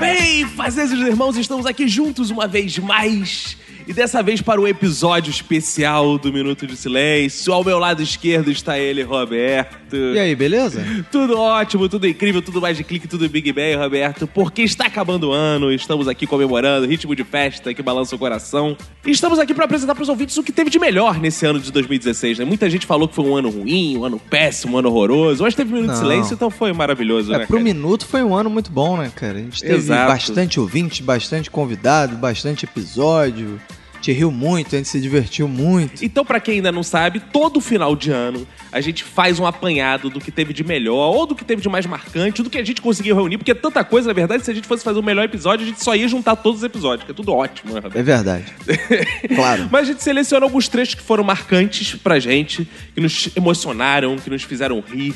Bem, fazendo irmãos, estamos aqui juntos uma vez mais. E dessa vez para um episódio especial do Minuto de Silêncio. Ao meu lado esquerdo está ele, Roberto. E aí, beleza? Tudo ótimo, tudo incrível, tudo mais de clique, tudo Big Bang, Roberto. Porque está acabando o ano, estamos aqui comemorando, ritmo de festa que balança o coração. E estamos aqui para apresentar para os ouvintes o que teve de melhor nesse ano de 2016, né? Muita gente falou que foi um ano ruim, um ano péssimo, um ano horroroso. Mas teve Minuto de Não. Silêncio, então foi maravilhoso, É, né? pro cara? Minuto foi um ano muito bom, né, cara? A gente teve Exato. bastante ouvinte, bastante convidado, bastante episódio. Te riu muito, a gente se divertiu muito. Então, pra quem ainda não sabe, todo final de ano a gente faz um apanhado do que teve de melhor, ou do que teve de mais marcante, do que a gente conseguiu reunir, porque é tanta coisa, na verdade, se a gente fosse fazer o melhor episódio, a gente só ia juntar todos os episódios, que é tudo ótimo, né, Roberto? É verdade. claro. Mas a gente selecionou alguns trechos que foram marcantes pra gente, que nos emocionaram, que nos fizeram rir.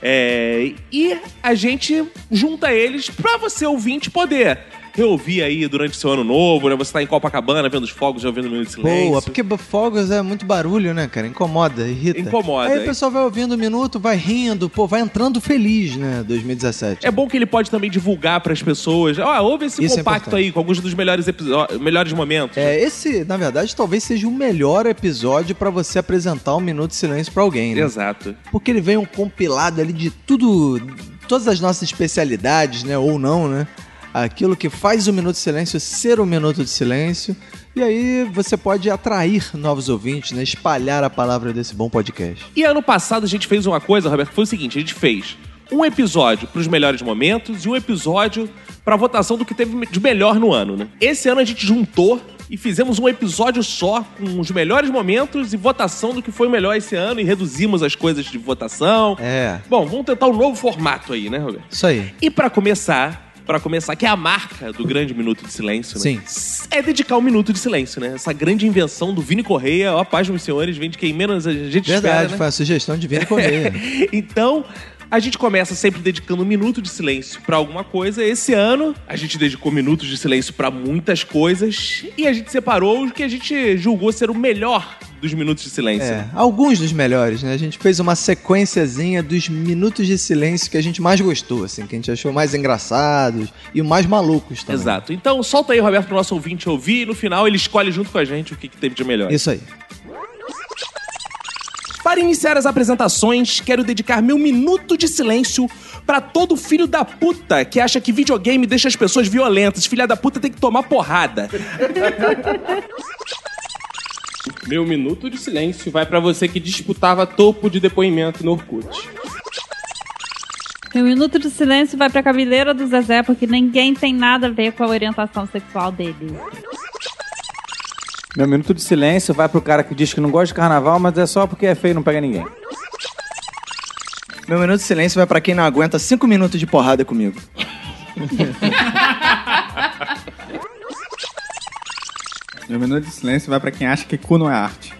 É, E a gente junta eles pra você, ouvinte, poder reouvir aí durante seu ano novo, né? Você tá em Copacabana vendo os fogos, já ouvindo o Minuto de Silêncio. Boa, porque fogos é muito barulho, né, cara? Incomoda, irrita. Incomoda, Aí é. o pessoal vai ouvindo o minuto, vai rindo, pô, vai entrando feliz, né, 2017. É bom que ele pode também divulgar pras pessoas. Ó, houve esse Isso é compacto importante. aí com alguns dos melhores, episo- melhores momentos. É, esse, na verdade, talvez seja o melhor episódio pra você apresentar um minuto de silêncio pra alguém, né? Exato. porque ele vem um compilado ali de tudo, todas as nossas especialidades, né, ou não, né? Aquilo que faz o minuto de silêncio ser um minuto de silêncio. E aí você pode atrair novos ouvintes, né, espalhar a palavra desse bom podcast. E ano passado a gente fez uma coisa, Roberto, que foi o seguinte: a gente fez um episódio pros melhores momentos e um episódio pra votação do que teve de melhor no ano, né? Esse ano a gente juntou e fizemos um episódio só com os melhores momentos e votação do que foi o melhor esse ano e reduzimos as coisas de votação. É, Bom, vamos tentar um novo formato aí, né, Roberto? isso aí. E pra começar, para começar, que é a marca do grande minuto de silêncio, né? Sim. É dedicar um minuto de silêncio, né? Essa grande invenção do Vini Correia, ó, paz, meus senhores, vem de quem menos a gente Verdade, espera, né? foi a sugestão de Vini Correia. Então, a gente começa sempre dedicando um minuto de silêncio pra alguma coisa. Esse ano, a gente dedicou minutos de silêncio pra muitas coisas e a gente separou o que a gente julgou ser o melhor dos minutos de silêncio. né? É, alguns dos melhores, né? A gente fez uma sequenciazinha dos minutos de silêncio que a gente mais gostou, assim, que a gente achou mais engraçados e mais malucos também. Exato. Então, solta aí, Roberto, pro nosso ouvinte ouvir e no final ele escolhe junto com a gente o que, que teve de melhor. Isso aí. Para iniciar as apresentações, quero dedicar meu minuto de silêncio para todo filho da puta que acha que videogame deixa as pessoas violentas. Filha da puta tem que tomar porrada. Meu minuto de silêncio vai pra você que disputava topo de depoimento no Orkut. Meu minuto de silêncio vai pra cabeleira do Zezé, porque ninguém tem nada a ver com a orientação sexual dele. Meu minuto de silêncio vai pro cara que diz que não gosta de carnaval, mas é só porque é feio e não pega ninguém. Meu minuto de silêncio vai pra quem não aguenta cinco minutos de porrada comigo. Meu minuto de silêncio vai pra quem acha que cu não é arte.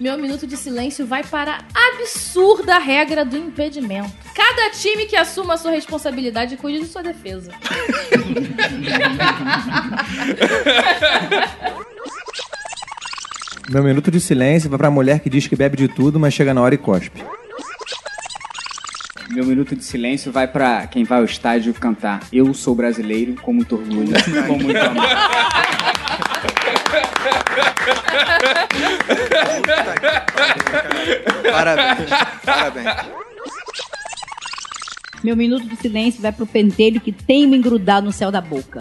Meu minuto de silêncio vai para a absurda regra do impedimento. Cada time que assuma a sua responsabilidade e cuide de sua defesa. Meu minuto de silêncio vai pra mulher que diz que bebe de tudo, mas chega na hora e cospe. Meu minuto de silêncio vai pra quem vai ao estádio cantar Eu sou brasileiro com muito orgulho, com muito amor. Parabéns, parabéns. Meu minuto de silêncio vai pro pentelho que tem me grudar no céu da boca.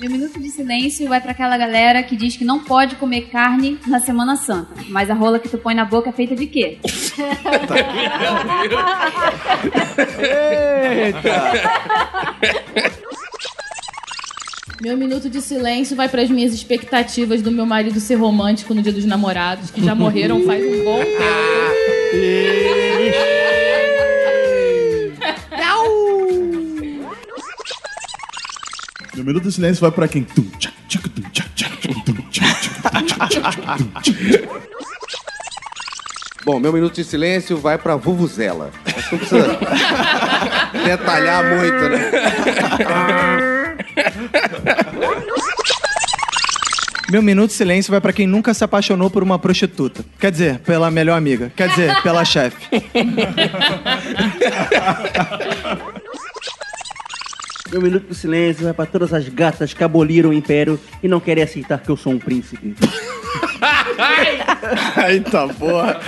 Meu um minuto de silêncio vai pra aquela galera que diz que não pode comer carne na Semana Santa. Mas a rola que tu põe na boca é feita de quê? Meu minuto de silêncio vai para as minhas expectativas do meu marido ser romântico no dia dos namorados, que já morreram faz um bom tempo. Meu minuto de silêncio vai pra quem? Tum, tchac, tchac, tum, tchac, tchac, tum, tum, tchac, tum, tchac, tchac, tum, tchac. Bom, meu minuto de silêncio vai pra Vuvuzela. Acho que não precisa detalhar muito, né? Meu minuto de silêncio vai pra quem nunca se apaixonou por uma prostituta. Quer dizer, pela melhor amiga. Quer dizer, pela chefe. Meu minuto de é silêncio vai pra todas as gatas que aboliram o império e não querem aceitar que eu sou um príncipe. Tá. Eita porra.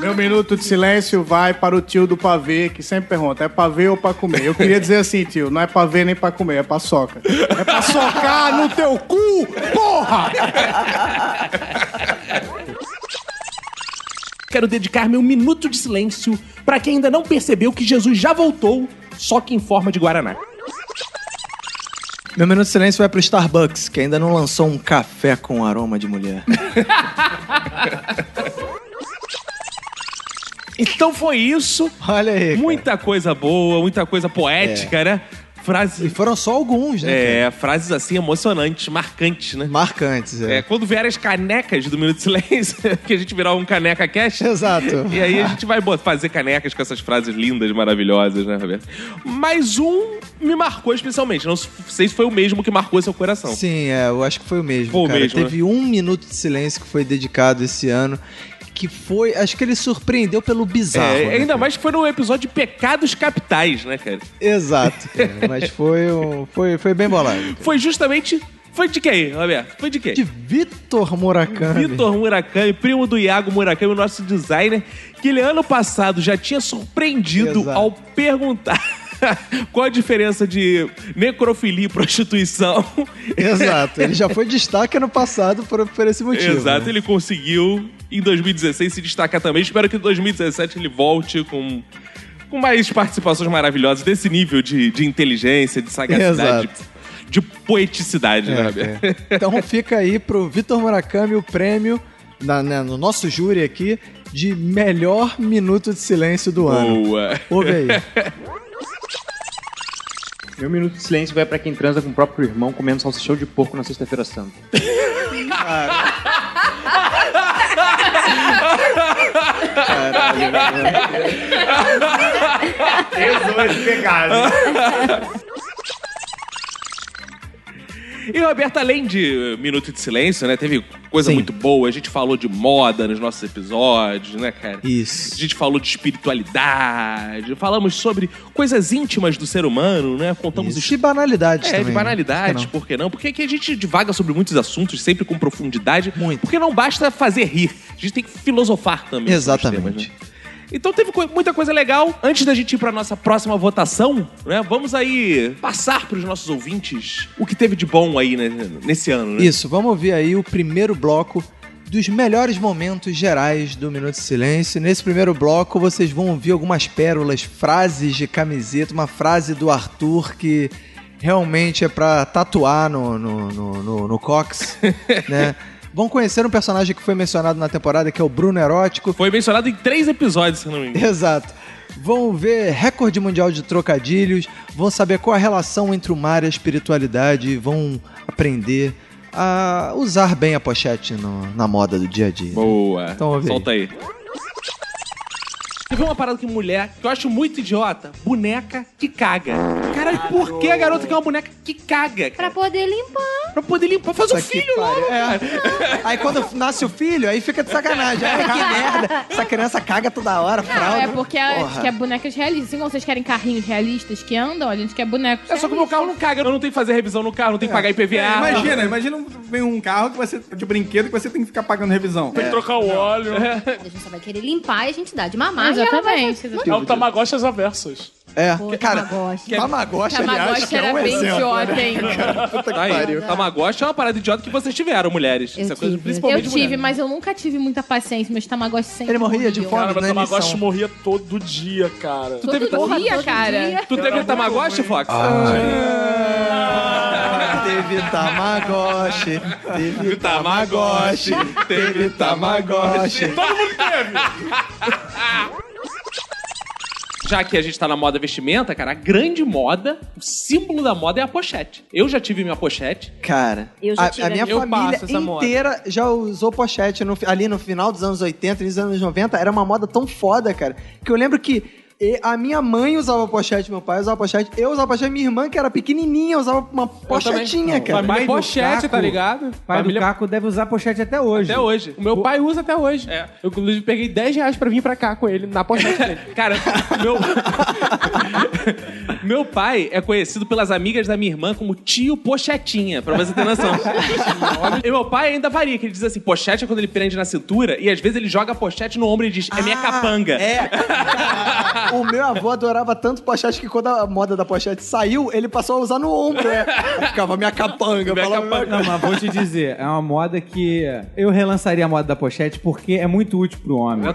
Meu minuto de silêncio vai para o tio do pavê, que sempre pergunta: é pavê ou pra comer? Eu queria dizer assim, tio: não é pavê nem pra comer, é paçoca. É pra socar no teu cu, porra! Quero dedicar meu minuto de silêncio pra quem ainda não percebeu que Jesus já voltou, só que em forma de Guaraná. Meu minuto de silêncio vai pro Starbucks, que ainda não lançou um café com aroma de mulher. Então foi isso. Olha aí. É. Muita coisa boa, muita coisa poética, né? Frases. E foram só alguns, né? É, frases assim emocionantes, marcantes, né? Marcantes, é. É, quando vier as canecas do Minuto de Silêncio, que a gente virar um caneca cast. Exato. E aí a gente vai bot- fazer canecas com essas frases lindas, maravilhosas, né, Roberto? Mas um me marcou especialmente. Não sei se foi o mesmo que marcou seu coração. Sim, é, eu acho que foi o mesmo. Foi o cara. mesmo, né? Teve um minuto de silêncio que foi dedicado esse ano, que foi. Acho que ele surpreendeu pelo bizarro. É, né, ainda cara? mais que foi no episódio de Pecados Capitais, né, cara? Exato, cara, mas foi, um, foi, foi bem bolado. Foi justamente. Foi de quem, Roberto? Foi de quem? De Vitor Murakami. Vitor Murakami, primo do Iago Murakami, o nosso designer, que ele ano passado já tinha surpreendido ao perguntar. Qual a diferença de necrofilia e prostituição? Exato, ele já foi destaque ano passado por, por esse motivo. Exato, né? ele conseguiu em 2016 se destacar também. Espero que em 2017 ele volte com, com mais participações maravilhosas desse nível de, de inteligência, de sagacidade, Exato. É, de, de poeticidade, né, Roberto? Então fica aí pro Vitor Murakami o prêmio na- né, no nosso júri aqui de melhor minuto de silêncio do ano. Boa. Ouve aí. Meu minuto de silêncio vai pra quem transa com o próprio irmão comendo salsichão de porco na sexta-feira santa. Caralho, Tesouro pegado. E Roberto, além de eh, Minuto de Silêncio, né? Teve coisa muito boa. A gente falou de moda nos nossos episódios, né, cara? Isso. A gente falou de espiritualidade, falamos sobre coisas íntimas do ser humano, né? Contamos De banalidades é, também. de banalidades, Por por que que não? não? Porque aqui a gente divaga sobre muitos assuntos, sempre com profundidade. Muito. Porque não basta fazer rir, a gente tem que filosofar também. sobre os Exatamente. temas, né? Então teve coi- muita coisa legal. Antes da gente ir para nossa próxima votação, né? Vamos aí passar para os nossos ouvintes o que teve de bom aí né, nesse ano, né? Isso, vamos ouvir aí o primeiro bloco dos melhores momentos gerais do Minuto de Silêncio. Nesse primeiro bloco, vocês vão ouvir algumas pérolas, frases de camiseta, uma frase do Arthur que realmente é pra tatuar no, no, no, no- no cox, né? Vão conhecer um personagem que foi mencionado na temporada, que é o Bruno Erótico. Foi mencionado em três episódios, se não me engano. Exato. Vão ver recorde mundial de trocadilhos, vão saber qual a relação entre o mar e a espiritualidade, vão aprender a usar bem a pochete no- na moda do dia a dia. Boa. Então, ouve aí. Solta aí. Teve uma parada que mulher, que eu acho muito idiota, boneca que caga. Cara, por que a garota quer uma boneca que caga? Pra poder limpar. Pra poder limpar. Faz um Puta que filho pariu. logo, É. cara. Aí quando nasce o filho, aí fica de sacanagem. Ai, que merda. Essa criança caga toda hora, Não, fralda. é porque a gente Porra. quer bonecas realistas. Assim como vocês querem carrinhos realistas que andam, a gente quer bonecos. É só que o meu carro não caga, eu não tenho que fazer revisão no carro, não É. tenho que pagar IPVA. É, É. imagina, imagina um, vem um carro que você, de brinquedo que você tem que ficar pagando revisão. Tem que trocar o óleo. É. A gente só vai querer limpar e a gente dá de Exatamente. mamar. E ela É vai... o Tamagotchi às aversas. É, Pô, cara, Tamagotchi. Tamagotchi, aliás, Tamagotchi que é era um bem exemplo, idiota, né? hein? Cara, puta que Aí, Tá pariu. Tamagotchi Tamagotchi é uma parada idiota que vocês tiveram, mulheres. Essa coisa, Eu principalmente tive, mulheres. mas eu nunca tive muita paciência. Meus tamagotchi sempre Ele morria de morriam. fome, Cara, meu né, Tamagotchi missão? morria todo dia, cara. Todo teve Porra, dia, todo cara. dia. Tu teve Tamagotchi, Fox? Ah. Teve Tamagotchi, teve Tamagotchi, teve Tamagotchi. Todo mundo teve. Já que a gente tá na moda vestimenta, cara, a grande moda, o símbolo da moda é a pochete. Eu já tive minha pochete. Cara, Eu já a, tive a a minha minha. Eu família passo essa moda. inteira já usou pochete no- ali no final dos anos 80, início dos anos 90. Era uma moda tão foda, cara, que eu lembro que e- a minha mãe usava pochete, meu pai usava pochete, eu usava pochete, minha irmã, que era pequenininha, usava uma pochetinha, cara. Família pochete, tá ligado? Pai Família- do Caco deve usar pochete até hoje. Até hoje. O meu pai usa até hoje. É. Eu, inclusive, peguei 10 reais pra vir pra cá com ele, na pochete dele. Cara, meu... Meu pai é conhecido pelas amigas da minha irmã como tio Pochetinha, pra você ter noção. e meu pai ainda varia, que ele diz assim: pochete é quando ele prende na cintura e às vezes ele joga a pochete no ombro e diz: é minha capanga. é. O meu avô adorava tanto pochete que quando a moda da pochete saiu, ele passou a usar no ombro. né? Ficava minha capanga. falava Não, mas vou te dizer, é uma moda que eu relançaria a moda da pochete porque é muito útil pro homem.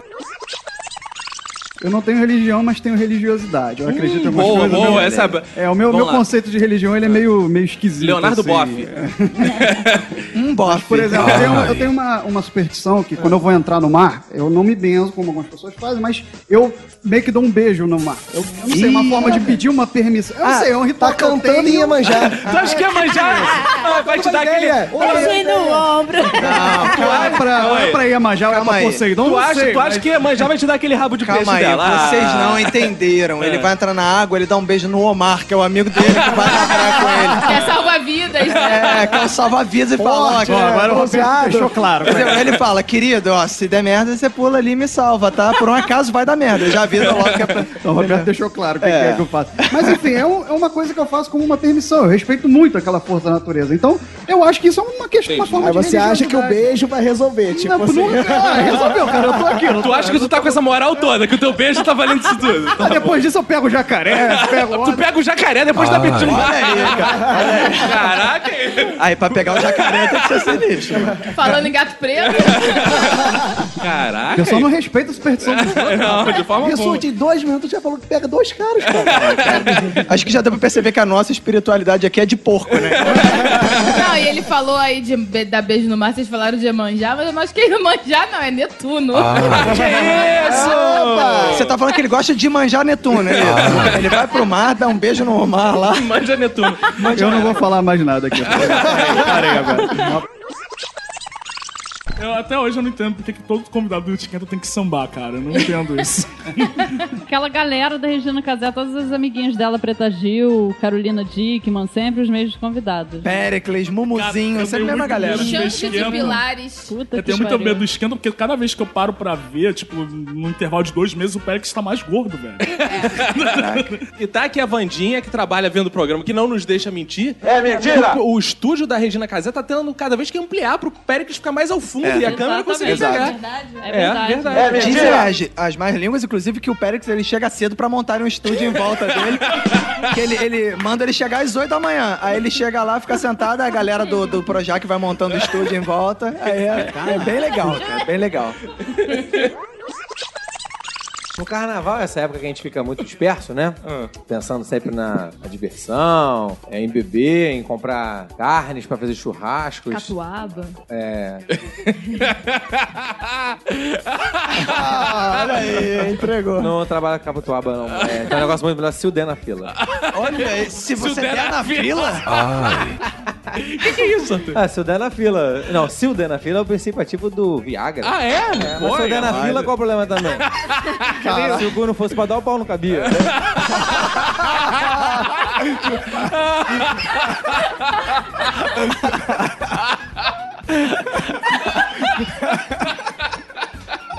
Eu não tenho religião, mas tenho religiosidade. Eu acredito em algumas boa, coisas. boa, né? essa- É, o meu, Vamos meu lá. conceito de religião, ele é meio, meio esquisito. Leonardo assim. Boff. Hum, um bofe. Por exemplo, eu tenho, uma, eu Ai. tenho uma- uma superstição que quando eu vou entrar no mar, eu não me benzo, como algumas pessoas fazem, mas eu meio que dou um beijo no mar. Eu, eu não sei, é uma Ih, forma de pedir uma permissão. Eu não Ah, sei, é um ritual tá que eu cantando tenho. em Iemanjá. Tu acha que Iemanjá ah, vai te dar aquele... Beijinho no ombro. Não, tu olha pra- olha pra Iemanjá, olha pra Poseidon, Tu não acha, sei, tu acha mas- que Iemanjá vai te dar aquele rabo de Calma peixe aí, dela? Ah. vocês não entenderam. Ele É. vai entrar na água, ele dá um beijo no Omar, que é o amigo dele que vai namorar com Que ele. é salva-vidas, né? É, que é o salva-vidas e fala, ó, Forte, né? agora Agora o Roberto deixou claro. né? Ele fala, querido, ó, se der merda, você pula ali e me salva, tá? Por um acaso vai dar merda. Eu já avisa logo que é pra... Então, o Roberto deixou claro o que É. é que eu faço. Mas enfim, é, um- é uma coisa que eu faço como uma permissão. Eu respeito muito aquela força da natureza. Então, eu acho que isso é uma questão, uma forma Aí de você acha que o religiosidade. beijo vai resolver, tipo Não, assim. nunca- Ah, resolveu, cara. Eu tô aqui. eu não Tu tô- acha que tu tá com essa moral toda, que o teu beijo tá valendo isso tudo. Ah, depois disso eu pego o jacaré, pego o tu pega o jacaré depois da Ai. é. pedindo Olha aí, Caraca! Aí, pra pegar o jacaré tem que ser sinistro. Falando em gato preto. Caraca! O pessoal não respeita a superstição do Não, de forma Isso alguma. de dois minutos já falou que pega dois caras, cara. Acho que já deu pra perceber que a nossa espiritualidade aqui é de porco, né? Não, e ele falou aí de be- dar beijo no mar, vocês falaram de Iemanjá, mas eu não acho que é Iemanjá não, é Netuno. Ah. Você tá falando que ele gosta de manjar Netuno, né? Ah. Ele vai pro mar, dá um beijo no mar lá. É Manja Netuno. Eu não vou falar mais nada aqui. Parei agora. Eu, até hoje eu não entendo porque que todo convidado do Etiqueta tem que sambar, cara. Eu não entendo isso. Aquela galera da Regina Casé, todas as amiguinhas dela, Preta Gil, Carolina Dickman, sempre os mesmos convidados. Péricles, Mumuzinho, sempre a mesma galera. pilares. Puta Eu que tenho muito pariu. medo do esquenta, porque cada vez que eu paro pra ver, tipo, no intervalo de dois meses, o Pérez tá mais gordo, velho. E tá aqui a Vandinha, que trabalha vendo o programa, que não nos deixa mentir. É mentira! O, o estúdio da Regina Casé tá tendo cada vez que ampliar pro Péricles ficar mais ao fundo É. e a câmera conseguir Exatamente. pegar. Verdade. É verdade. É Dizem as, as mais línguas, inclusive, que o Périx ele chega cedo pra montar um estúdio em volta dele. que ele, ele manda ele chegar às 8 da manhã. Aí ele chega lá, fica sentado, a galera do, do Projac vai montando o estúdio em volta. Aí é, é bem legal, cara. É bem legal. No carnaval, essa época que a gente fica muito disperso, né? Ah. Pensando sempre na, na diversão, é, em beber, em comprar carnes pra fazer churrascos. Catuaba. É. Ah! olha aí, entregou. Não trabalho com Caputuaba, não. É, tem um negócio muito melhor, se o der na fila. Olha aí, É, se você der der na na fila- fila. O que, é isso, Arthur? Ah, se o der na fila. Não, se o der na fila é o princípio ativo do Viagra. Ah, é? mas se Olha, o der na olha. fila, qual o problema também? Caralho. se o cu não fosse pra dar, o pau não cabia.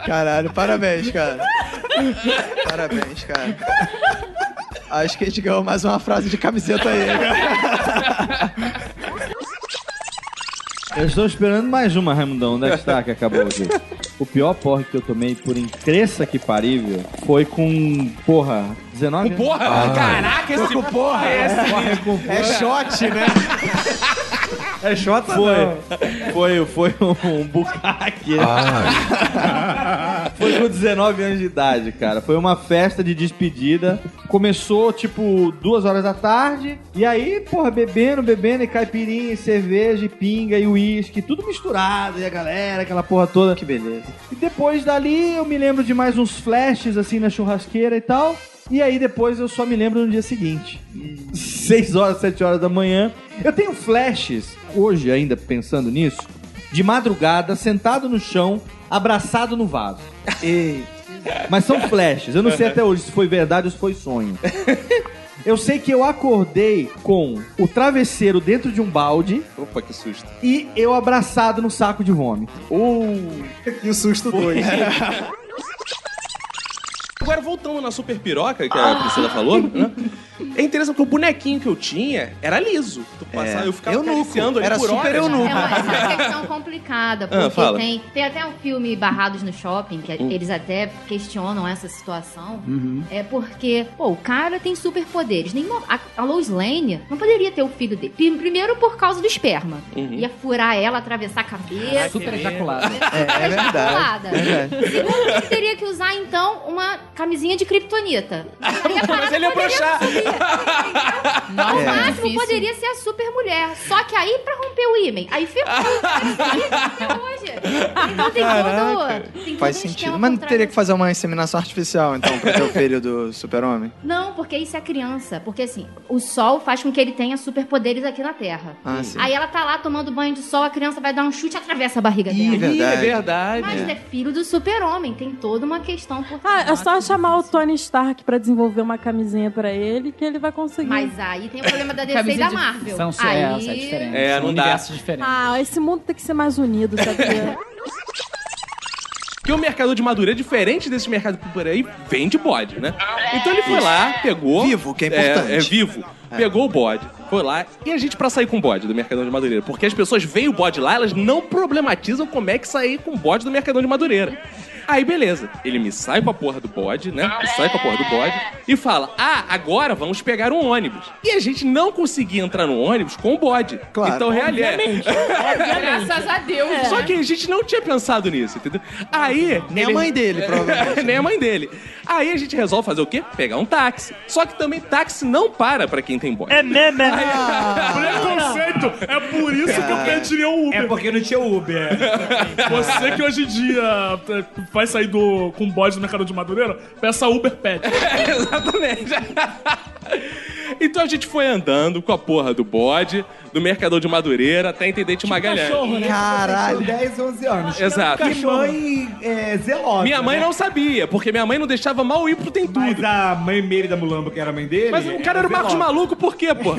Caralho, parabéns, cara. Parabéns, cara. Acho que a gente ganhou mais uma frase de camiseta aí, Eu estou esperando mais uma, Raimundão, é da tá destaque acabou aqui. O pior porre que eu tomei, por incrível que parível, foi com, porra, 19 Com porra? Ah. Caraca, esse porra é esse. É shot, né? É Xota Foi. Foi, foi um, um bucaque. foi com 19 anos de idade, cara. Foi uma festa de despedida. Começou, tipo, duas horas da tarde. E aí, porra, bebendo, bebendo, e caipirinha, e cerveja, e pinga, e uísque, tudo misturado. E a galera, aquela porra toda. Que beleza. E depois dali, eu me lembro de mais uns flashes, assim, na churrasqueira e tal. E aí depois eu só me lembro no dia seguinte. 6 horas, 7 horas da manhã. Eu tenho flashes, hoje ainda pensando nisso, de madrugada, sentado no chão, abraçado no vaso. Mas são flashes. Eu não sei até hoje se foi verdade ou se foi sonho. Eu sei que eu acordei com o travesseiro dentro de um balde É. Opa, que susto. e eu abraçado no saco de vômito. E o susto dois. Agora, voltando na super piroca que a Priscila falou, né? É interessante porque o bonequinho que eu tinha era liso. Tu passava, É, eu ficava eunuco. acariciando ali Era por super horas. eunuco. É uma, é uma questão complicada, Ah, porque fala. tem, tem até um filme Barrados no Shopping, que Hum. Uhum. eles até questionam essa situação. Uhum. É porque, pô, o cara tem superpoderes. Nenhuma, a, a Lois Lane não poderia ter o filho dele. Pri- Primeiro por causa do esperma. Uhum. Ia furar ela, atravessar a cabeça. Super ejaculada. É, é verdade. É verdade. Segundo, ele teria que usar, então, uma camisinha de kriptonita. Mas ele é broxar. Ao é. máximo difícil. poderia ser a super mulher. Só que aí pra romper o ímen. Aí ficou. até hoje. Então tem Caraca. todo. Tem todo Faz um sentido. esquema Mas não por trás. teria que fazer uma inseminação artificial, então, pra ter o filho do super-homem? Não, porque isso é criança. Porque assim, o sol faz com que ele tenha superpoderes aqui na Terra. Hum. Ah, sim. Aí ela tá lá tomando banho de sol, a criança vai dar um chute e atravessa a barriga dela. verdade. Ih, é verdade. Mas É. é filho do super-homem, tem toda uma questão por trás. Ah, é só chamar o Tony Stark pra desenvolver uma camisinha pra ele que ele vai conseguir. Mas aí tem o problema da DC e Camisa da de- Marvel. são- aí... é, essa é a diferença. É, um São não dá. universos Ah, esse mundo tem que ser mais unido, sabe? Porque o mercador de Madureira, diferente desse mercado por aí, vende bode, né? Então ele foi lá, pegou. Vivo, que é importante. É, vivo. Pegou o bode, foi lá. E a gente pra sair com o bode do Mercadão de Madureira? Porque as pessoas veem o bode lá, elas não problematizam como é que sair com o bode do Mercadão de Madureira. Aí, beleza. Ele me sai com a porra do bode, né? Me sai com a porra do bode e fala: Ah, agora vamos pegar um ônibus. E a gente não conseguia entrar no ônibus com o bode. Claro. Então, realmente. Graças a Deus. É. né? Só que a gente não tinha pensado nisso, entendeu? Aí. Nem a mãe dele, provavelmente. Nem a mãe dele. Aí a gente resolve fazer o quê? Pegar um táxi. Só que também táxi não para pra quem tem bode. É mesmo, é? Preconceito! É por isso que eu Caralho. pediria o Uber. É porque não tinha Uber. Você que hoje em dia eh, vai sair do, com um bode no mercado de Madureira, peça Uber Pet. Exatamente. Então a gente foi andando com a porra do bode, do mercador de Madureira até Intendente Tipo Magalhães. né? Tem 10, 11 anos. Exato. Que mãe é, zelosa. Minha mãe né? não sabia, porque minha mãe não deixava mal ir pro Tem Tudo. Mas a mãe Meire da Mulamba, que era a mãe dele... Mas o cara era o Marcos zelosa. Maluco, por quê, pô?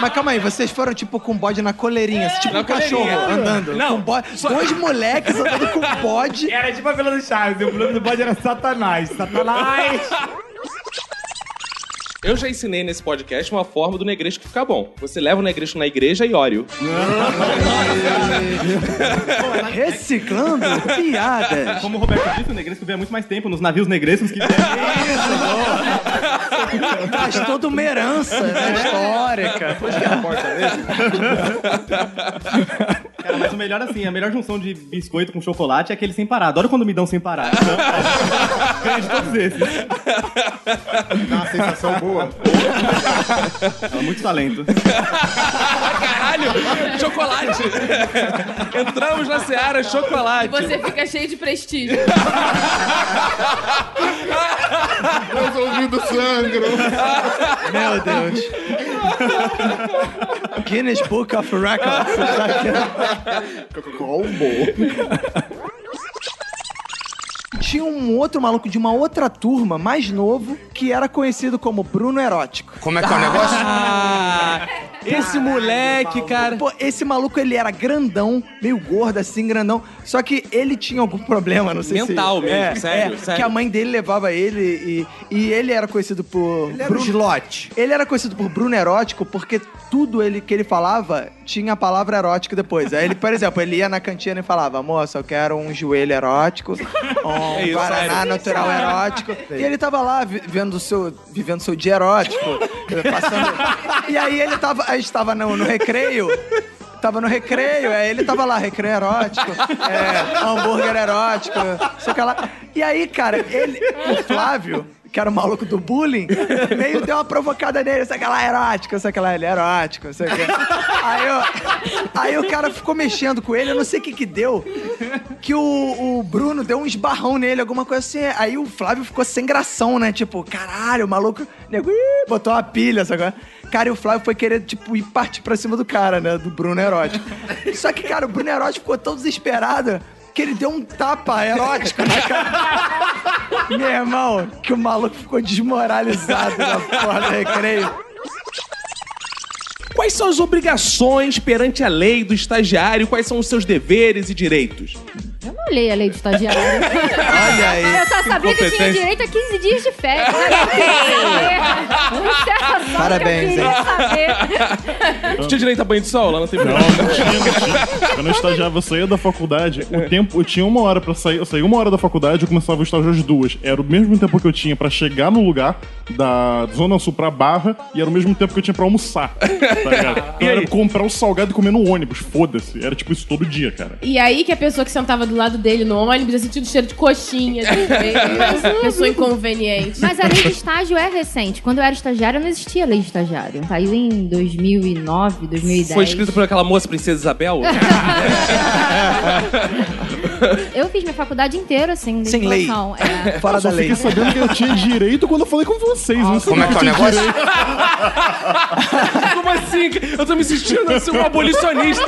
Mas calma aí, vocês foram tipo com bode na coleirinha, assim, tipo É, na um cachorro coleirinha. andando. Não, com bode. só- Dois moleques andando com bode. Era tipo a Vila do Chaves, o nome do bode era Satanás. Satanás! Eu já ensinei nesse podcast uma forma do negresco ficar bom. Você leva o negresco na igreja e óleo. Reciclando piadas. Como o Roberto disse, o negresco ganha muito mais tempo nos navios negrescos que Faz toda uma herança É. né, histórica. Depois que a porta mesmo. Cara, mas o melhor assim, a melhor junção de biscoito com chocolate é aquele sem parar. Adoro quando me dão sem parar. Então, tá Ganho de todos esses. Dá uma sensação boa. muito talento. Caralho! Chocolate! Entramos na Seara Chocolate. Você fica cheio de prestígio. Meus ouvidos sangram. Meu Deus. Guinness Book of Records. Tinha um outro maluco de uma outra turma, mais novo, que era conhecido como Bruno Erótico. Como é que é o negócio? Ah, Esse moleque, cara. Pô, esse maluco ele era grandão, meio gordo assim, grandão. Só que ele tinha algum problema, não sei Mental se. mesmo, é, sério, é, sério. Que a mãe dele levava ele e, e ele era conhecido por. Ele era o Slot. Ele era conhecido por Bruno Erótico porque tudo ele, que ele falava tinha a palavra erótica depois. Aí ele, por exemplo, ele ia na cantina e falava: moça, eu quero um joelho erótico, um É isso, Guaraná sério. natural é erótico. E ele tava lá vi- vendo o seu, vivendo seu dia erótico. passando- E aí ele tava, a gente tava no, no recreio. Tava no recreio, é, ele tava lá, recreio erótico, é, hambúrguer erótico, sei o que lá. E aí, cara, ele, o Flávio, que era o maluco do bullying, meio deu uma provocada nele, sei o que lá, erótico, sei o que lá, ele é erótico, sei o que. Aí, eu- aí o cara ficou mexendo com ele, eu não sei o que que deu, que o, o Bruno deu um esbarrão nele, alguma coisa assim. Aí o Flávio ficou sem gração, né? Tipo, caralho, o maluco, nego, ih, botou uma pilha, sabe? qual é? Cara, e o Flávio foi querer, tipo, ir partir pra cima do cara, né? Do Bruno Erótico. Só que, cara, o Bruno Erótico ficou tão desesperado que ele deu um tapa erótico na cara. Meu irmão, que o maluco ficou desmoralizado na porra do recreio. Quais são as obrigações perante a lei do estagiário? Quais são os seus deveres e direitos? Eu não olhei a lei de estagiário. Olha aí, Eu só que sabia que tinha incompetência. direito a 15 dias de férias. Eu queria saber. Isso era só o Parabéns, que eu hein? queria saber. Tu tinha direito a banho de sol lá na TV? Não, Quando eu estagiava, eu saía da faculdade, o tempo, eu tinha uma hora pra sair, eu saía uma hora da faculdade, eu começava o estágio às duas. Era o mesmo tempo que eu tinha pra chegar no lugar da Zona Sul pra Barra, e era o mesmo tempo que eu tinha pra almoçar, tá ligado? Então era comprar o salgado e comer no ônibus, foda-se. Era tipo isso todo dia, cara. E aí que a pessoa que sentava do lado dele no ônibus ia sentindo cheiro de coxinha. de peito. pessoa inconveniente. Mas a lei de estágio é recente. Quando eu era estagiária, não existia lei de estagiário. Saiu em 2009, 2010. Foi escrito por aquela moça, Princesa Isabel? Eu fiz minha faculdade inteira, assim, de Sem lei. informação. É. Fora eu só da lei. fiquei sabendo que eu tinha direito quando eu falei com vocês. não sei Como é que é o eu tinha negócio? Como assim? Eu tô me sentindo assim, um abolicionista.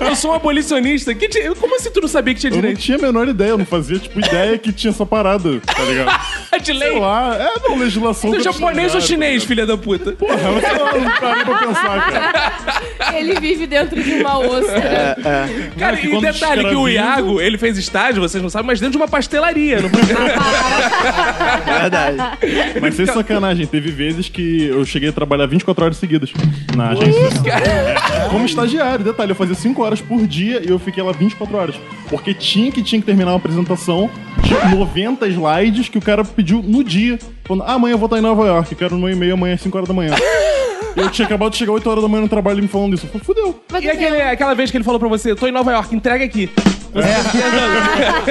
Eu, eu sou um abolicionista. Que di- Como assim tu não sabia que tinha Eu não direito? tinha a menor ideia, eu não fazia, tipo, ideia que tinha essa parada, tá ligado? De lei? Sei lá, é não, legislação. né? Tu é que eu japonês tinha, ou chinês, filha da puta? Porra, você não parei pra pensar, Ele vive dentro de uma ossa. né? É, Cara, e quando detalhe que o escraviza- Iago, ele fez estágio, vocês não sabem, mas dentro de uma pastelaria. Não Verdade. Mas sem sacanagem, teve vezes que eu cheguei a trabalhar 24 horas seguidas na agência. É, Como estagiário, detalhe, eu fazia 5 horas por dia e eu fiquei lá 24 horas. Porque tinha que tinha que terminar uma apresentação de 90 slides que o cara pediu no dia. Falando, ah, amanhã eu vou estar em Nova York, eu quero no meio e meia, amanhã às 5 horas da manhã. Eu tinha acabado de chegar 8 horas da manhã no trabalho e me falando isso. Eu falei, fudeu. E aquele- aquela vez que ele falou pra você, tô em Nova York, entrega aqui. Você É. tá aqui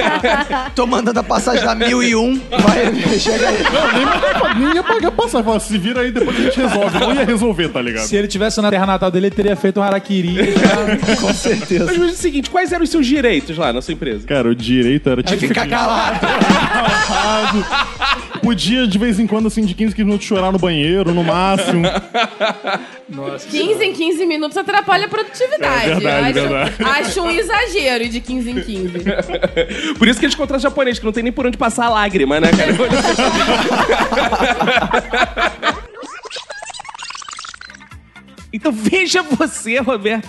andando. Tô mandando a passagem da 1001. Vai, chega aí. Não, nem, nem ia pagar passagem. Falava, se vira aí, depois a gente resolve. Não ia resolver, tá ligado? Se ele tivesse na terra natal dele, ele teria feito um harakiri. Com certeza. Mas, mas é o seguinte, quais eram os seus direitos lá na sua empresa? Cara, o direito era tipo. ficar calado. Podia, de vez em quando, assim, de 15 minutos chorar no banheiro, no máximo. Nossa. Tá 15 em 15 minutos atrapalha a produtividade. É verdade, acho, verdade. acho um exagero de 15 em 15. Por isso que eles contratam japonês, que não tem nem por onde passar a lágrima, né, cara? então veja você, Roberto,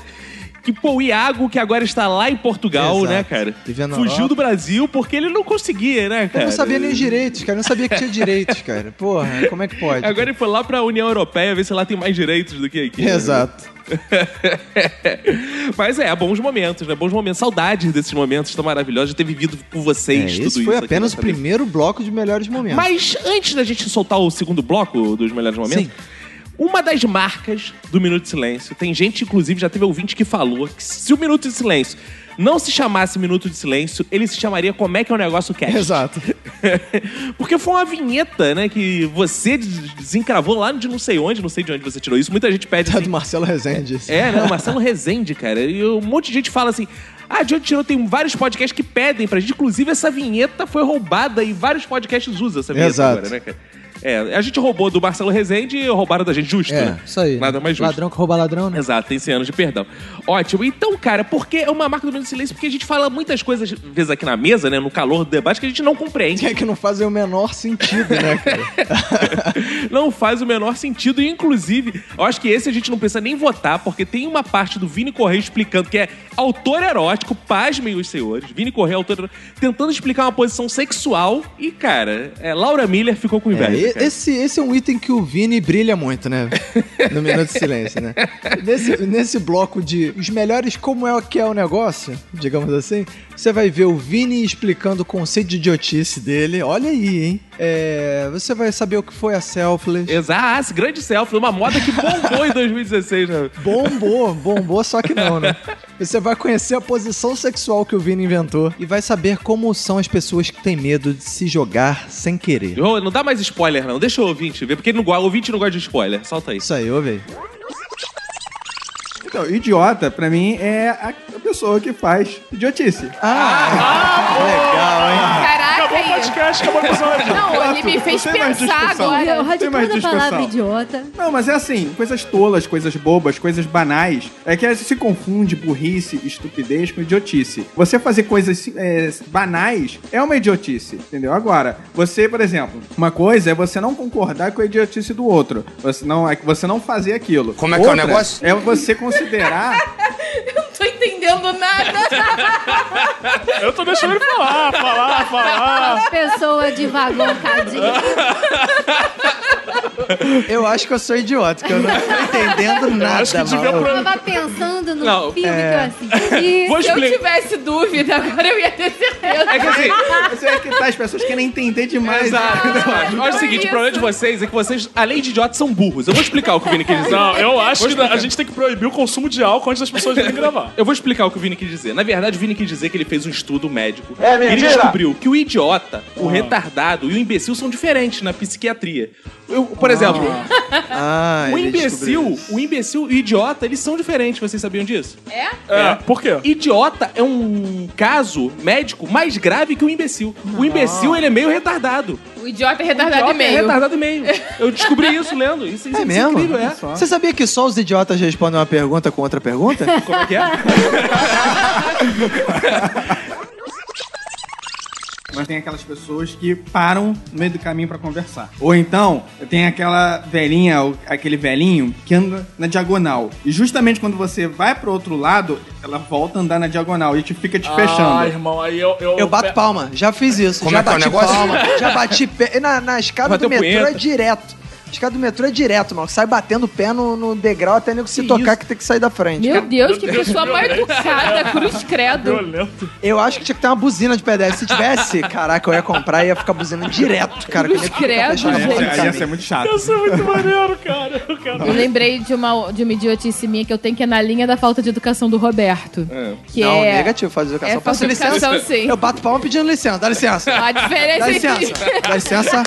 que pô, o Iago, que agora está lá em Portugal, Exato. né, cara? na Fugiu Europa. do Brasil porque ele não conseguia, né, Eu cara? não sabia nem os direitos, cara. Eu não sabia que tinha direitos, cara. Porra, como é que pode? Agora ele foi lá pra União Europeia ver se lá tem mais direitos do que aqui. né? Exato. Mas é, bons momentos, né? Bons momentos. Saudades desses momentos tão maravilhosos de ter vivido com vocês É, tudo esse isso. foi aqui apenas o nessa mesa. primeiro bloco de melhores momentos. Mas antes da gente soltar o segundo bloco dos melhores momentos, uma das marcas do Minuto de Silêncio, tem gente, inclusive, já teve ouvinte que falou que se o Minuto de Silêncio não se chamasse Minuto de Silêncio, ele se chamaria Como é que é o negócio cast. Exato. Porque foi uma vinheta, né, que você des- desencravou lá de não sei onde, não sei de onde você tirou isso. Muita gente pede. É do Marcelo Rezende. assim. É, né? O Marcelo Rezende, cara. E um monte de gente fala assim. Ah, de onde tirou? Tem vários podcasts que pedem pra gente. Inclusive, essa vinheta foi roubada e vários podcasts usam essa vinheta Exato. agora, né, cara? É, a gente roubou do Marcelo Rezende e roubaram da gente justo, É, né? isso aí. Nada mais justo. Ladrão que rouba ladrão, né? Exato, tem 100 anos de perdão. Ótimo. Então, cara, por que é uma marca do Minuto de Silêncio? Porque a gente fala muitas coisas, às vezes aqui na mesa, né? No calor do debate, que a gente não compreende. É que não fazem o menor sentido, né, cara? não faz o menor sentido. E, inclusive, eu acho que esse a gente não precisa nem votar, porque tem uma parte do Vini Correia explicando que é autor erótico, pasmem os senhores. Vini Correia, autor erótico, tentando explicar uma posição sexual. E, cara, é, Laura Miller ficou com É, inveja. e- né, cara. esse, esse é um item que o Vini brilha muito, né? No Minuto de Silêncio, né? Nesse, nesse bloco de os melhores como é que é o negócio, digamos assim, você vai ver o Vini explicando o conceito de idiotice dele. Olha aí, hein? é, você vai saber o que foi a Selfless. Exato, esse grande selfie, uma moda que bombou em 2016, né? Bombou, bombou, só que não, né? Você vai conhecer a posição sexual que o Vini inventou e vai saber como são as pessoas que têm medo de se jogar sem querer. Ô, não dá mais spoiler, não. Deixa o ouvinte ver, porque ele não, go- o ouvinte não gosta de spoiler. Solta aí. Isso aí, ouve Então, idiota, pra mim, é a pessoa que faz idiotice. Ah, legal, Caraca, Acabou o podcast, acabou o episódio. Não, ele me fez Não tem mais pensar discussão. agora. Não tem mais discussão. idiota. Não, mas é assim, coisas tolas, coisas bobas, coisas banais. É que se confunde burrice, estupidez com idiotice. Você fazer coisas é, banais é uma idiotice, entendeu? Agora, você, por exemplo, uma coisa é você não concordar com a idiotice do outro. Você não, é que você não fazer aquilo. Como é que é o negócio? É você considerar Eu não tô entendendo nada. Eu tô deixando ele falar, falar, falar. Pessoa devagar, cadinho. Eu acho que eu sou idiota, que eu não tô entendendo nada, mano. Eu tava pensando no Não, filme é. que eu assisti. Vou Se eu explicar. tivesse dúvida, agora eu ia ter certeza. É que assim, Você é que tá, as pessoas querem entender demais. né? Exato. entendeu? Olha o seguinte, o problema de vocês é que vocês, além de idiotas, são burros. Eu vou explicar o que o Vini quis dizer. Não, eu acho Vou que a explicar. gente tem que proibir o consumo de álcool antes das pessoas virem gravar. Eu vou explicar o que o Vini quis dizer. Na verdade, o Vini quis dizer que ele fez um estudo médico. É e ele mentira! descobriu que o idiota, Ah. o retardado e o imbecil são diferentes na psiquiatria. Eu, por exemplo, o Ah. ele imbecil, o imbecil e o idiota, eles são diferentes. Vocês sabiam disso? É? Por quê? Idiota é um caso médico mais grave que o imbecil. O imbecil, ele é meio retardado. O idiota é retardado O idiota e meio. É retardado e meio. Eu descobri isso lendo. Isso, isso É mesmo? incrível, é. Você sabia que só os idiotas respondem uma pergunta com outra pergunta? Como é que é? Mas tem aquelas pessoas que param no meio do caminho pra conversar. Ou então, tem aquela velhinha, ou aquele velhinho que anda na diagonal. E justamente quando você vai pro outro lado, ela volta a andar na diagonal e te fica te Ah, fechando. irmão, aí eu... Eu, Eu bato pe- Palma, já fiz isso. Como já é que é o bati negócio? palma, já bati pé. Na, na escada Bateu do metrô punheta. é direto. A escada do metrô é direto, mano. Sai batendo o pé no, no degrau até nego se tocar que tem que sair da frente. Meu Deus, que pessoa mal educada, cruz credo. Eu acho que tinha que ter uma buzina de pedestre. Se tivesse, caraca, eu ia comprar e ia ficar buzinando direto, cara. Cruz que nem fica credo, fechado. gente. Cara, Ia ser muito chato. Isso é muito maneiro, cara. Eu quero... Eu lembrei de uma, de uma idiotice minha que eu tenho que é na linha da falta de educação do Roberto. Que não, é... negativo, faz educação. é faz Peço educação, licença. sim. Eu bato palma pedindo licença. Dá licença. A diferença Dá é licença. que- Dá licença.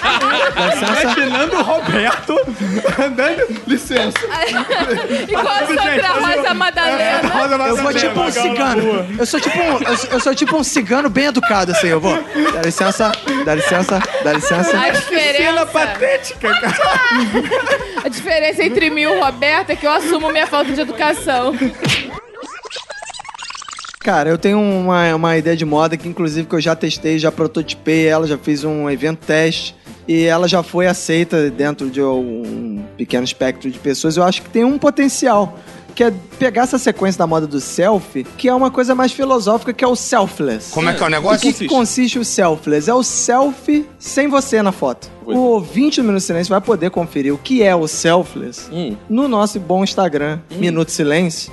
Dá licença. Imaginando o Roberto andando. Licença. E qual a sua outra É, Rosa Madalena? Eu vou tipo um cigano. Eu sou tipo um, eu sou- eu sou tipo um cigano bem educado, assim. Eu vou. Dá licença, dá licença, dá licença. A diferença... patética, cara. A diferença entre mim e o Roberto é que eu assumo minha falta de educação. Cara, eu tenho uma, uma ideia de moda que, inclusive, que eu já testei, já prototipei ela, já fiz um evento teste e ela já foi aceita dentro de um pequeno espectro de pessoas. Eu acho que tem um potencial, que é pegar essa sequência da moda do selfie, que é uma coisa mais filosófica, que é o selfless. Como é que é o negócio? O que que consiste o selfless? É o selfie sem você na foto. O ouvinte do Minuto Silêncio vai poder conferir o que é o selfless no nosso bom Instagram, Minuto Silêncio.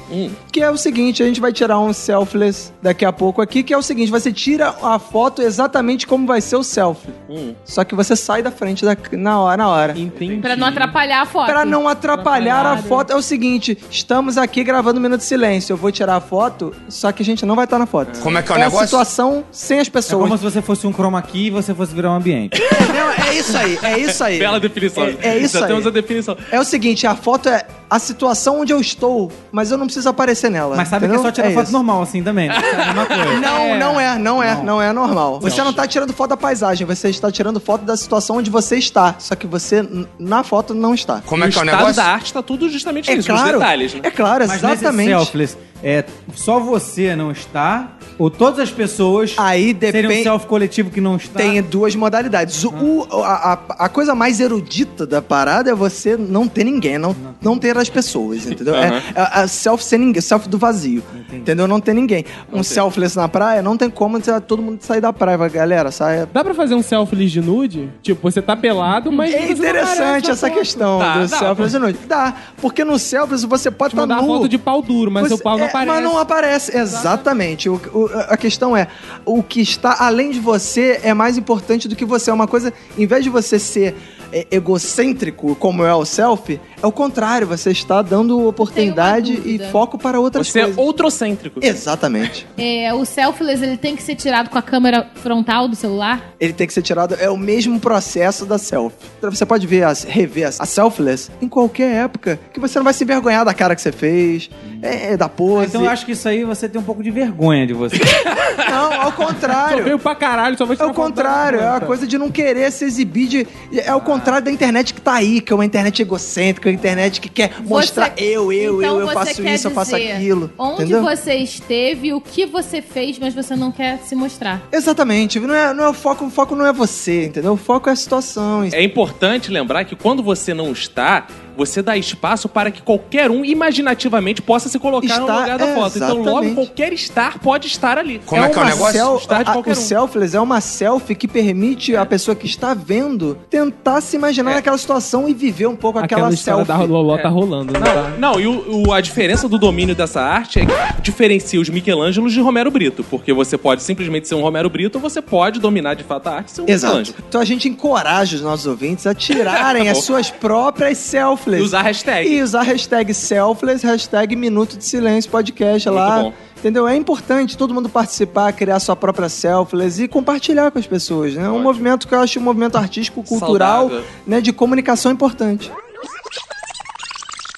Que é o seguinte, a gente vai tirar um selfless daqui a pouco aqui, que é o seguinte, você tira a foto exatamente como vai ser o selfie. Hum. Só que você sai da frente da- na hora, na hora. Entendi. Pra não atrapalhar a foto. né? Pra não atrapalhar a foto, é o seguinte: estamos aqui gravando um Minuto de Silêncio. Eu vou tirar a foto, só que a gente não vai estar na foto. Como é que é o a negócio? situação sem as É pessoas. como se você fosse um chroma key e você fosse virar um ambiente. Não, é isso aí, é isso aí. Bela definição. É, é isso Já aí. temos a definição. É o seguinte: a foto é a situação onde eu estou, mas eu não preciso aparecer nela. Mas sabe entendeu? que é só tirar foto Então, isso. normal assim também. né? É a mesma coisa. Não, não é, não é, não é normal. Você não tá tirando foto da paisagem, você está tirando foto da situação onde você está. Só que você, n- na foto, não está. é que é o negócio? da arte tá tudo justamente É nisso, claro, nos detalhes, né? É claro, Mas nesse exatamente. tá? selfless, é só você não está ou todas as pessoas Aí seriam depende- self coletivo que não está? Tem duas modalidades. O- o- a, a- a coisa mais erudita da parada é você não ter ninguém, não, não ter as pessoas, entendeu? Aham. É, é, é self sem ninguém, self do vazio. Entendeu? Não ter ninguém. um selfless na praia, não tem como você- todo mundo sair da praia. vai, Galera, sai. Dá pra fazer um selfie de nude? Tipo, você tá pelado, mas. É interessante essa questão Tá, do dá, selfless e nude. Dá, porque no selfless você pode estar mandar nu. foto de pau duro, mas Você- o pau não é, aparece. Mas não aparece, exatamente. O, o, o- a questão é, o que está além de você é mais importante do que você. É uma coisa, em vez de você ser é, egocêntrico, como é o selfie, é o contrário, você está dando oportunidade e dúvida. foco para outras Você é coisas. outrocêntrico. Exatamente. É, o selfless ele tem que ser tirado com a câmera frontal do celular. Ele tem que ser tirado, é o mesmo processo da selfie. Então Você pode ver, as, rever a selfless em qualquer época, que você não vai se envergonhar da cara que você fez, é, é da pose. Então eu acho que isso aí você tem um pouco de vergonha de você. Não, ao contrário. Só veio pra caralho, só vai É o contrário, é a coisa de não querer se exibir de. É o contrário da internet que tá aí, que é uma internet egocêntrica, uma internet que quer mostrar eu, eu, então eu, eu você faço quer isso, eu faço dizer aquilo. Onde entendeu? você esteve, o que você fez, mas você não quer se mostrar. Exatamente, não é, não é o foco, o foco não é você, entendeu? O foco é a situação. É importante lembrar que quando você não está, você dá espaço para que qualquer um imaginativamente possa se colocar no Está- lugar da foto. Então, logo, exatamente. qualquer estar pode estar ali. é É É uma uma sel- Estar de a- qualquer o um. selfless é uma selfie que permite a pessoa que está vendo tentar se imaginar naquela situação e viver um pouco É. aquela, Aquela história selfie. É. da Loló tá rolando, né? Não, e o- o- a diferença do domínio dessa arte é que diferencia os Michelangelos de Romero Brito. Porque você pode simplesmente ser um Romero Brito ou você pode dominar de fato a arte e ser um Exato. Michelangelo. Então a gente encoraja os nossos ouvintes a tirarem as suas próprias selfless. Tá E usar hashtag. E usar hashtag selfless, hashtag Minuto de Silêncio Podcast lá. bom. Entendeu? É importante todo mundo participar, criar sua própria selfless e compartilhar com as pessoas. né? É um movimento que eu acho um movimento artístico, cultural, Saudável. né, de comunicação importante.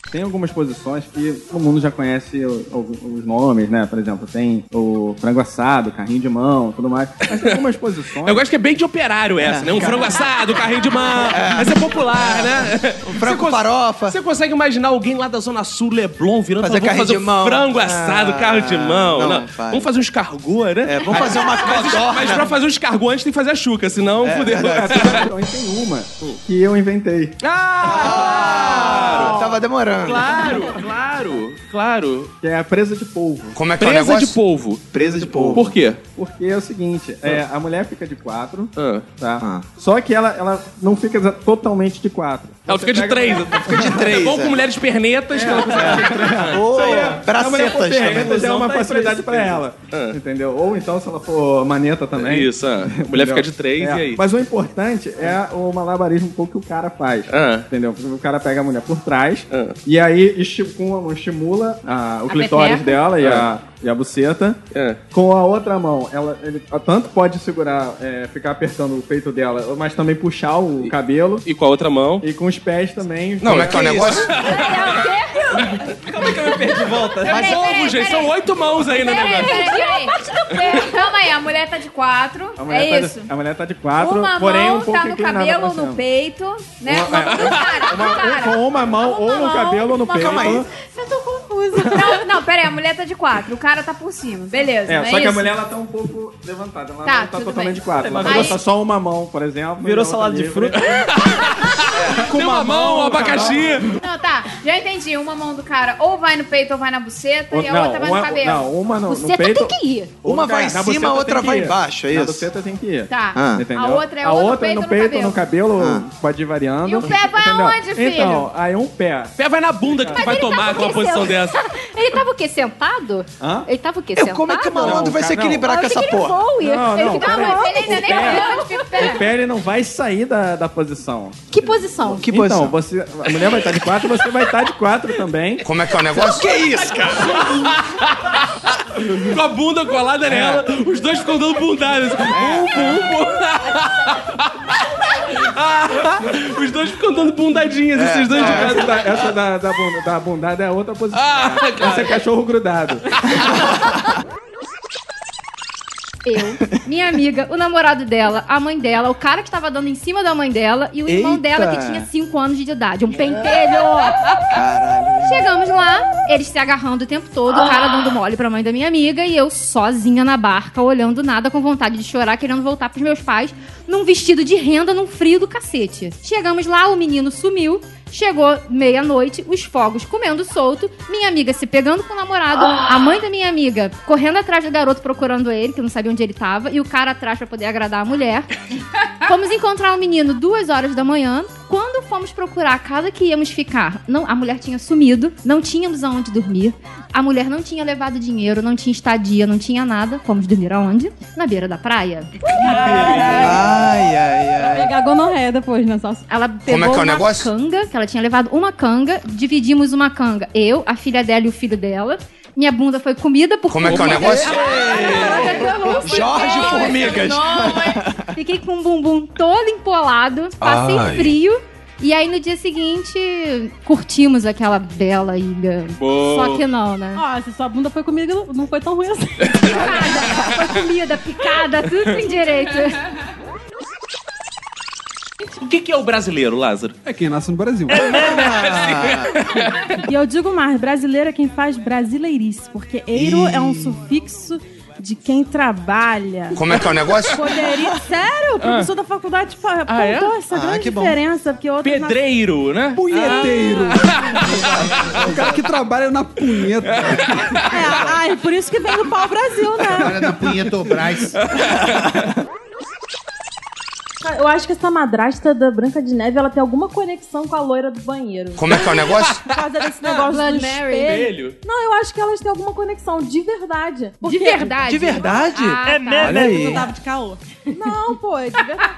Tem algumas posições que todo mundo já conhece o- o- os nomes, né? Por exemplo, tem o frango assado, carrinho de mão, tudo mais. Mas tem algumas posições. Eu gosto que é bem de operário essa, né? Um frango assado, carrinho de mão. Essa é popular, né? Um frango farofa. Você consegue imaginar alguém lá da Zona Sul, Leblon, virando Fazer e falar, vamos um carrinho de mão. frango assado, Ah, carro de mão. não, Não, faz. Vamos fazer um escargot, né? É, vamos fazer uma mas, codorna. É, mas pra fazer um escargot antes tem que fazer a chuca, senão fudeu. É, Tem uma que eu inventei. Tava demorando. Claro, claro, claro. Que é a presa de polvo. Como é que é o Presa negócio? de polvo. Presa de polvo. Por quê? Porque é o seguinte, é, a mulher fica de quatro, Ah. tá? Só que ela, ela não fica exa- totalmente de quatro. Ela fica de três. Fica de três. É bom com mulheres pernetas que ela consegue. Isso aí é- a mulher com também. pernetas é uma Tá aí pra facilidade isso. pra ela. Entendeu? Ou então, se ela for maneta também. Isso, é. Mulher fica de três É, e aí? Mas o importante é o malabarismo pouco que o cara faz. É. Ah. Entendeu? O cara pega a mulher por trás e aí estimula, estimula a- o A clitóris pepeca. dela e, Ah. a, e a buceta. É. Com a outra mão, ela ele tanto pode segurar, é, ficar apertando o peito dela, mas também puxar o cabelo. E com a outra mão. E com os pés também. Não, mas que é o negócio? Como é que eu me perdi de volta? É Peraí, peraí, polvo, gente. peraí. São oito mãos aí no Peraí, negócio. peraí, peraí. É, Calma aí, a mulher tá de quatro. A mulher, É tá isso. De, a mulher tá de quatro, uma porém mão um pouco tá no inclinada cabelo pra ou cima. no peito, né? É, Uma- Uma, mão no cara, Uma- no cara. com uma mão, ou no cabelo ou no peito. Calma aí. Eu tô confusa. Não, não, pera aí, a mulher tá de quatro, o cara tá por cima. Beleza. É, não só é que a isso? mulher ela tá um pouco levantada. Ela Tá, não tá tudo totalmente bem. de quatro. Ela Mas virou aí- só uma mão, por exemplo. Virou salada de fruta. Com uma mão, abacaxi. Não, tá. Já entendi. Uma mão do cara ou vai no peito ou vai na buceta Ou- e a não, outra vai uma- no cabelo. não, uma no- no buceta peito- tem que ir. Uma vai em na cima, buceta outra tem que vai ir. embaixo, é Na isso? buceta tem que ir. Tá. Ah. A Entendeu? outra é a ou no outra é peito no ou no peito, no cabelo, Ah. pode ir variando. E o pé vai Entendeu? aonde, filho? Então, aí um pé. Pé vai na bunda que tu Mas vai ele tomar tá tava com uma o quê, posição seu- dessa. Ele tava o quê? Sentado? Hã? Ele tava o quê? Eu- Sentado? como é que o malandro vai se equilibrar Ah, eu com achei essa que ele porra? voa, ia- Não, ele não, fica- peraí. Ah, mas ele ainda nem olhou onde fica o pé. O pé ele não vai sair da, da posição. Que posição? então, você, a mulher vai estar de quatro, você vai estar de quatro também. Como é que é o negócio? Que isso, com a bunda colada nela, É. os dois ficam dando bundadas. Um, um, um. Os dois ficam dando bundadinhas, esses dois de É, essa cada da, essa da, da, bunda, da bundada é outra posição. Ah, cara. essa é cachorro grudado. Eu, minha amiga, o namorado dela, a mãe dela, o cara que tava dando em cima da mãe dela e o irmão Eita. dela que tinha 5 anos de idade. Um pentelho! Chegamos lá, eles se agarrando o tempo todo, o cara dando mole pra mãe da minha amiga e eu sozinha na barca, olhando nada, com vontade de chorar, querendo voltar pros meus pais, num vestido de renda, num frio do cacete. Chegamos lá, o menino sumiu. Chegou meia-noite, os fogos comendo solto, minha amiga se pegando com o namorado, a mãe da minha amiga correndo atrás do garoto procurando ele, que não sabia onde ele tava, e o cara atrás pra poder agradar a mulher. Fomos encontrar o menino duas horas da manhã. Quando fomos procurar a casa que íamos ficar, não, a mulher tinha sumido, não tínhamos aonde dormir, a mulher não tinha levado dinheiro, não tinha estadia, não tinha nada. Fomos dormir aonde? Na beira da praia. Ai, ai, Vai ai. pegar gonorreia depois, né, Salsa? Ela pegou é que é o uma negócio? canga, que ela tinha levado uma canga, dividimos uma canga. Eu, a filha dela e o filho dela. Minha bunda foi comida por Como é que é o formigas. negócio? Jorge Formigas. Fiquei com o bumbum todo empolado, passei Ai. frio. E aí, no dia seguinte, curtimos aquela bela ilha. Boa. Só que não, né? Ó, se sua bunda foi comida, não foi tão ruim assim. picada, foi comida, picada, tudo sem direito. O que, que é o brasileiro, Lázaro? É quem nasce no Brasil. E eu digo mais, brasileiro é quem faz brasileirice, porque eiro é um sufixo de quem trabalha. Como é que é o negócio? Poderia... Sério, o professor da faculdade fa- apontou é? essa Ah, grande que bom. diferença. Porque outro Pedreiro, né? Punheteiro. O cara que trabalha na punheta. Ai, por isso que vem do pau-brasil, né? Cara da Punhetobras. É Eu acho que essa madrasta da Branca de Neve, ela tem alguma conexão com a loira do banheiro. Como é que é o negócio? Por causa desse negócio do Bloody Mary. espelho. Espelho? Não, eu acho que elas têm alguma conexão, de verdade. Porque- verdade? De verdade? Ah, É tá. mesmo? Olha aí. Eu tava de calor. Não, pô, é de verdade.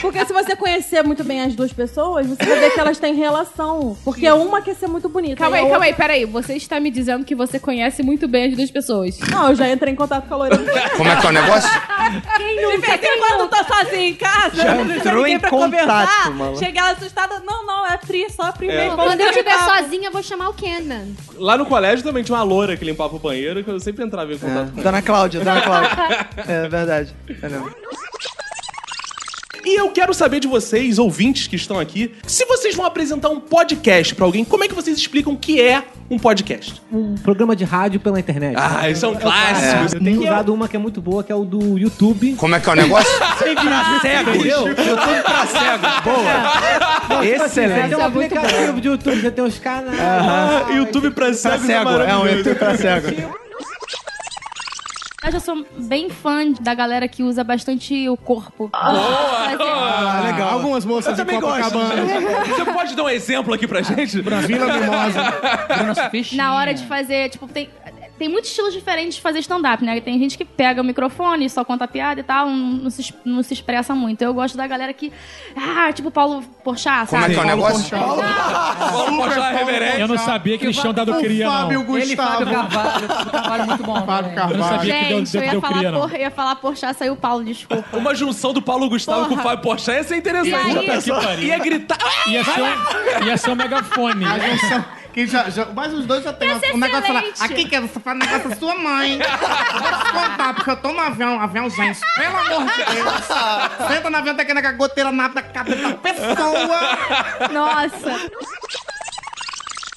Porque se você conhecer muito bem as duas pessoas, você vai ver que elas têm relação. Porque uma quer ser muito bonita. Calma e a aí, calma aí, outra- peraí. Você está me dizendo que você conhece muito bem as duas pessoas. Não, eu já entrei em contato com a loira. Como é que é o negócio? Quem nunca? Quem quando tá sozinha em casa, Já né? não tem entrou ninguém em pra contato, conversar, maluco. Cheguei ela assustada. Não, não, é free, só free É. mesmo. Quando eu estiver Papo. sozinha, eu vou chamar o Kenan. Lá no colégio também tinha uma loura que limpava o banheiro, que eu sempre entrava em É. contato com ela. Dona Cláudia, Dona Cláudia. É verdade. Eu lembro. E eu quero saber de vocês, ouvintes que estão aqui, se vocês vão apresentar um podcast pra alguém, como é que vocês explicam o que é um podcast? Um programa de rádio pela internet. Né? Ah, isso é um clássico. Eu tenho usado uma que é muito boa, que é o do YouTube. Como é que é o negócio? cego, Entendeu? entendeu? YouTube pra cego. Boa. Excelente. Você tem um aplicativo de YouTube, você tem os canais. então Ah, YouTube pra cego, é um YouTube pra Tipo cego. assim, Eu já sou bem fã da galera que usa bastante o corpo. Ah, legal. Algumas moças de Copacabana. Você pode dar um exemplo aqui pra gente? Brasília Mimosa. Na hora de fazer, tipo, tem. Tem muitos estilos diferentes de fazer stand-up, né? Tem gente que pega o microfone e só conta piada e tal, não, não se, não se expressa muito. Eu gosto da galera que. Ah, tipo Paulo Porchat, Ah! Como é sabe? que é o negócio? Paulo Porchat, reverente. Eu não sabia que eles tinham dado cria, não. Fábio Carvalho. Carvalho muito bom. Fábio Eu não sabia que deu- Gente, eu ia deu falar cria, não. por- eu ia falar Porchat, saiu o Paulo, desculpa. Uma junção do Paulo Gustavo Porra. com o Fábio Porchat ia ser interessante. Puta que pessoal? pariu. Ia gritar... é Ia ser, um, ia ser um megafone. A junção- é que já, já- mas os dois já tem Ia ser um negócio lá. excelente. Aqui que você fala um negócio da sua mãe. Vou te contar, porque eu tô no avião, avião, gente. Pelo amor de Deus. Senta no avião, tá querendo que a goteira nada da cabeça da tá? pessoa. Nossa.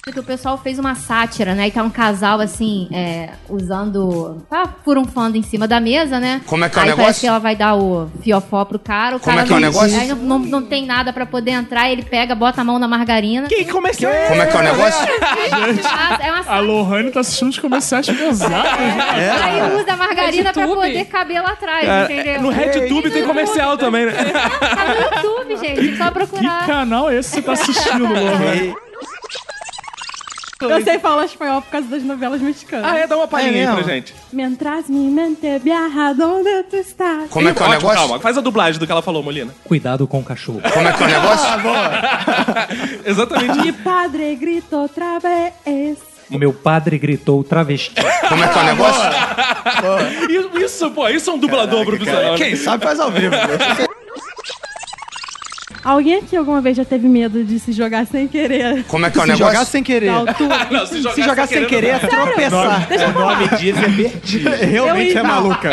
Porque o pessoal fez uma sátira, né? E tá um casal, assim, é, usando... Tá furunfando em cima da mesa, né? Como é que é o Aí negócio? parece que ela vai dar o fiofó pro cara. O Como é cara que é o não- negócio? Aí não, não, não tem nada pra poder entrar. Ele pega, bota a mão na margarina. Que comercial é Como é que é o negócio? É uma É. A Lohane tá assistindo os comerciais pesados. É? né? Aí usa a margarina pra poder caber lá atrás, É, Cara, É, entendeu? É, no RedTube tem comercial também, né? Tá no YouTube, gente. Só procurar. Que canal é esse que você tá assistindo, Lohane? Eu sei falar espanhol por causa das novelas mexicanas. Ah, é? Dá uma palhinha aí pra gente. Mientras mi mente viaja donde tu estás. é Ótimo, Calma, faz a dublagem do que ela falou, Molina. Cuidado com o cachorro. Como é que é o negócio? Exatamente. Mi padre grita outra vez. O meu padre gritou travesti. Como é que é o negócio? Isso- Isso, pô, isso é um dublador profissional. cara, né? quem sabe faz ao vivo. né? Alguém aqui alguma vez já teve medo de se jogar sem querer? Como é que é o Se negócio? jogar sem querer. Da altura. Não, se jogar Se jogar sem sem querer, querer, é Sério? tropeçar. Deixa eu falar. diz é perdido. Realmente Eu ia é falar. maluca.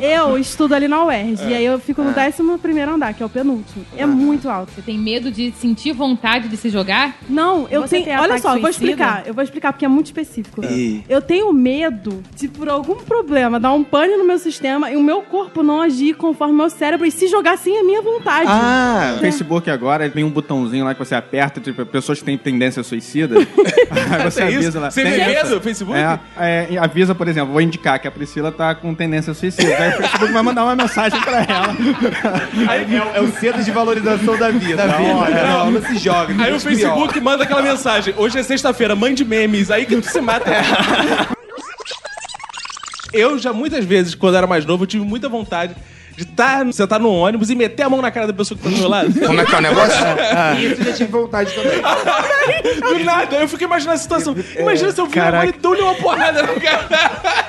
É. Eu estudo ali na UERJ, e aí eu fico no É. 11 primeiro andar, que é o penúltimo. É muito alto. Você tem medo de sentir vontade de se jogar? Não, eu Você tenho. tem Olha ataque só, eu vou suicida? explicar. Eu vou explicar porque é muito específico. Ih. Eu tenho medo de, por algum problema, dar um pane no meu sistema e o meu corpo não agir conforme o meu cérebro e se jogar sem a minha vontade. Ah, Facebook agora tem um botãozinho lá que você aperta, tipo, pessoas que têm tendência suicida. aí você É Tem isso? avisa lá. Você tem vê isso? isso no Facebook? É, é, e avisa, por exemplo, vou indicar que a Priscila tá com tendência suicida. aí o Facebook vai mandar uma mensagem pra ela. É, o- é o centro de valorização da vida. Da vida. Não, não, não se joga. Aí o Facebook manda aquela mensagem. Hoje é sexta-feira, mande memes. Aí que tu se mata. É. Eu já muitas vezes, quando era mais novo, eu tive muita vontade de estar sentar no ônibus e meter a mão na cara da pessoa que tá do meu lado. Como é que é o negócio? Ah, Isso eu já tive vontade também. Do nada, eu fico imaginando a situação. é, Imagina se eu viro a mão e dou-lhe uma porrada no cara.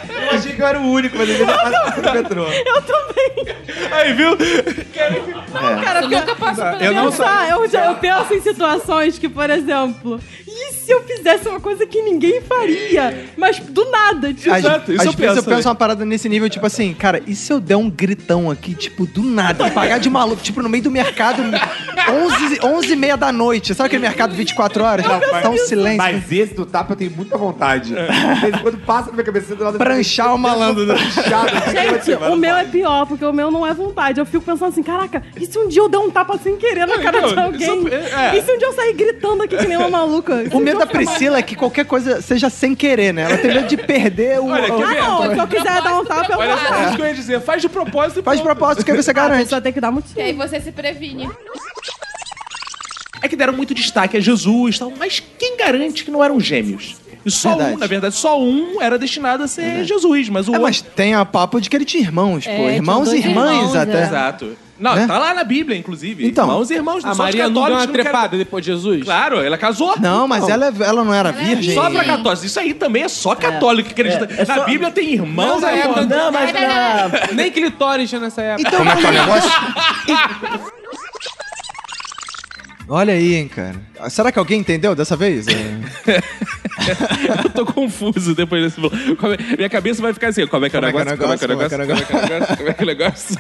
Eu achei que eu era o único, mas ele já passou pro metrô. Eu também. Aí, viu? É. Não, cara, Isso porque nunca passou pela eu minha não cabeça. eu, já- eu penso em situações que, por exemplo, e se eu fizesse uma coisa que ninguém faria? Mas do nada, tipo. Às- às vezes eu né? penso uma parada nesse nível, tipo assim, cara, e se eu der um gritão aqui, tipo, do nada, pagar de maluco, tipo, no meio do mercado, 11, 11 e meia da noite, sabe aquele mercado 24 horas? tá um silêncio. Mas esse do tapa eu tenho muita vontade. De vez em quando passa na minha cabeça do lado É. Pranchar o malandro. né? Gente, o meu é pior, porque o meu não é vontade. Eu fico pensando assim, caraca, e se um dia eu der um tapa sem querer na Não, cara de então, alguém? isso é- é. E se um dia eu sair gritando aqui que nem uma maluca? um O medo da Priscila é que qualquer coisa seja sem querer, né? Ela tem medo de perder o. Olha, quer o- ver? Ah, não, se eu quiser dar um tapa, eu Olha só, faço. isso que eu ia dizer. Faz de propósito e Faz de pronto. propósito, que aí você garante. Só tem que dar muito E aí você se previne. É que deram muito destaque a Jesus e tal, mas quem garante que não eram gêmeos? E só um, na verdade, só um era destinado a ser Jesus, mas o É, outro. mas tem a papo de que ele tinha irmãos, É, pô. tinha Irmãos e dois irmãs irmãos, até. é. Exato. Não, Né? tá lá na Bíblia, inclusive. Então. irmãos e irmãos, não A só os Maria não católicos deu uma não querem- trepada depois de Jesus? Claro, ela casou. Então, Não, mas ela, é, ela não era virgem. Só pra católicos. Isso aí também é só católico que acredita. É, é na só- Bíblia tem irmãos. Não, aí, é, pô. não, mas na- Nem clitóris tinha nessa época. Então, Como é que é o negócio? Olha aí, hein, cara. Ah, Será que alguém entendeu dessa vez? É. Eu tô confuso depois desse bloco. Como é- Minha cabeça vai ficar assim: como é que é o Como é que é o negócio? Como é que é o negócio? Como é que é o negócio? Como é que é o negócio?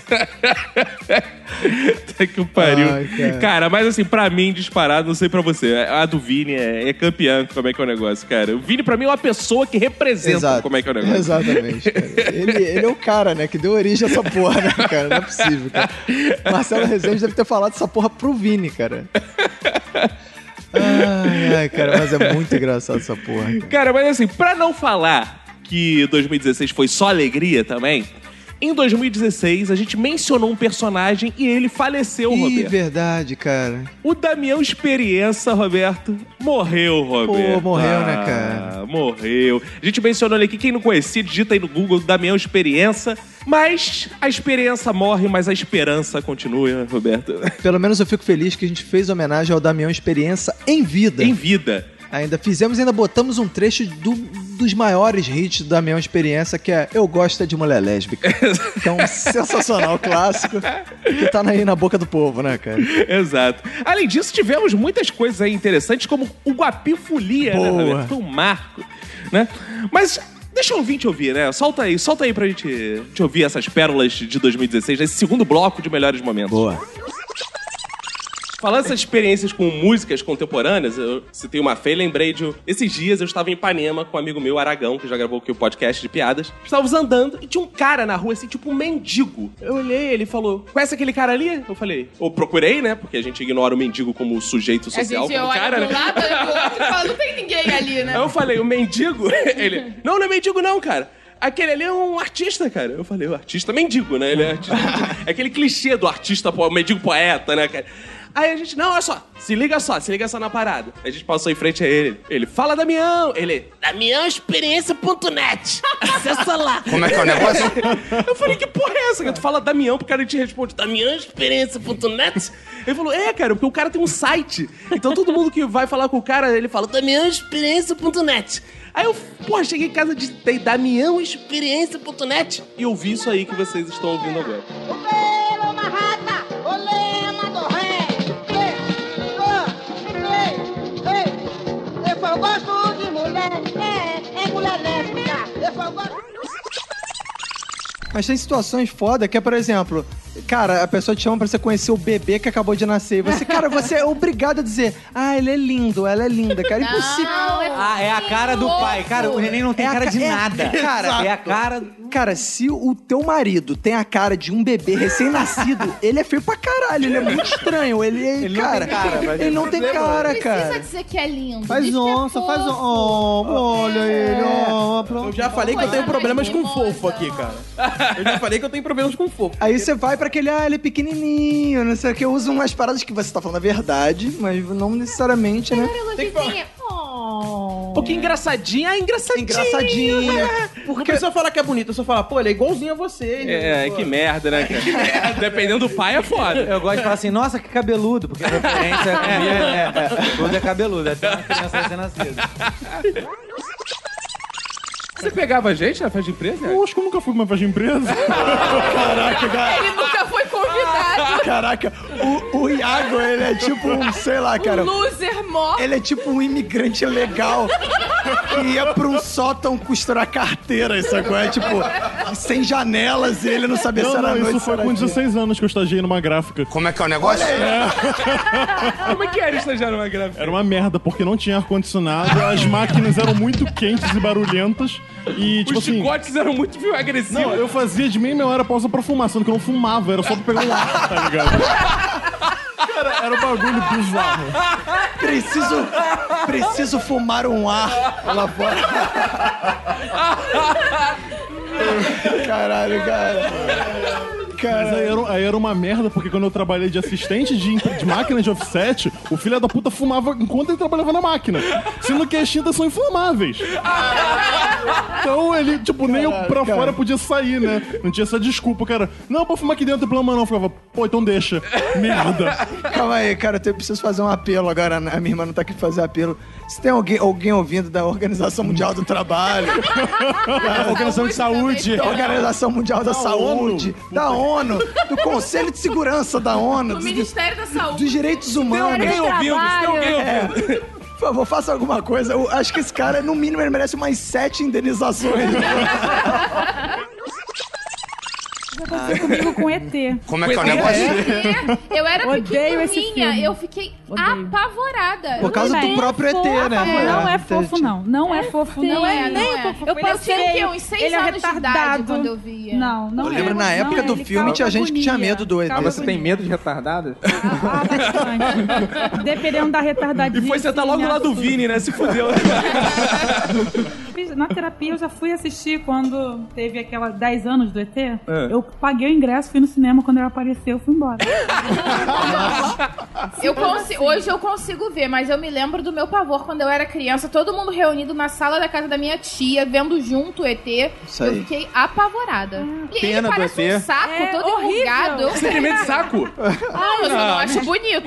Puta que pariu. Ai, cara. cara. mas assim, pra mim, disparado, não sei pra você. A do Vini é, é campeã, como é que é o negócio, cara. O Vini, pra mim, é uma pessoa que representa Exato. como é que é o negócio. Exatamente. cara. Ele, ele é o cara, né? Que deu origem a essa porra, né, cara? Não é possível, cara. Marcelo Rezende deve ter falado essa porra pro Vini, cara. Ai, ai, cara, mas é muito engraçado essa porra. cara. Cara, mas assim, pra não falar que 2016 foi só alegria também, em 2016 a gente mencionou um personagem e ele faleceu, Ih, Roberto. verdade, cara. O Damião Experiência, Roberto, morreu, Roberto. morreu, né, cara? Morreu. A gente mencionou ele aqui, quem não conhecia, digita aí no Google Damião Experiência. Mas a experiência morre, mas a esperança continua, Roberto. Pelo menos eu fico feliz que a gente fez homenagem ao Damião Experiência em vida. Em vida. Ainda fizemos, ainda botamos um trecho do- dos maiores hits do Damião Experiência, que é Eu Gosto é de Mulher Lésbica. que é um sensacional clássico que tá aí na boca do povo, né, cara? Exato. Além disso, tivemos muitas coisas aí interessantes, como o Guapi Folia, né, Boa. Roberto? Foi um marco, né? Mas deixa o ouvinte ouvir, né? Solta aí, solta aí pra gente, gente ouvir essas pérolas de 2016, nesse segundo bloco de melhores momentos. Boa. Falando essas experiências com músicas contemporâneas, eu citei uma feia e lembrei de. Esses dias eu estava em Ipanema com um amigo meu, Aragão, que já gravou aqui o podcast de piadas. Estávamos andando e tinha um cara na rua, assim, tipo um mendigo. Eu olhei, ele falou: Conhece aquele cara ali? Eu falei: Eu procurei, né? Porque a gente ignora o mendigo como sujeito A social. gente como olha cara, pro né? lado, olha pro outro e fala, não tem ninguém ali, né? Aí eu falei, o mendigo? Ele, não, não é mendigo não, cara. Aquele ali é um artista, cara. Eu falei, o artista mendigo, né? Ele é artista. é aquele clichê do artista, po- mendigo poeta, né, cara? Aí a gente, não, olha só, se liga só, se liga só na parada. A gente passou em frente a ele. Ele, fala Damião! Ele, DamiãoExperiência.net. Acessa lá. Como é que é o negócio? Eu falei, que porra é essa? cara? Tu fala Damião, pro cara te responde, DamiãoExperiência.net? Ele falou, é, cara, porque o cara tem um site. Então todo mundo que vai falar com o cara, ele fala, DamiãoExperiência.net. Aí eu, porra, cheguei em casa de DamiãoExperiência.net e eu vi isso aí que vocês estão ouvindo agora. Tá Eu só é gosto de mulher, é, é mulher lésbica. Eu só gosto. Mas tem situações foda que é, por exemplo, Cara, a pessoa te chama pra você conhecer o bebê que acabou de nascer. E você, cara, você é obrigado a dizer, ah, ele é lindo, ela é linda, cara, é impossível. Ah, é a cara do pai. Cara, o neném não tem É a cara ca- de é- nada. Cara, é a cara. Cara, se o teu marido tem a cara de um bebê recém-nascido, ele é feio pra caralho, ele é muito estranho. Ele, é, Ele não cara, tem cara, mas ele não é tem problema. cara, Não cara. precisa dizer que é lindo. Faz diz que é onça, faz fofo. É. olha ele, Eu já falei que eu tenho problemas com fofo aqui, cara. Eu já falei que eu tenho problemas com fofo. Aí você vai pra aquele, ah, ele é pequenininho, não sei o que. Eu uso umas paradas que você tá falando a verdade, mas não necessariamente, né? Tem que falar. Um é pouquinho engraçadinho. Ah, engraçadinho. Engraçadinho. Porque... Não precisa falar que é bonito, é só falar, pô, ele é igualzinho a você. né? É, que merda, né, cara? Dependendo do pai, é foda. Eu gosto de falar assim, nossa, que cabeludo, porque a referência é, é, é, tudo é cabeludo, até uma criança recém-nascida. Você pegava a gente na festa de empresa? né? Eu acho que eu nunca fui pra uma festa de empresa. Caraca, cara. Ele nunca foi convidado. Caraca, o, o Iago, ele é tipo um, sei lá, cara. Um loser mó. Ele é tipo um imigrante legal que ia pra um sótão costurar carteira, isso agora é tipo, sem janelas e ele não sabia Não, se era não, noite. isso se foi era com dia. 16 anos que eu estagiei numa gráfica. Como é que é o negócio? Como é que era estagiar numa gráfica? Era uma merda, porque não tinha ar-condicionado, as máquinas eram muito quentes e barulhentas. E, tipo Os assim. chicotes eram muito viu, agressivos. Não, eu fazia de meia meia hora pausa pra fumar, sendo que eu não fumava, era só pra pegar o ar, tá ligado? Cara, era um bagulho bizarro. Preciso, preciso fumar um ar lá fora. Caralho, cara. Mas aí era, aí era uma merda, porque quando eu trabalhei de assistente de, de máquina de offset, o filho da puta fumava enquanto ele trabalhava na máquina. Sendo que as tintas são inflamáveis. Então ele, tipo, nem eu pra fora podia sair, né? Não tinha essa desculpa, cara. Não, pra fumar aqui dentro, pelo não. Eu Ficava, pô, então deixa. Merda. Calma aí, cara, eu preciso fazer um apelo agora. A minha irmã não tá aqui pra fazer apelo. Se tem alguém, alguém ouvindo da Organização Mundial do Trabalho, da Organização de Saúde, da Organização Mundial da, Saúde, da ONU, do Conselho de Segurança da ONU, Do dos- Ministério da Saúde. dos Direitos Humanos. Tem alguém ouvindo, tem alguém ouvindo. É. Por favor, faça alguma coisa. Eu acho que esse cara, no mínimo, ele merece umas sete indenizações. Já aconteceu comigo Ah, com ET. Como é que é o Com ET? negócio? Eu era Odeio esse pequenininha, filme. eu fiquei apavorada. Por causa Também. do próprio ET, né? Não Não é é fofo, não. Não é fofo, Não, não. é, Nem não um é. pouco Eu fofo. Ele é passei o quê? feio, Uns seis ele é anos de idade retardado. quando eu via. Não, não Eu é. lembro na Não época é, do ele filme tinha causa gente que tinha agonia. medo do ET. Causa Você tem medo de retardada? Dependendo da retardadinha. E foi sentar assim, logo me lá do assusta. Vini, né? Se fudeu. Fiz- Na terapia eu já fui assistir quando teve aquela 10 anos do ET. Eu paguei o ingresso, fui no cinema, quando ela apareceu, fui embora. Eu consi- hoje eu consigo ver, mas eu me lembro do meu pavor quando eu era criança, todo mundo reunido na sala da casa da minha tia, vendo junto o ET. Isso eu aí. Ah. fiquei apavorada. E Pena ele do parece ET. um saco, É, todo horrível. enrugado. Você tem medo de saco? Ah, eu não acho bonito.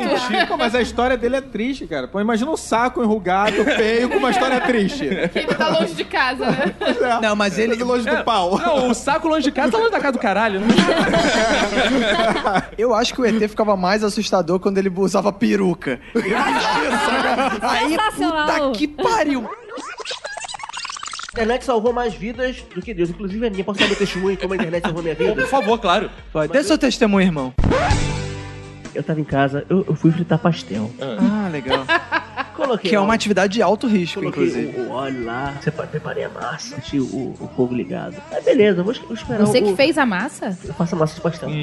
Pô, mas a história dele é triste, cara. Pô, imagina um saco enrugado, feio, com uma história triste. Ele tá longe de casa, né? Não, mas ele. É, longe do pau. É. Não, o saco longe de casa tá longe da casa do caralho. né? Eu acho que o ET ficava mais assustador quando ele usava peruca. Aí, puta que pariu. A internet salvou mais vidas do que Deus. Inclusive a minha. Posso dar meu testemunho como a internet salvou minha vida? Por favor, claro. Dê seu testemunho, irmão. Eu tava em casa, eu, eu fui fritar pastel. Ah, legal. Coloquei Que é lá uma atividade de alto risco, Coloquei inclusive. o, o óleo lá, sepa- preparei a massa, tinha o, o fogo ligado. Aí É, beleza, vou, es- vou esperar Você o, que fez a massa? Eu faço a massa de pastel. Hum.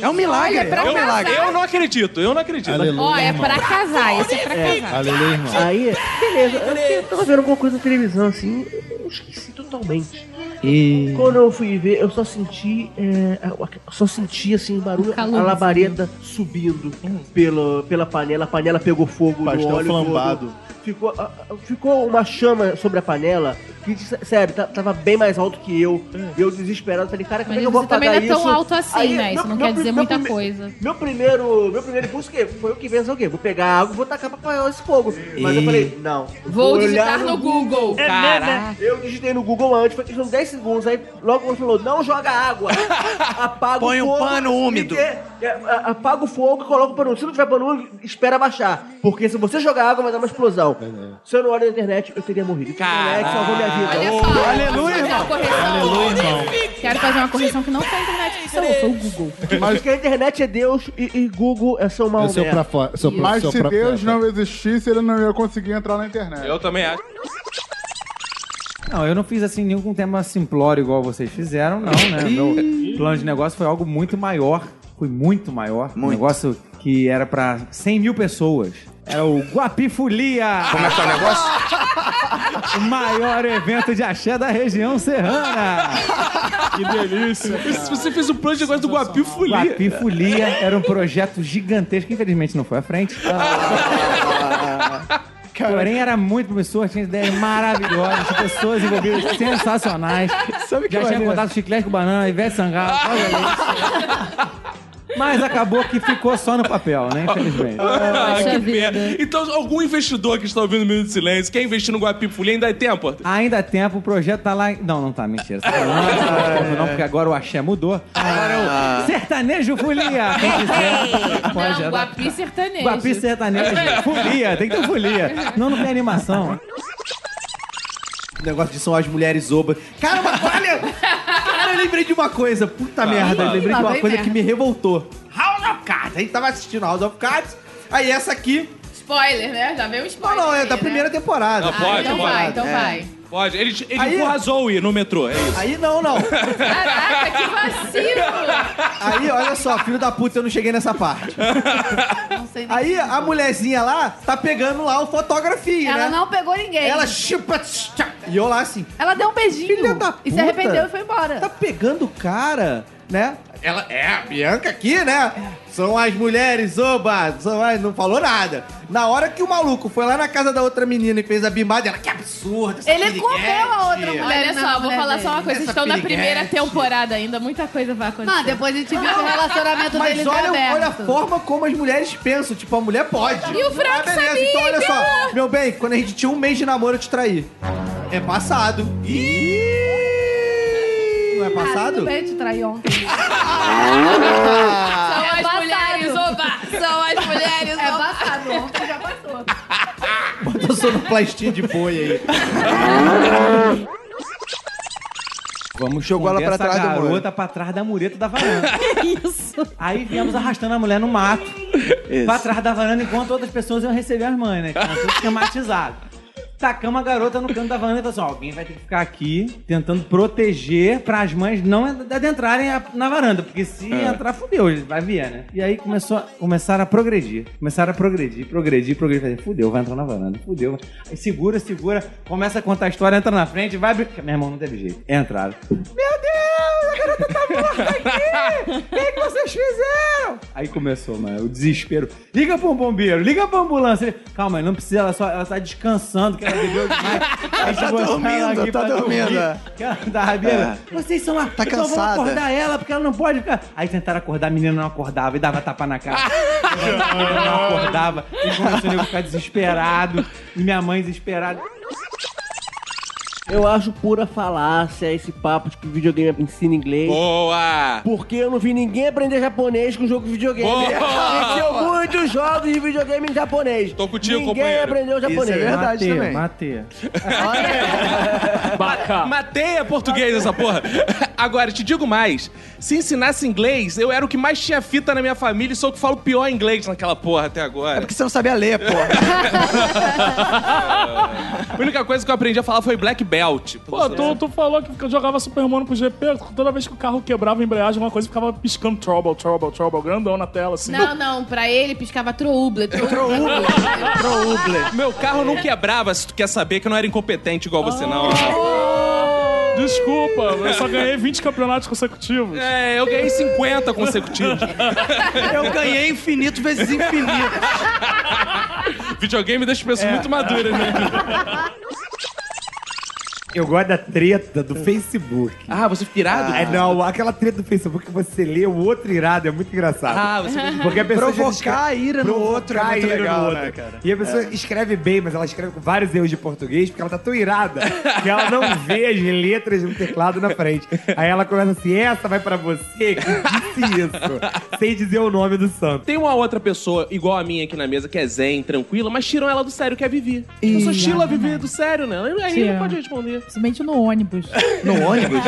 É um milagre, olha, pra é um casar. milagre. Eu não acredito, eu não acredito. Ó, é pra casar, esse é pra casar. Aleluia, irmão. Aí, beleza, é eu fiquei- eu tava vendo alguma coisa na televisão assim, eu esqueci totalmente. E quando eu fui ver, eu só senti, é, a- só senti assim barulho, Calor, a labareda subindo pela, pela panela, a panela pegou fogo, Pastel no óleo todo. flambado. Ficou, a- a- ficou uma chama sobre a panela que, sé- sério, ta- tava bem mais alto que eu. É. Eu desesperado, falei, cara, como é Mas que eu vou você apagar também não é tão isso? alto assim, Aí, né? Isso não meu- meu quer pri- dizer meu muita prime- coisa. meu primeiro, meu primeiro impulso o quê? foi eu que pensei o quê? Vou pegar água e vou tacar pra apagar esse fogo. Mas eu falei, não. Vou olhar digitar no Google. É Caraca. mesmo, né? Eu digitei no Google antes, foi questão de 10 segundos, aí logo ele falou, não joga água. Apaga Põe o um fogo. pano úmido. e- é, é, a- Apaga o fogo e coloca o pano úmido. Se não tiver pano úmido, espera baixar. Porque se você jogar água, vai dar uma explosão. Se eu não é, olho na internet, eu teria morrido. A internet salvou minha vida. é Olha só. Aleluia, irmão. Aleluia, irmão. Quero fazer uma correção que não foi a internet que salvou, foi o Google. Mas que é a internet é Deus e, e Google é seu mal. Eu sou pra fora. é Sou pra, Mas sou se pra Deus não existisse, ele não ia conseguir entrar na internet. Eu também acho. Não, eu não fiz assim nenhum tema simplório igual vocês fizeram, não, né? Meu plano de negócio foi algo muito maior. Foi muito maior. Um negócio que era pra 100 mil pessoas. Era o Guapifolia! Como é que é o negócio? O maior evento de axé da região serrana! Que delícia! Você fez o plano de negócio do Guapifolia. Guapifolia era um projeto gigantesco, que infelizmente não foi à frente. Ah. Porém, era muito promissor, tinha ideias maravilhosas, pessoas envolvidas sensacionais. Sabe que Já tinha maneiro? contato chiclete com banana, Ivete Sangalo, Cláudia Leite. Mas acabou que ficou só no papel, né? Infelizmente. Ah, que merda. Então, algum investidor que está ouvindo o Minuto de Silêncio quer investir no Guapifolia ainda é tempo? Arthur? Ainda há tempo, o projeto tá lá. em- Não, não tá, mentira. Você tá lá, não, tá lá, não, porque agora o axé mudou. Agora Ah. é o sertanejo folia. Quem quiser, pode Não, andar. Guapi sertanejo. Guapi um sertanejo. Folia, tem que ter folia. Não, não tem animação. O negócio de são as mulheres obas. Caramba, olha! Cara, eu lembrei de uma coisa. Puta merda, eu lá lembrei de uma vem coisa Tá que me merda. revoltou. House of Cards. A gente tava assistindo House of Cards. Aí essa aqui. Spoiler, né? Já veio um spoiler. Não, é aí, da né? primeira temporada. Ah, pode, então pode. vai, então É. vai. Pode. Ele, ele Aí- empurra a Zoe no metrô, é isso. Aí não, não. Caraca, que vacilo! Aí, olha só, filho da puta, eu não cheguei nessa parte. Aí a mulherzinha lá tá pegando lá o fotografinho, Ela né? não pegou ninguém. Ela chupa. tchá, E eu lá assim. É Ela deu um beijinho. Filha da puta. E se arrependeu e foi embora. Tá pegando o cara, né? Ela é a Bianca aqui, né? São as mulheres, oba, são as... não falou nada. Na hora que o maluco foi lá na casa da outra menina e fez a bimbada, ela que absurdo. essa Ele é comeu piriguete." a outra mulher. Olha só, vou falar só uma coisa. Vocês Essa estão na piriguete. primeira temporada ainda, muita coisa vai acontecer. Não, depois a gente vê que o relacionamento Ah, Mas deles é olha, aberto. olha a forma como as mulheres pensam. Tipo, a mulher pode. E o Frank beleza, sabia, Então olha cara. só. Meu bem, quando a gente tinha um mês de namoro, eu te traí. É passado. Ih! Não é Ah, tudo passado? bem, te traí ontem. Ah. São as mulheres, oba! São as mulheres, É oba! passado, ontem já passou. Bota só no plastinho de boi aí. Vamos Jogou ela esconder pra essa trás do muro. garota pra trás da mureta da varanda. Isso. Aí viemos arrastando a mulher no mato, pra trás da varanda, enquanto outras pessoas iam receber as mães, né? Então, tudo esquematizado. Tacamos a garota no canto da varanda e falamos assim, ó, alguém vai ter que ficar aqui tentando proteger pras mães não ad- adentrarem a- na varanda, porque se É. Ah. entrar, fudeu, vai vir, né? E aí começou, a- começaram a progredir, começaram a progredir, progredir, progredir, Falei, fudeu, vai entrar na varanda, fudeu. Aí segura, segura, começa a contar a história, entra na frente, vai... abrir- Meu irmão, não teve jeito. Entraram. Tá O que, que vocês fizeram? Aí começou, mano, o desespero. Liga pra um bombeiro, liga pra ambulância. Ele, Calma, não precisa, ela só ela tá descansando, que ela bebeu demais. Ela Tá dormindo, tá dormindo, é. Que ela tá bêbada. É. Vocês são lá, Tá então vamos cansada. acordar ela, porque ela não pode ficar. Aí tentaram acordar, a menina não acordava e dava tapa na cara. A menina não acordava e começou a nego ficar desesperado. E minha mãe desesperada. Eu acho pura falácia esse papo de que videogame ensina inglês. Boa! Porque eu não vi ninguém aprender japonês com jogo de videogame. Boa! Existiam muitos jogos de videogame em japonês. Tô contigo, ninguém companheiro. aprendeu japonês. Isso é verdade Matei, também. matei. Ma- Matei a português essa porra. Agora, te digo mais. Se ensinasse inglês, eu era o que mais tinha fita na minha família e sou o que falo pior inglês naquela porra até agora. É porque você não sabia ler, porra. A única coisa que eu aprendi a falar foi black belt. Pô, tu, tu falou que jogava Super Mono pro GP, toda vez que o carro quebrava a embreagem, alguma coisa ficava piscando trouble, trouble, trouble, grandão na tela, assim. Não, não, pra ele piscava trouble. Trouble. Meu carro não quebrava, se tu quer saber que eu não era incompetente igual você, não. Oh. Desculpa, eu só ganhei 20 campeonatos consecutivos. É, eu ganhei 50 consecutivos. Eu ganhei infinito vezes infinito. Videogame deixa É. pessoas muito maduras, né? Eu gosto da treta do Facebook. Ah, você fica irado? Ah, não, aquela treta do Facebook que você lê o outro irado é muito engraçado. Ah, você fica- Porque a pessoa já Provocar escreve- a ira no Provocar outro é muito a ira no legal, outro. né, cara? E a pessoa É. escreve bem, mas ela escreve com vários erros de português porque ela tá tão irada que ela não vê as letras no teclado na frente. Aí ela começa assim, essa vai pra você que disse isso, sem dizer o nome do santo. Tem uma outra pessoa igual a minha aqui na mesa que é zen, tranquila, mas tiram ela do sério, que é Vivi. Eu sou Sheila Vivi do sério, né? Aí Tira. pode responder. principalmente no ônibus. No ônibus?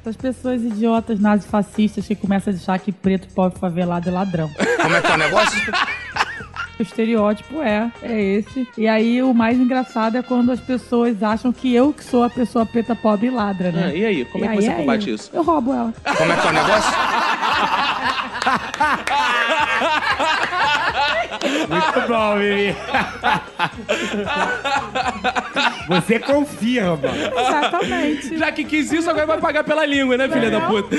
Essas pessoas idiotas nazifascistas que começam a achar que preto, pobre, favelado é ladrão. Como é que é o negócio? O estereótipo é, é esse. E aí o mais engraçado é quando as pessoas acham que eu que sou a pessoa preta, pobre e ladra, né? Ah, e aí? Como é que você combate isso? Eu roubo ela. Como é que é o negócio? Muito bom, Vivi. Você confirma. Exatamente. Já que quis isso, agora vai pagar pela língua, né, filha da puta?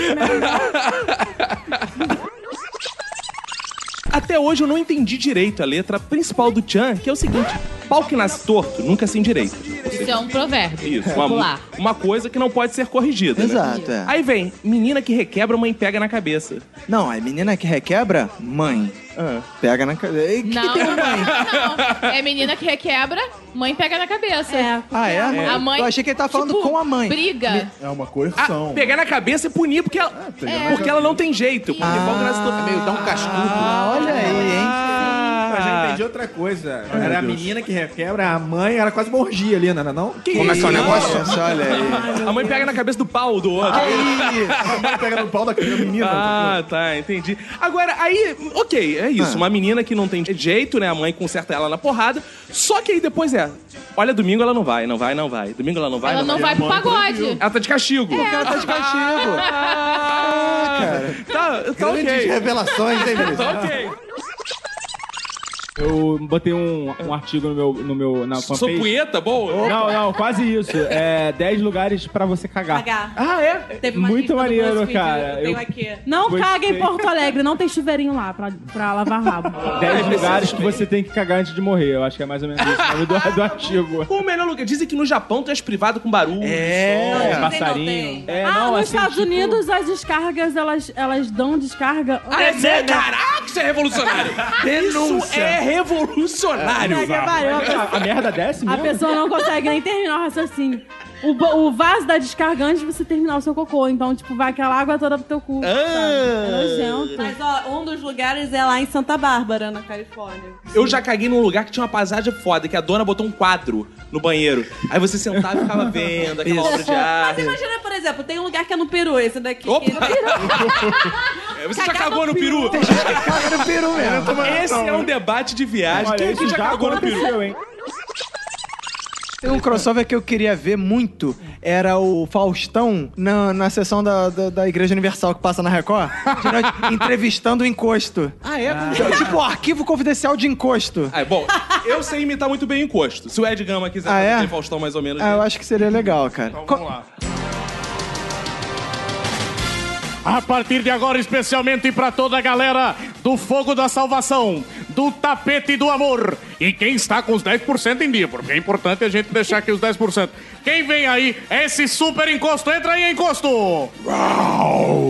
Até hoje eu não entendi direito a letra principal do Chan, que é o seguinte: pau que nasce torto nunca sem direito. Isso é um provérbio. Isso, uma, Popular. uma coisa que não pode ser corrigida. Exato, né? é. Aí vem, menina que requebra, mãe pega na cabeça. Não, a menina que requebra, mãe. Pega na cabeça. Não, não, não. É menina que requebra, mãe pega na cabeça. Ah, é? A mãe. tipo, Eu achei que ele tava falando com a mãe. Briga. É uma coerção. Ah, É, Pegar na cabeça e punir porque ela, porque ela não tem jeito. Porque pau que nasce torto é meio dar um cascudo. Ah, olha aí, hein? Ah. Eu já entendi outra coisa. meu era a Deus. menina que requebra, a mãe era quase uma orgia ali, né, não era não? Como é que é o negócio? Nossa, olha aí. A mãe pega na cabeça do pau do outro. Aí. A mãe pega no pau da menina. Ah, tá, entendi. Agora, aí, ok, é isso. Uma menina que não tem jeito, né? A mãe conserta ela na porrada. Só que aí depois é. Olha, domingo ela não vai, não vai, não vai. Domingo ela não vai. Ela não vai pro pagode. Ela tá de É, castigo. Porque ela tá de castigo. Ah, cara. Tá, tá Grandes ok. revelações, hein, Vinícius? Tá ok. Eu botei um, um artigo no meu, no meu na Sou fanpage. punheta, boa? Não, não, quase isso. É 10 lugares pra você cagar. Cagar. Ah, é? Teve uma Muito lista do maneiro, BuzzFeed, cara. Eu tenho Eu- aqui. Não Gostei. caga em Porto Alegre, não tem chuveirinho lá pra, pra lavar rabo. 10 lugares que você tem que cagar antes de morrer. Eu acho que é mais ou menos isso. o nome do, do artigo. Qual o melhor lugar? Dizem que no Japão tu és privado com barulho. É, som. Não, passarinho. É, assim, ah, nos Estados tipo- Unidos as descargas, elas, elas dão descarga. Ah, é sério? Caraca, isso é revolucionário! Isso Denúncia. é revolucionário! Puta que pariu, a pessoa- A merda desce A mesmo? pessoa não consegue nem terminar o raciocínio. O, ba- o vaso da descarga antes de você terminar o seu cocô. Então, tipo, vai aquela água toda pro teu cu. Ah. sabe? É nojento. Mas ó, um dos lugares é lá em Santa Bárbara, na Califórnia. Eu já caguei num lugar que tinha uma paisagem foda, que a dona botou um quadro no banheiro. Aí você sentava e ficava vendo aquela obra de Mas arte. imagina, por exemplo, tem um lugar que é no Peru, esse daqui. Opa! que é no Peru. É, Você já cagou no peru? Tem gente que caga no peru mesmo. Esse é um debate de viagem. Olha, Quem isso que já já cagou no peru? aconteceu, hein? Tem um crossover que eu queria ver muito. Era o Faustão na, na sessão da, da, da Igreja Universal que passa na Record. de noite, entrevistando o encosto. Ah, é? Tipo, Tipo o arquivo confidencial de encosto. Ah, bom, eu sei imitar muito bem o encosto. Se o Ed Gama quiser Ah, é? fazer Faustão mais ou menos. Então, Ah, eu acho que seria legal, cara. Vamos lá. A partir de agora, especialmente para toda a galera do Fogo da Salvação, do Tapete do Amor. E quem está com os 10% em dia, porque é importante a gente deixar aqui os 10%. Quem vem aí é esse super encosto. Entra aí, encosto!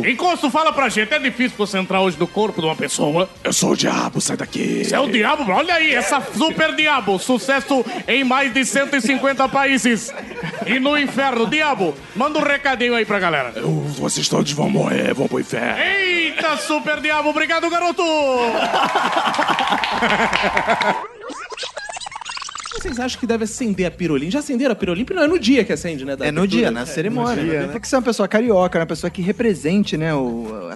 Encosto, fala pra gente. É difícil concentrar hoje do corpo de uma pessoa. Eu sou o diabo, sai daqui. Você é o diabo? Olha aí, essa super diabo. Sucesso em mais de 150 países. E no inferno, diabo, manda um recadinho aí pra galera. Vocês todos vão morrer, vão pro inferno. Eita, super diabo, obrigado, garoto! Vocês acham que deve acender a pirolim? Já acenderam a pirolim? Não, é no dia que acende, né? da É no abertura. dia, na cerimônia. no dia, né? né? Tem que ser uma pessoa carioca, né? uma pessoa que represente, né, o- a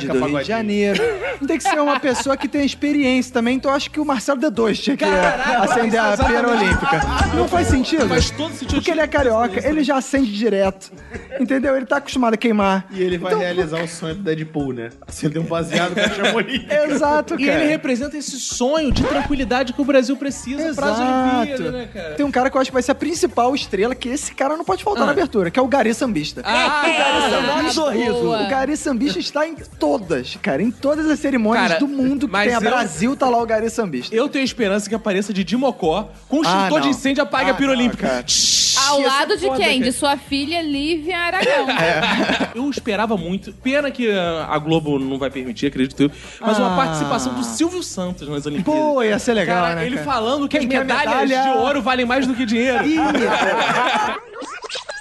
Zeca do Rio de Pagodinho. Janeiro. Tem que ser uma pessoa que tem experiência também, então eu acho que o Marcelo D2 tinha que acender a exatamente. pera olímpica. Não faz sentido? Faz todo sentido. Porque ele é carioca, ele já acende direto. Entendeu? Ele tá acostumado a queimar. E ele vai Então, realizar o sonho do Deadpool, né? Acender um baseado com chamolim. Exato, cara. E ele representa esse sonho de tranquilidade que o Brasil precisa para as Olimpíadas, né, cara? Tem um cara que eu acho que vai ser a principal estrela, que esse cara não pode faltar na abertura, que é o Gari Sambista. Ah, o Gari boa. Sambista, um O Gari Sambista está em todas, cara, em todas as cerimônias Cara, do mundo que mas tem a eu- Brasil, tá lá o Gari Sambista. Eu tenho esperança que apareça de Dimocó com um Ah, extintor de não. incêndio apague Ah, a pirolímpica. Isso Ao é lado de foda, quem? cara. De sua filha Lívia Aragão. É. Eu esperava muito. Pena que ah, a Globo não vai permitir, acredito eu. Mas uma Ah. participação do Silvio Santos nas Olimpíadas. Pô, ia ser legal, Cara, né, Ele cara? falando que Quem as quer medalhas medalha? de ouro valem mais do que dinheiro.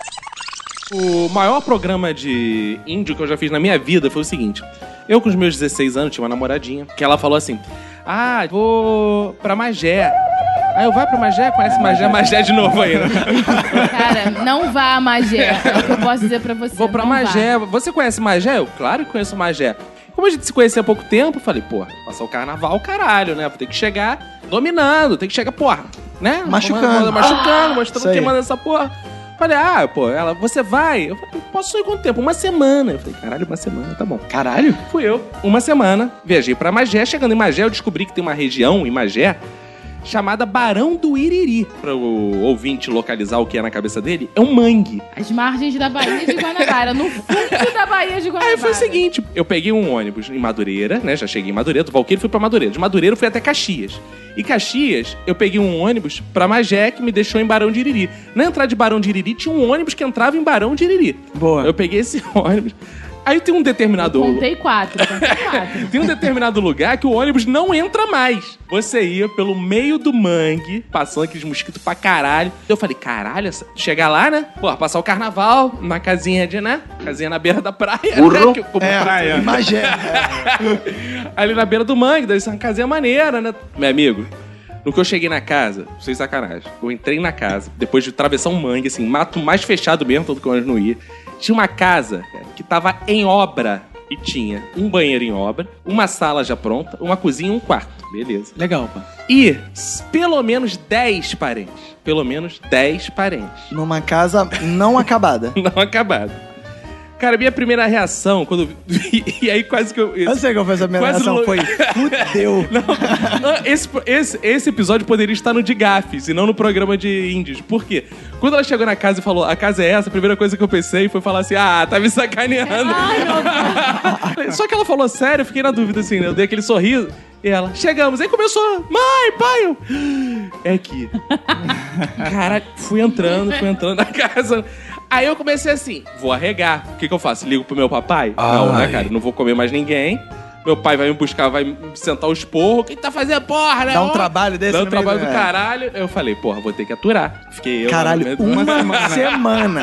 o maior programa de índio que eu já fiz na minha vida foi o seguinte. Eu, com os meus 16 anos, tinha uma namoradinha que ela falou assim: Ah, vou pra Magé. Aí eu vai pro Magé, conhece Magé. Magé de novo aí, né? Cara, não vá a Magé. É o que eu posso dizer pra você. Vou pra não Magé. Você conhece Magé? Eu, claro que conheço Magé. Como a gente se conhecia há pouco tempo, eu falei, porra, passar o carnaval, caralho, né? Vou ter que chegar dominando, tem que chegar, porra, né? Machucando. Manda- Machucando, Ah, mostrando isso aí. quem manda essa porra. Falei, ah, pô, ela, você vai? Eu falei, posso ir quanto tempo? Uma é semana. Eu falei, caralho, uma semana, tá bom. Caralho, fui eu. Uma semana, viajei pra Magé. Chegando em Magé, eu descobri que tem uma região em Magé chamada Barão do Iriri. Para o ouvinte localizar o que é na cabeça dele, é um mangue. As margens da Bahia de Guanabara. No fundo da Bahia de Guanabara. Aí foi o seguinte. Eu peguei um ônibus em Madureira, né? Já cheguei em Madureira, do Valqueiro fui pra Madureira. De Madureira eu fui até Caxias. E Caxias, eu peguei um ônibus pra Magé que me deixou em Barão de Iriri. Na entrada de Barão de Iriri tinha um ônibus que entrava em Barão de Iriri. Boa. Eu peguei esse ônibus. Aí tem um determinado. Contei quatro. contei quatro. Tem um determinado lugar que o ônibus não entra mais. Você ia pelo meio do mangue, passando aqueles mosquitos pra caralho. Eu falei, caralho, essa- chegar lá, né? Porra, passar o carnaval, uma casinha de, né? Casinha na beira da praia. Burro. Né? Que eu como É, praia. Magé. Ali na beira do mangue, daí essa é uma casinha maneira, né? Meu amigo, no que eu cheguei na casa, sem sacanagem, eu entrei na casa, depois de atravessar um mangue, assim, mato mais fechado mesmo, tanto que eu não ia. Tinha uma casa cara, que tava em obra e tinha um banheiro em obra, uma sala já pronta, uma cozinha e um quarto. Beleza. Legal, pá. E s- pelo menos 10 parentes. Pelo menos 10 parentes. Numa casa não acabada. Não acabada. Cara, minha primeira reação quando eu vi. E aí quase que eu. Eu sei qual foi essa minha Quase reação, lo- foi fudeu. Não, Ah, esse, esse, esse episódio poderia estar no de gafes e não no programa de índios. Por quê? Quando ela chegou na casa e falou, a casa é essa, a primeira coisa que eu pensei foi falar assim, ah, tá me sacaneando. Só que ela falou sério, eu fiquei na dúvida assim, né? Eu dei aquele sorriso e ela, chegamos. Aí começou, mãe, pai, eu... É aqui. Caralho, fui entrando, fui entrando na casa. Aí eu comecei assim, vou arregar. O que, que eu faço? Ligo pro meu papai? Não, né, Ai. cara? Não vou comer mais ninguém. Meu pai vai me buscar, vai me sentar os porros. Quem tá fazendo porra, né? Dá um Ó, trabalho desse Dá um no meio trabalho do- do é. caralho. Eu falei, porra, vou ter que aturar. Fiquei eu... Caralho, lá no meio- uma semana.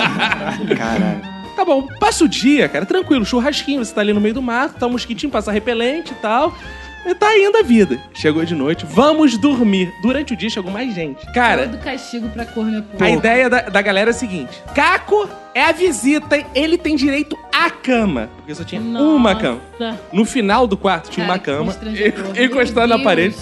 Caralho. Tá bom, passa o dia, cara, tranquilo, churrasquinho, você tá ali no meio do mato, tá um mosquitinho, passa repelente e tal. E tá indo a vida. Chegou de noite, vamos dormir. Durante o dia chegou mais gente. Cara, Todo castigo pra corneporco. a ideia da, da galera é a seguinte: Caco é a visita, hein? ele tem direito à cama. Porque só tinha uma cama. No final do quarto tinha uma cama, e- encostada na parede.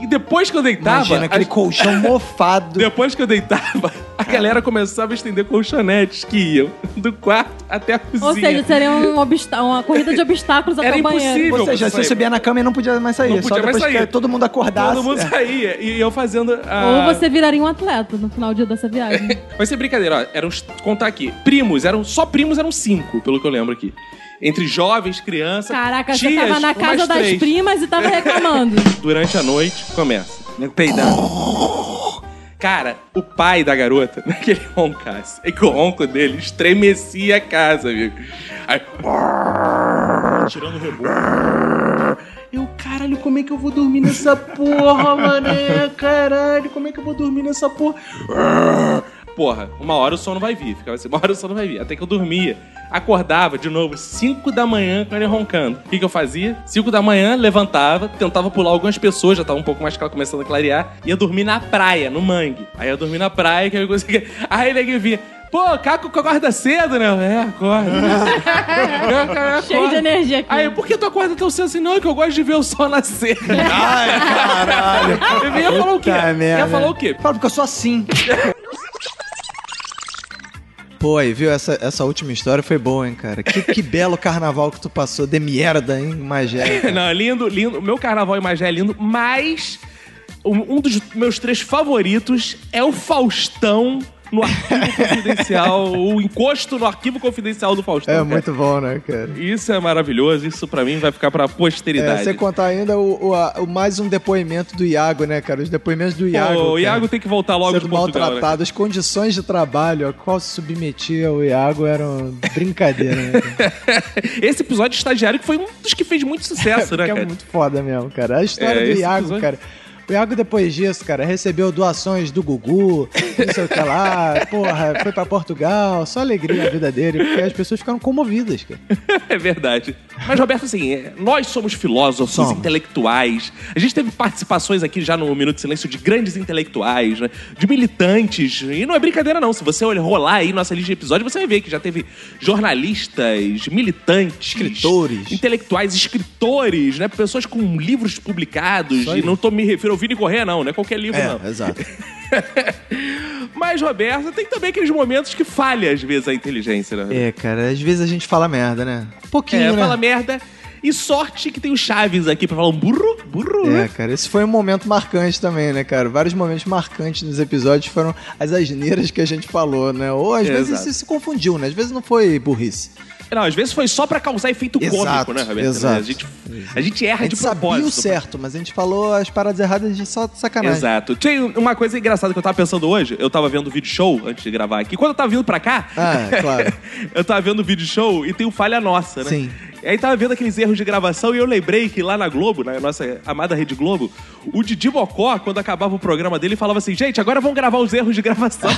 E depois que eu deitava. Imagina, aquele colchão mofado. Depois que eu deitava, a galera começava a estender colchonetes que iam do quarto até a cozinha. Ou seja, seria um obsta- uma corrida de obstáculos até Era o banheiro. impossível. Ou seja, você você sair. subia na cama e não podia mais sair. Não só podia mais depois sair. que todo mundo acordasse. Todo mundo saía e eu fazendo. A... Ou você viraria um atleta no final do dia dessa viagem. Vai ser brincadeira, ó. Eram, contar aqui. Primos, eram só primos eram cinco, pelo que eu lembro aqui. Entre jovens, crianças. Caraca, tias, você tava na umas casa das três. primas e tava reclamando. Durante a noite, começa. Nego peidando. Cara, o pai da garota, naquele roncasse, é que o ronco dele estremecia a casa, amigo. Aí. Tirando o Eu, caralho, como é que eu vou dormir nessa porra, mané? Caralho, como é que eu vou dormir nessa porra? Porra, uma hora o sono vai vir. Ficava assim, uma hora o sono vai vir. Até que eu dormia. Acordava de novo, 5 da manhã, com ele roncando. O que, que eu fazia? 5 da manhã, levantava, tentava pular algumas pessoas, já tava um pouco mais cla- começando a clarear. Ia dormir na praia, no mangue. Aí eu dormi na praia, que eu conseguia. Aí ele vinha. Pô, Caco acorda cedo, né? É, acorda. Cheio de energia aqui. Aí, por que tu acorda tão cedo assim? Não, é que eu gosto de ver o sol nascer. Ai, caralho. Ah, Eu ia falar o quê? Puta merda. Ia falar o quê? Fala, porque eu sou assim. Pô, aí, viu? Essa, essa última história foi boa, hein, cara? Que, que belo carnaval que tu passou de merda, hein, Magé? cara. Não, lindo, lindo. O meu carnaval em Magé é lindo, mas um um dos meus três favoritos é o Faustão no arquivo confidencial, o encosto no arquivo confidencial do Faustão. É cara. muito bom, né, cara? Isso é maravilhoso, isso pra mim vai ficar pra É, posteridade. você contar ainda o, o- a- o mais um depoimento do Iago, né, cara? Os depoimentos do Iago. Pô, o cara. Iago tem que voltar logo Sendo de Portugal, né? maltratado. As condições de trabalho a qual se submetia o Iago eram brincadeira, né? cara? Esse episódio de estagiário que foi um dos que fez muito sucesso, né, Porque cara? é muito foda mesmo, cara. A história É, do esse Iago, episódio- cara. O Iago, depois disso, cara, recebeu doações do Gugu, não sei o que lá, porra, foi pra Portugal, só alegria na vida dele, porque as pessoas ficaram comovidas, cara. É verdade. Mas, Roberto, assim, é, nós somos filósofos, intelectuais. A gente teve participações aqui já no Minuto de Silêncio de grandes intelectuais, né? De militantes. E não é brincadeira, não. Se você olhar- rolar aí nossa lista de episódios, você vai ver que já teve jornalistas, militantes, escritores, intelectuais, escritores, né? Pessoas com livros publicados. E não tô me refiro ao Vini Corrêa, não, não é qualquer livro, não. exato. Mas, Roberto, tem também aqueles momentos que falha, às vezes, a inteligência, né? É, cara, às vezes a gente fala merda, né? Um pouquinho, é, né? fala merda. E sorte que tem o Chaves aqui pra falar um burro, burro, É, né? cara, esse foi um momento marcante também, né, cara? Vários momentos marcantes nos episódios foram as asneiras que a gente falou, né? Ou às É, vezes exato. isso se confundiu, né? Às vezes não foi burrice. Não, às vezes foi só pra causar efeito cômico, Exato, né, Roberto? exato. A gente, a gente erra a gente de sabia o propósito. né? certo, mas a gente falou as paradas erradas de só de sacanagem. Exato. Tem uma coisa engraçada que eu tava pensando hoje. Eu tava vendo o vídeo show antes de gravar aqui. Quando eu tava vindo pra cá, Ah, claro. eu tava vendo o vídeo show e tem o falha nossa, né? Sim. E aí tava vendo aqueles erros de gravação e eu lembrei que lá na Globo, na nossa amada Rede Globo, o Didi Mocó, quando acabava o programa dele, falava assim: gente, agora vamos gravar os erros de gravação.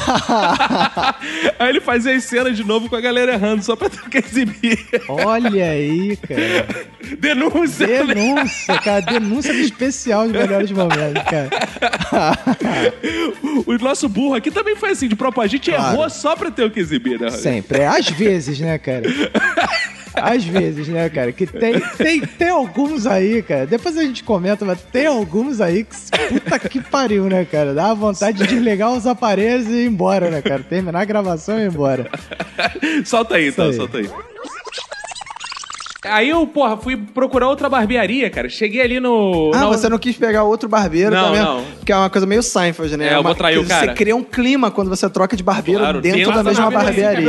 aí ele fazia as cenas de novo com a galera errando, só pra ter que exibir. Olha aí, cara. Denúncia! né? Denúncia, cara. Denúncia do especial é de melhores momentos, cara. O nosso burro aqui também foi assim, de propósito. A gente Claro. errou só pra ter o que exibir, né? Roberto? Sempre. É, às vezes, né, cara? Às vezes, né, cara? Que tem, tem, tem alguns aí, cara. Depois a gente comenta, mas tem alguns aí que puta que pariu, né, cara? Dá vontade de desligar os aparelhos e ir embora, né, cara? Terminar a gravação e ir embora. solta aí, então, solta aí. Aí eu, porra, fui procurar outra barbearia, cara. Cheguei ali no. Ah, na- você não quis pegar outro barbeiro Não, também? não. Que é uma coisa meio Seinfeld, né? É, eu Uma- vou trair o que Você cara. cria um clima quando você troca de barbeiro Claro, dentro, dentro da da mesma barbearia. barbearia.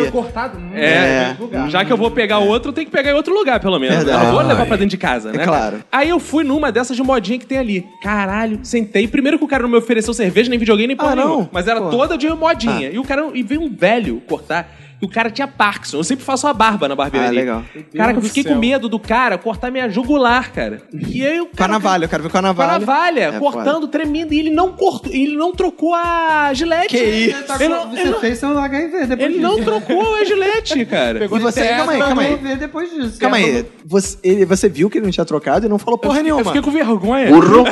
É, já que eu vou pegar outro, eu tenho que pegar em outro lugar, pelo menos. Eu não vou levar pra dentro de casa, né? É claro. Aí eu fui numa dessas de modinha que tem ali. Caralho, sentei. Primeiro que o cara não me ofereceu cerveja, nem videogame, nem porra Ah, não? Ah. nenhuma. Mas era Porra. toda de modinha. E o cara, e veio um velho cortar. E o cara tinha Parkinson. Eu sempre faço a barba na barbearia. Ah, legal. Caraca, eu Deus do fiquei com céu. medo do cara cortar minha jugular, cara. E aí o Com a navalha, eu quero ver com a navalha. com a navalha, É, cortando, tremendo, e ele não cortou, ele não trocou a gilete. né? Que isso? tá Ele não, ele não- seu HIV depois ele não trocou a gilete, cara. E você, calma aí, calma aí. Depois disso. É, Calma aí, você, ele- você viu que ele não tinha trocado e não falou porra nenhuma. fiquei com vergonha. Burro.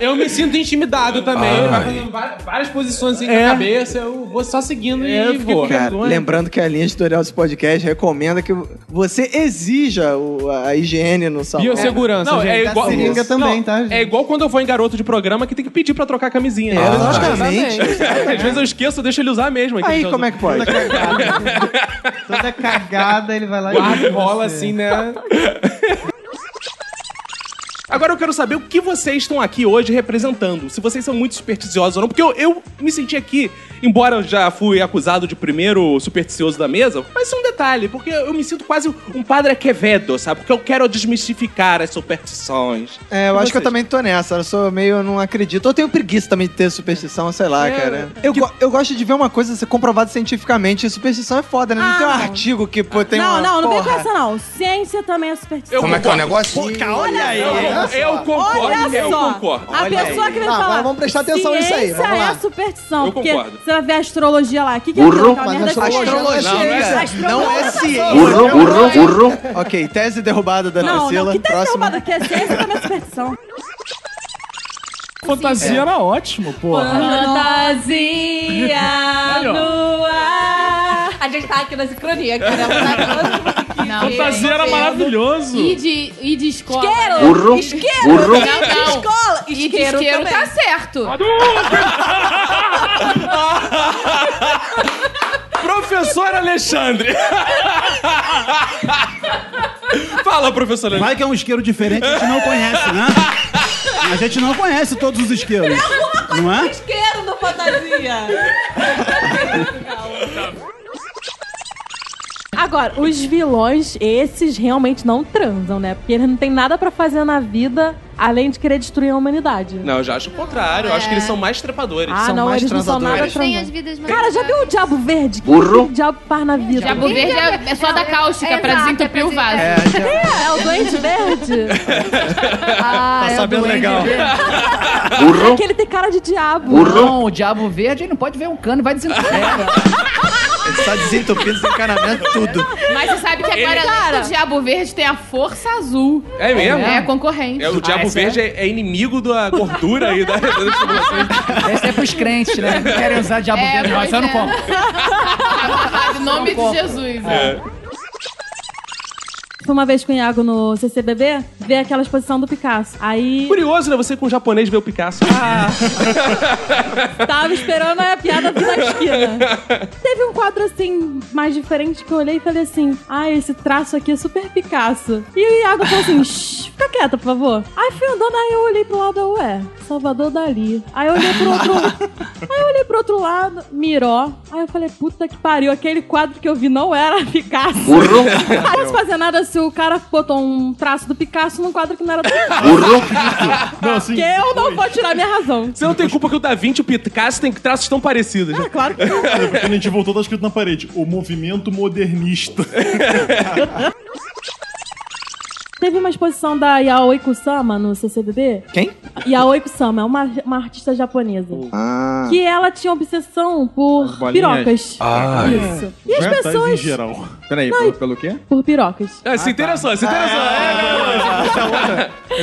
Eu me sinto Ah, intimidado também. Ai. tá Vai fazendo va- várias posições assim É. na cabeça, eu vou só seguindo É, e vou. cara, lembrando que a linha editorial desse podcast recomenda que você exija o- a higiene no salão. Biossegurança, Não, gente. É igual, Não, tá, É igual quando eu vou em garoto de programa que tem que pedir pra trocar a camisinha. É, Às vezes eu exatamente. esqueço. Às vezes eu esqueço, eu deixo ele usar mesmo. Então, Aí, como é que pode? Toda cagada, ele vai lá Guarda e rola assim, né? Agora eu quero saber o que vocês estão aqui hoje representando. Se vocês são muito supersticiosos ou não. Porque eu, eu me senti aqui, embora eu já fui acusado de primeiro supersticioso da mesa, mas isso é um detalhe, porque eu me sinto quase um padre Quevedo, sabe? Porque eu quero desmistificar as superstições. É, eu E acho que eu vocês? também tô nessa. Eu sou meio, eu não acredito. Eu tenho preguiça também de ter superstição, sei lá, É, cara. Eu, go- eu gosto de ver uma coisa ser comprovada cientificamente. E superstição é foda, né? Não Ah, tem um não. artigo que pô, tem não, uma não, não vem com porra. essa não. Ciência também é superstição. Como é que é o negócio? Pô, cara, olha aí. Eu concordo, Olha eu só. concordo. A Olha pessoa aí. que vem Tá, falar. vamos- vamos prestar atenção nisso aí, Ciência vamos lá. é superstição. Eu porque concordo. você vai ver a astrologia lá. O que, que é aquilo? Aquela merda astrologia, é ciência. não é ciência. Burro, burro, burro. Ok, tese derrubada da Não, não, Priscila. que tá Próximo. derrubado aqui é ciência também é superstição. Fantasia É. era ótimo, porra. Fantasia Olha, ó. no ar. A gente tá aqui na sincronia, que Fantasia era maravilhoso. E de, e de escola. Isqueiro. Burro. Isqueiro. Burro. Não, né? não. Escola. E de Isqueiro isqueiro também. tá certo. Professor Alexandre! Fala, professor Alexandre. Vai que é um isqueiro diferente, a gente não conhece, né? A gente não conhece todos os É isqueiros. Não é? Isqueiro do fantasia. Agora, os vilões, esses realmente não transam, né? Porque eles não têm nada pra fazer na vida além de querer destruir a humanidade. Não, eu já acho o contrário. Eu acho que eles são mais trepadores. É. Ah, não, eles não são nada Eles têm transando. as vidas mais Cara, já viu o Diabo Verde? Que Burro. O Diabo faz na vida. Diabo verde é, é só da cáustica pra desentupir o vaso. É, é o dois Duende Verde? Ah, Tá é o sabendo Duende legal. Verde. Burro. É que ele tem cara de diabo. Não, o diabo verde ele não pode ver um cano, vai desentupir. Ele tá desentupindo, desencanamento, tudo. Mas você sabe que é Ele- agora Cara. além do Diabo Verde tem a Força Azul. É mesmo? É concorrente. É, o Diabo Verde é? é inimigo da gordura e da, das estimulações. Esse é pros crentes, né? Que querem usar diabo É, verde. Não, pois isso eu não é. como. Em nome de Jesus. É. Fui uma vez com o Iago no CCBB ver aquela exposição do Picasso. Aí Curioso, né? Você com o japonês ver o Picasso. Ah, tava esperando a piada vir da esquina. Teve um quadro assim, mais diferente que eu olhei e falei assim: Ah, esse traço aqui é super Picasso. E o Iago falou assim: Shh, fica quieta, por favor. Aí fui andando, aí eu olhei pro lado, ué, Salvador Dali. Aí eu olhei pro outro. aí eu olhei pro outro lado, Miró. Aí eu falei: Puta que pariu, aquele quadro que eu vi não era Picasso. Burro. Não parece fazer nada se o cara botou um traço do Picasso num quadro que não era do Picasso. não, assim, Porque eu não vou tirar minha razão. Você não tem culpa que o Da Vinci e o Picasso têm traços tão parecidos. né? claro que Quando a gente voltou, tá escrito na parede: o movimento modernista. Teve uma exposição da Yaoi Kusama no CCBB. Quem? Yaoi Kusama é uma, uma artista japonesa. Ah. Que ela tinha obsessão por pirocas. Isso. E as pessoas. geral. Peraí, Não, pelo, e- pelo quê? Por pirocas. Ah, se interessou, se interessou.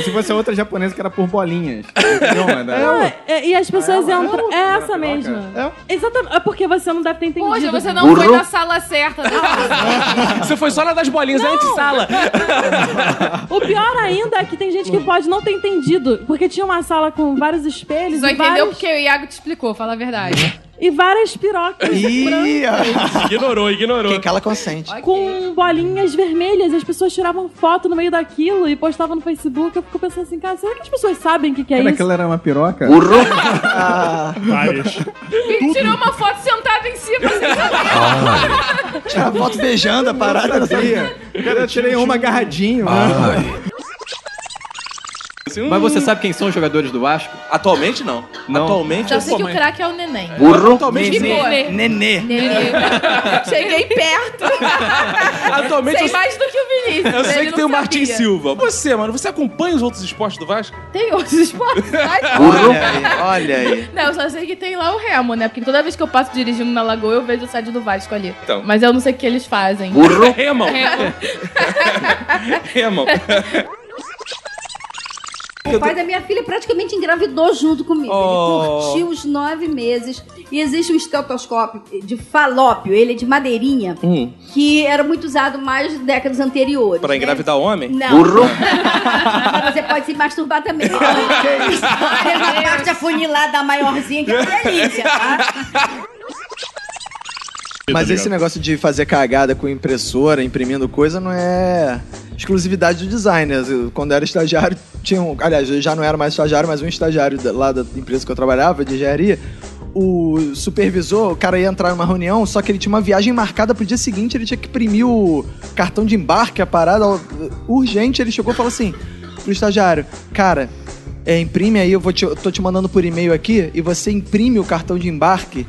Se fosse a outra japonesa que era por bolinhas. Não, é da- Ah, é- e as pessoas entram. É essa mesma. Exatamente. É porque você não deve ter entendido. Poxa, você não foi na sala certa. Né? Você foi só na das bolinhas, é antessala. O pior ainda é que tem gente que pode não ter entendido. Porque tinha uma sala com vários espelhos. Só e entendeu vários- porque o Iago te explicou, fala a É. verdade. E várias pirocas. brancas. ignorou, ignorou. Quem cala consente. com bolinhas vermelhas. e As pessoas tiravam foto no meio daquilo e postavam no Facebook. Eu fico pensando assim, cara, será que as pessoas sabem o que, que é Cara, isso? aquilo era uma piroca? Ah. Várias. E tirou uma foto sentada em cima. Ah. Tinha a foto beijando a parada. não sabia. Cara, eu tirei uma agarradinho. né? Mas você sabe quem são os jogadores do Vasco? Atualmente não. Não. Atualmente Só sei que o craque é o neném. Burro. Atualmente Nenê. Nenê. Nenê. Cheguei perto. Atualmente Sei eu- mais do que o Vinícius. Eu sei ele que não tem o Martin sabia. Silva. Você, mano, você acompanha os outros esportes do Vasco? Tem outros esportes. mas- olha aí. Não, eu só sei que tem lá o remo, né? Porque toda vez que eu passo dirigindo na lagoa, eu vejo o sede do Vasco ali. Então. Mas eu não sei o que eles fazem. É Burro. Remam. É Remam. Remam. O pai da minha filha praticamente engravidou junto comigo. Oh. Ele curtiu os nove meses. E existe um estetoscópio de falópio, ele é de madeirinha, Hum. que era muito usado mais nas décadas anteriores. Pra engravidar homem? Não. Mas Você pode se masturbar também. que isso? Tem uma parte afunilada maiorzinha que é uma delícia, tá? Mas esse negócio de fazer cagada com impressora, imprimindo coisa, não é exclusividade do designer. Eu, Quando eu era estagiário, tinha um. Aliás, eu já não era mais estagiário, mas um estagiário da- lá da empresa que eu trabalhava, de engenharia. O supervisor, o cara ia entrar numa reunião, só que ele tinha uma viagem marcada pro dia seguinte, ele tinha que imprimir o cartão de embarque, a parada ó, urgente. Ele chegou e falou assim pro estagiário: Cara, é, imprime aí, eu vou te, eu tô te mandando por e-mail aqui, e você imprime o cartão de embarque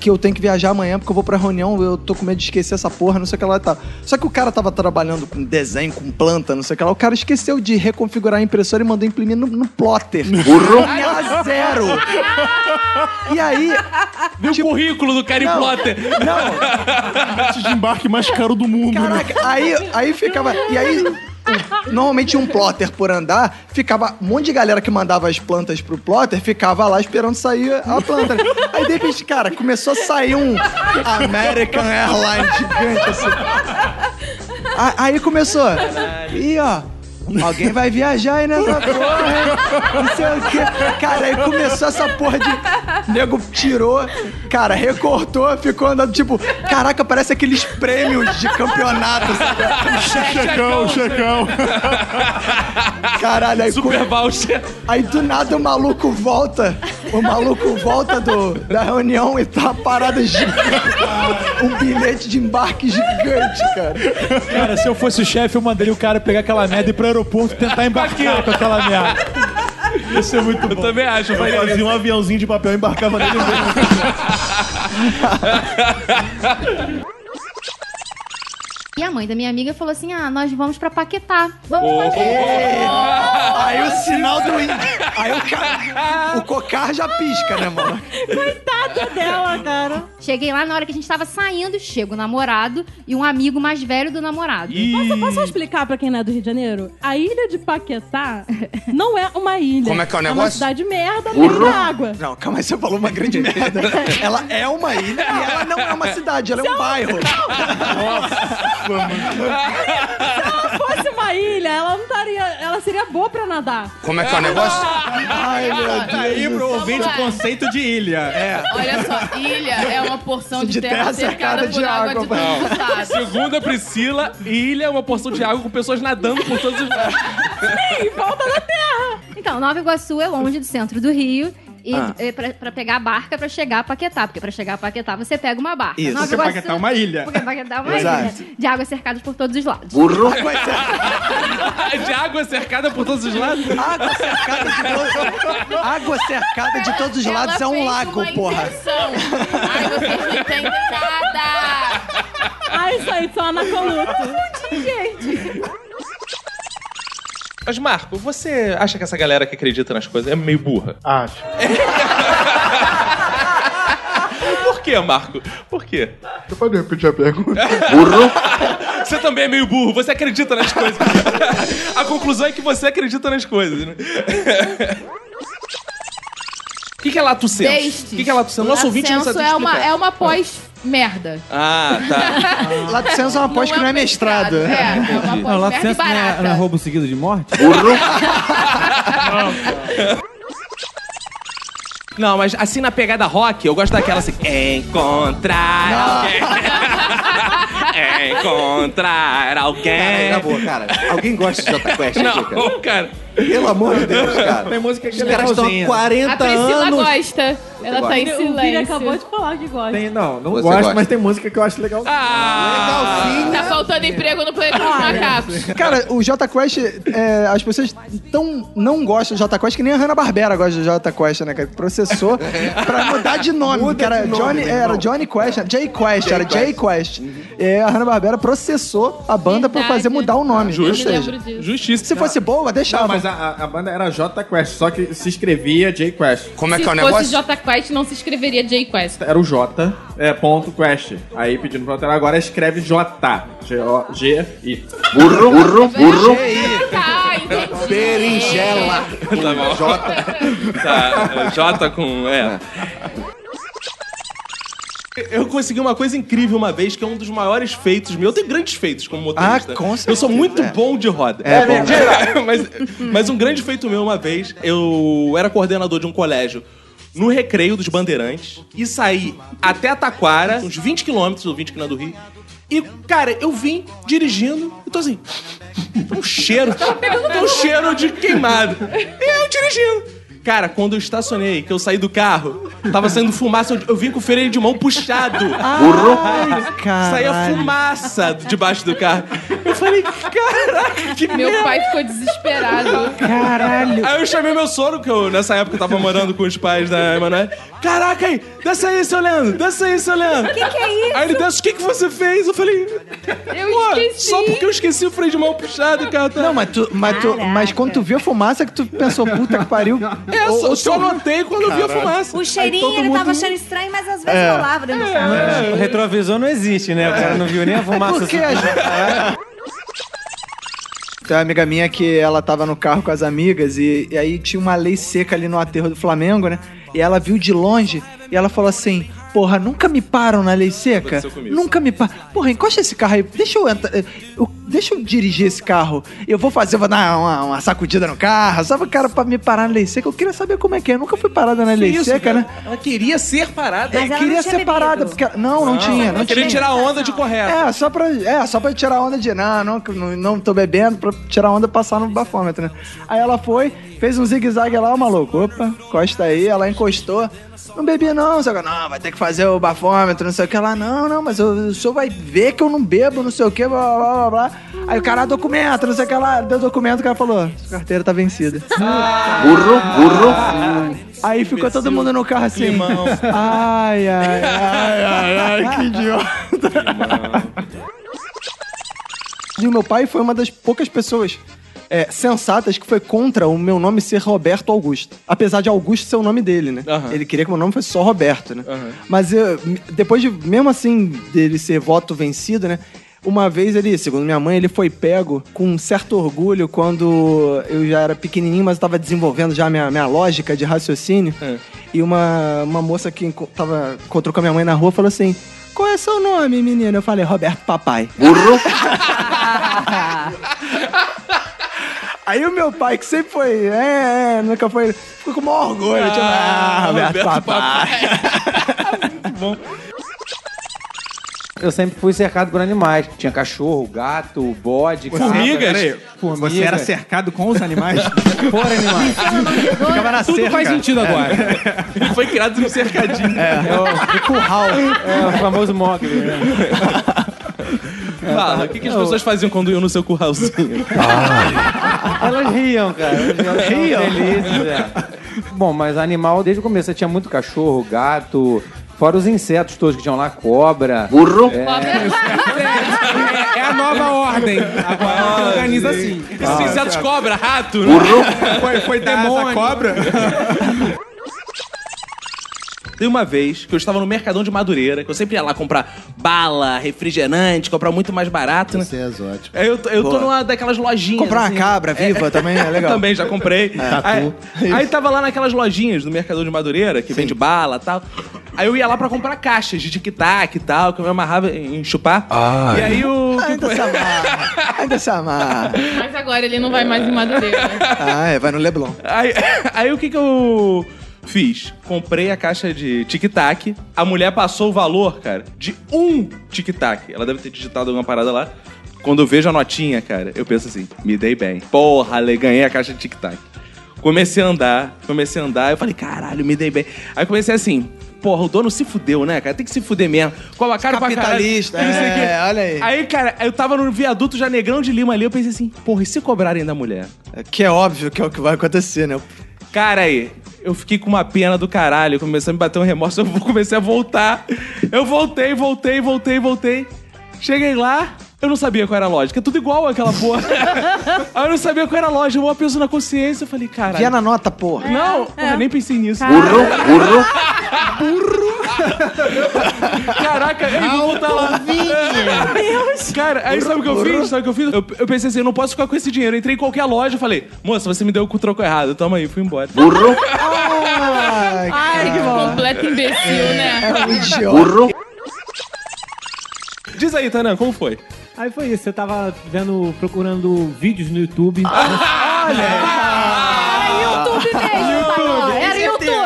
que eu tenho que viajar amanhã porque eu vou pra reunião, eu tô com medo de esquecer essa porra, não sei o que lá e tal. Só que o cara tava trabalhando com desenho, com planta, não sei o que lá, o cara esqueceu de reconfigurar a impressora e mandou imprimir no, no plotter. Burro. E ela zero! E aí... Viu tipo, o currículo do cara em plotter? Bilhete de embarque mais caro do mundo. Caraca, aí, aí ficava. E aí. o- Normalmente um plotter por andar, ficava um monte de galera que mandava as plantas pro plotter, ficava lá esperando sair a planta. Aí de repente, cara, começou a sair um American Airlines gigante assim. A- Aí começou. Ih, ó. Alguém vai viajar aí nessa porra, hein? Não sei o quê. Cara, aí começou essa porra de. Nego tirou, cara, recortou, ficou andando tipo. Caraca, parece aqueles prêmios de campeonato. sabe? Checão, checão. Caralho, aí. Super voucher. Aí do nada o maluco volta. O maluco volta do, da reunião e tá uma parada gigante. Um bilhete de embarque gigante, cara. Cara, se eu fosse o chefe, eu mandaria o cara pegar aquela merda e ir pro aeroporto tentar embarcar com aquela merda. Isso é muito bom. Eu também acho. Eu fazia um aviãozinho de papel e embarcava nele mesmo. E a mãe da minha amiga falou assim: ah, nós vamos pra Paquetá. Vamos Oh. pra Paquetá. Aí o sinal do. in- Aí o, ca... o cocar já pisca, né, mano? Coitada dela, cara. Cheguei lá na hora que a gente tava saindo, chega o namorado e um amigo mais velho do namorado. Posso, posso explicar pra quem não é do Rio de Janeiro? A ilha de Paquetá não é uma ilha. Como é que é o É uma negócio? cidade Tá merda, meio da água. Não, calma aí, você falou uma grande merda. Ela é uma ilha e ela não é uma cidade, ela é um bairro. Se ela fosse uma ilha, ela não estaria. Ela seria boa pra nadar. Como é que é o negócio? Ai, meu Deus. Aí pro ouvinte o Vamos lá. conceito de ilha. É. Olha só, ilha é uma porção de, terra, cercada, por água, de todos os Não. lados. Segundo a Priscila, ilha é uma porção de água com pessoas nadando por todos os lados. Sim, volta na terra. Então, Nova Iguaçu é longe do centro do Rio. E Ah. é, pra, pra pegar a barca pra chegar a Paquetá. Porque pra chegar a Paquetá você pega uma barca. Isso. Nova Porque Iguaçu- Paquetá é uma ilha. Porque Paquetá é uma Exato. ilha. De águas cercadas por todos os lados. Burro. De água cercada por todos os lados. Água cercada de todos Água cercada de todos os Ela lados é um fez lago, uma porra. Intenção. Ai, vocês não entendem nada. Ah, isso aí, só na gente. Mas, Marco, você acha que essa galera que acredita nas coisas é meio burra? Acho. Por quê, Marco? Por quê? Você pode repetir a pergunta? Você também é meio burro, você acredita nas coisas. A conclusão é que você acredita nas coisas, né? O que, que é Lato Senso? Destes. O que, que é Lato Senso? Nosso ouvinte não Ascenso sabe é uma, explicar. é uma pós-merda. Ah, tá. Lato senso é uma pós que não é mestrado. É, é uma pós Não, lá merda e não é, barata. não é roubo seguido de morte? Não, mas assim na pegada rock, eu gosto daquela assim. Encontrar alguém. Encontrar alguém. Cara, na boa, cara. Alguém gosta de Jota Quest Não, aqui, cara? cara. Pelo amor de Deus, cara. Tem música Os caras estão há 40 A Priscila anos. gosta. Ela tá em O Vini silêncio. acabou de falar que gosta. Tem, não, não Você gosto, gosta. mas tem música que eu acho legal. Tá faltando emprego no Planeta dos Macacos. Cara, o Jota Quest, é, as pessoas tão não gostam do Jota Quest que nem a Hanna-Barbera gosta do Jota Quest, né, cara? Processou pra mudar de nome, Muda que era, de nome, Johnny, meu era irmão. Johnny Quest, era Jay Quest, Jay era Jay Quest. Uhum. É, a Hanna-Barbera processou a banda pra fazer mudar o nome. Justo. Ou seja, Justiça. se fosse boa, deixava. Não, mas a- a, a banda era J Quest, só que se escrevia J Quest. Como é Se fosse J Quest, não se escreveria J Quest. Era o J, é, ponto Quest. Aí pedindo pra alterar, agora escreve J. G-O-G-I. Burro, burro, burro. Tá, entendi. Berinjela. Tá bom. J. Tá, é, J com. É. Eu consegui uma coisa incrível uma vez, que é um dos maiores feitos meu. Eu tenho grandes feitos como motorista. Ah, com Eu sou certeza, muito é. bom de roda. É bom. mas, mas um grande feito meu uma vez, eu era coordenador de um colégio no recreio dos Bandeirantes e saí até Taquara, uns 20 quilômetros ou 20 quilômetros do Rio. E, cara, eu vim dirigindo e tô assim... Um cheiro... Um cheiro de queimado. E eu dirigindo. Cara, quando eu estacionei, que eu saí do carro, tava saindo fumaça, eu- eu vim com o freio de mão puxado. Ai, Ah, caralho. Saía fumaça debaixo do carro. Eu falei, caraca, que Meu merda. pai ficou desesperado. Caralho. Aí eu chamei meu sogro, que eu, nessa época eu tava morando com os pais da Emanuel. Caraca aí, desce aí, seu Leandro, desce aí, seu Leandro. Que que é isso? Aí ele desce, o que que você fez? Eu falei, Eu pô, esqueci. só porque eu esqueci o freio de mão puxado, o carro tá... Não, mas, tu, mas, tu, mas quando tu viu a fumaça que tu pensou, puta que pariu. É, só- só notei quando eu vi a fumaça. O Aí cheirinho todo ele mundo- tava achando estranho, mas às vezes É. rolava dentro do carro. O retrovisor não existe, né? O cara não viu nem a fumaça. assim. Por que a Tem uma amiga minha que ela tava no carro com as amigas e, e aí tinha uma lei seca ali no aterro do Flamengo, né? E ela viu de longe e ela falou assim: Porra, nunca me param na lei seca? Aconteceu comigo. Nunca me param. Porra, encosta esse carro aí. Deixa eu entrar. eh, eu- deixa eu dirigir esse carro. Eu vou fazer, vou dar uma, uma sacudida no carro. Só o cara pra me parar na lei seca. Eu queria saber como é que é. Eu nunca fui parada na lei Isso, seca, cara. né? Ela queria ser parada. Eu queria ser parada, porque. Não, não, tinha. Não ela queria tinha. tirar a onda de correto. É, só pra, é, só pra tirar onda de não, não, não, não tô bebendo, pra tirar onda e passar no bafômetro, né? Aí ela foi, fez um zigue-zague lá, o maluco, opa, costa aí, ela encostou. Não bebi não, só que, não, vai ter que fazer o bafômetro, não sei o que lá, não, não, mas o, o senhor vai ver que eu não bebo, não sei o que, blá, blá, blá, blá. Aí o cara, "Ah, documento, não sei o que lá, deu documento, o cara falou, sua carteira tá vencida. burro, burro. Aí ficou todo mundo no carro assim. Climão. Ai, ai, ai, ai, ai, que idiota. E o meu pai foi uma das poucas pessoas é, sensatas que foi contra o meu nome ser Roberto Augusto. Apesar de Augusto ser o nome dele, né? Ele queria que meu nome fosse só Roberto, né? Mas eu- depois de, mesmo assim, dele ser voto vencido, né? Uma vez ele, segundo minha mãe, ele foi pego com um certo orgulho quando eu já era pequenininho, mas estava desenvolvendo já a minha, minha lógica de raciocínio. E uma, uma moça que enco- tava, encontrou com a minha mãe na rua falou assim: Qual é seu nome, menino? Eu falei: Roberto Papai. Burro! Aí o meu pai, que sempre foi, é, é, nunca foi, ficou com o maior orgulho. tipo, ah, Roberto, Papai. Eu sempre fui cercado por animais. Tinha cachorro, gato, bode, Você- Peraí, peraí. formigas. Você era cercado com os animais? por animais. Ficava na cerca. Ele foi criado no cercadinho. É, é o curral. É o famoso Mogli. né? Fala, o que, que as Eu- pessoas faziam quando iam no seu curralzinho? Ah. Elas riam, cara. é um Elas riam. Riam? Felizes, é. Bom, mas animal desde o começo. Você tinha muito cachorro, gato, fora os insetos todos que tinham lá, cobra. Burro. É a nova ordem. Agora se organiza assim. Esses insetos cobra, rato. né? Foi, foi demônio. cobra? Tem uma vez que eu estava no Mercadão de Madureira, que eu sempre ia lá comprar bala, refrigerante, comprar muito mais barato, né? Você é exótico. Aí Eu tô, eu tô Boa. numa daquelas lojinhas. assim. Comprar uma cabra viva também é legal. também, já comprei. É. Aí, Tatu. aí tava lá naquelas lojinhas do Mercador de Madureira, que vende bala e tal. Aí eu ia lá pra comprar caixas de tic-tac e tal, que eu me amarrava em chupar. E aí o. Ah, é. Ainda se amarra. Ainda se amarra. Mas agora ele não vai mais em Madureira. Ah, é, vai no Leblon. Aí, aí o que que eu fiz? Comprei a caixa de tic-tac. A mulher passou o valor, cara, de um tic-tac. Ela deve ter digitado alguma parada lá. Quando eu vejo a notinha, cara, eu penso assim, me dei bem. Porra, ale, ganhei a caixa de tic-tac. Comecei a andar, comecei a andar. Eu falei, caralho, me dei bem. Aí comecei assim... Porra, o dono se fudeu, né, cara? Tem que se fuder mesmo. Colocaram Capitalista, pra caralho. é, Isso aqui. olha aí. Aí, cara, eu tava no viaduto já negrão de Lima ali, eu pensei assim, porra, e se cobrarem da mulher? Que é óbvio que é o que vai acontecer, né? Cara, aí, eu fiquei com uma pena do caralho, começou a me bater um remorso, eu comecei a voltar. Eu voltei, voltei, voltei, voltei. Cheguei lá, eu não sabia qual era a lógica, é tudo igual aquela porra. Aí eu não sabia qual era a lógica, eu maior peso na consciência, eu falei, caralho. Via na nota, porra. Não, porra, eu nem pensei nisso. Burro, burro. Caraca, eu vou voltar lá. Meu Deus. Cara, aí sabe o que eu fiz? Sabe o que eu fiz? Eu, eu pensei assim, eu não posso ficar com esse dinheiro. Eu entrei em qualquer loja e falei, moça, você me deu o troco errado. Toma aí, fui embora. Burro. Ai, que completo imbecil, É. né? É Burro. Diz aí, Tanan, como foi? Aí foi isso, eu tava vendo, procurando vídeos no YouTube. Era YouTube mesmo, tá bom. Era YouTube.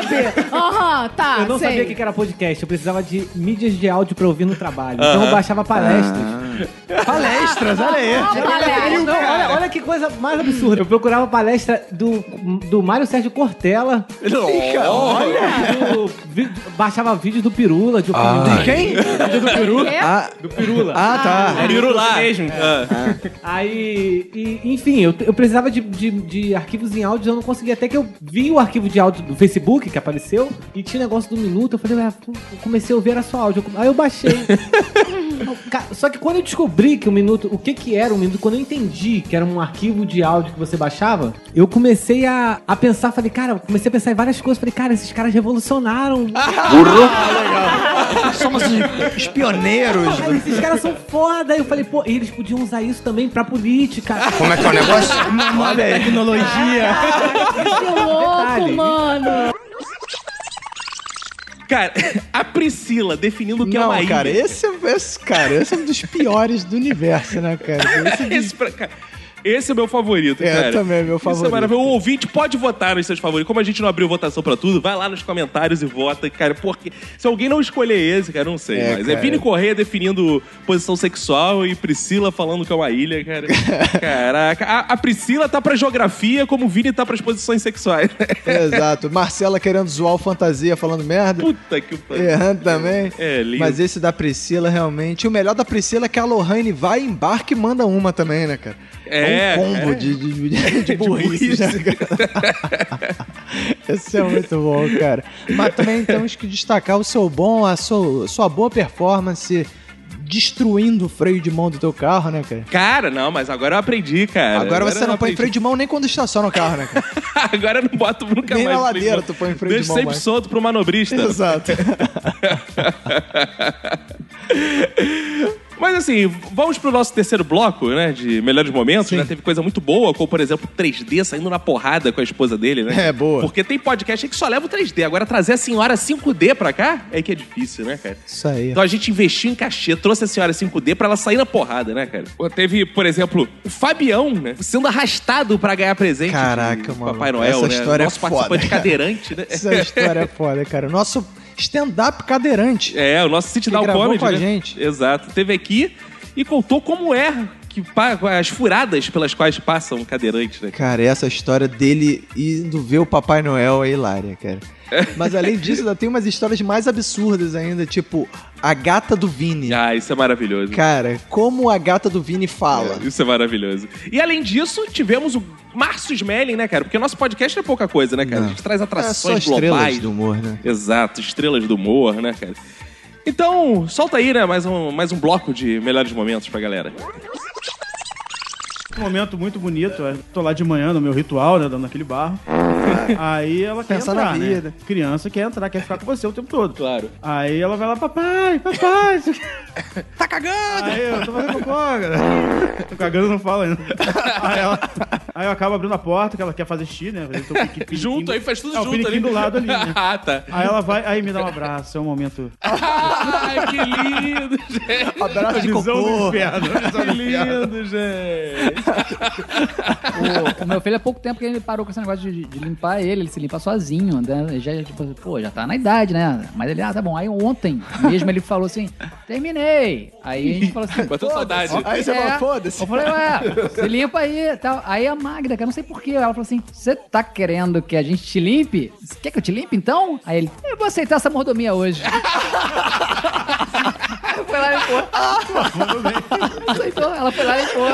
Aham, tá. eu não sei. sabia o que que era podcast, eu precisava de mídias de áudio pra ouvir no trabalho. Então eu Aham. baixava palestras. Palestras, olha aí. um palestras, Não, olha, cara. olha que coisa mais absurda. Eu procurava palestra do, do Mário Sérgio Cortella. Fica, olha. Do- vi- baixava vídeo do Pirula. De opinião. De quem? Vídeo do Pirula. Quê? Ah. do Pirula. Ah, tá. Aí, Pirular. mesmo. Aí, e, enfim, eu, eu precisava de, de, de arquivos em áudio, eu não conseguia. Até que eu vi o arquivo de áudio do Facebook que apareceu e tinha um negócio do minuto. Eu falei, ué, eu comecei a ouvir, era só áudio. Aí eu baixei. Ca- Só que quando eu descobri que o minuto, o que que era um minuto, quando eu entendi que era um arquivo de áudio que você baixava, eu comecei a, a pensar, falei, cara, eu comecei a pensar em várias coisas, falei, cara, esses caras revolucionaram. Somos os pioneiros. Cara, esses caras são foda. Aí eu falei, pô, eles podiam usar isso também pra política. Como é que é o negócio? Olha aí. tecnologia. Que Ah. louco, Detalhe. mano. Cara, a Priscila definindo o que é Não, uma ilha. cara, esse, esse, cara, esse é um dos piores do universo, né, cara? Esse Esse, pra- cara, esse é meu favorito, É, cara. também é meu Isso é favorito. maravilhoso. O ouvinte pode votar nos seus favoritos. Como a gente não abriu votação pra tudo, vai lá nos comentários e vota, cara. Porque se alguém não escolher esse, cara, eu não sei. É, mas é cara. Vini Correia definindo posição sexual e Priscila falando que é uma ilha, cara. Caraca. A, a Priscila tá pra geografia como o Vini tá pras posições sexuais. É, Exato. Marcela querendo zoar o fantasia falando merda. Puta que pariu. Errando também. É, lindo. Mas esse da Priscila, realmente. O melhor da Priscila é que a Lohane vai, embarca e manda uma também, né, cara? É, um combo é. de, de, de, de burrice, burrice. né, cara? esse é muito bom, cara. Mas também temos que destacar o seu bom, a sua, sua boa performance destruindo o freio de mão do teu carro, né, cara? Cara, não, mas agora eu aprendi, cara. Agora, você eu não põe aprendi. freio de mão nem quando estaciona o carro, né, cara? Agora eu não boto nunca Nem mais. na freio de ladeira mão. tu põe freio de Deixa mão sempre mais. solto pro manobrista. Exato. Mas assim, vamos pro nosso terceiro bloco, né? De melhores momentos. Já teve coisa muito boa, como por exemplo 3D saindo na porrada com a esposa dele, né? É, boa. Porque tem podcast aí que só leva o 3D. Agora trazer a senhora 5D pra cá é que é difícil, né, cara? Isso aí. Então a gente investiu em cachê, trouxe a senhora 5D pra ela sair na porrada, né, cara? Pô, Teve, por exemplo, o Fabião, né? Sendo arrastado pra ganhar presente. Caraca, mano. Papai Noel, essa né? história é Nosso foda, participante cara. cadeirante, né? Essa história é foda, cara. Nosso stand-up cadeirante. É, o nosso City Que Down gravou Comedy. com a né? gente. Exato. Teve aqui e contou como é que pa- as furadas pelas quais passam cadeirantes, né? Cara, essa história dele indo ver o Papai Noel é hilária, cara. Mas além disso, ainda tem umas histórias mais absurdas ainda, tipo a gata do Vini. Ah, isso é maravilhoso. Cara, como a gata do Vini fala. Isso é maravilhoso. E além disso, tivemos o Márcio Smelling, né, cara? Porque nosso podcast é pouca coisa, né, cara? A gente traz É só atrações estrelas globais. do humor, né? Exato, estrelas do humor, né, cara? Então, solta aí, né, mais um, mais um bloco de melhores momentos pra galera. Um momento muito bonito. eu Tô lá de manhã no meu ritual, né? Dando aquele barro. Aí ela quer Pensar entrar, na né? vida. Criança quer entrar, quer ficar com você o tempo todo. Claro. Aí ela vai lá, papai, papai. isso aqui." Tá cagando! Aí eu tô fazendo cocô, cara. Tô cagando, não fala ainda. Aí, ela, aí eu acabo abrindo a porta, que ela quer fazer xixi, né? Eu tô com o piniquim- Junto aí, faz tudo É, o junto piniquim ali. do lado ali, né? ah, tá. Aí ela vai, aí me dá um abraço, é um momento. Ai, que lindo, gente. Abraço de Visão cocô. do inferno, visão Que do inferno. lindo, gente. O, o meu filho há pouco tempo que ele parou com esse negócio de, de limpar ele, ele se limpa sozinho, né? Ele Já, tipo, pô, já tá na idade, né? Mas ele, ah, tá bom. Aí ontem mesmo ele falou assim, terminei. Aí a gente falou assim, Bateu "Foda-se." saudade. Aí você É. fala, foda-se. Eu falei, ué, se limpa aí tal. Aí a Magda, que eu não sei porquê, ela falou assim: você tá querendo que a gente te limpe? Cê Quer que eu te limpe então? Aí ele, eu vou aceitar essa mordomia hoje. Aí foi lá e Ah, limpou. Aceitou, ela foi lá e limpou.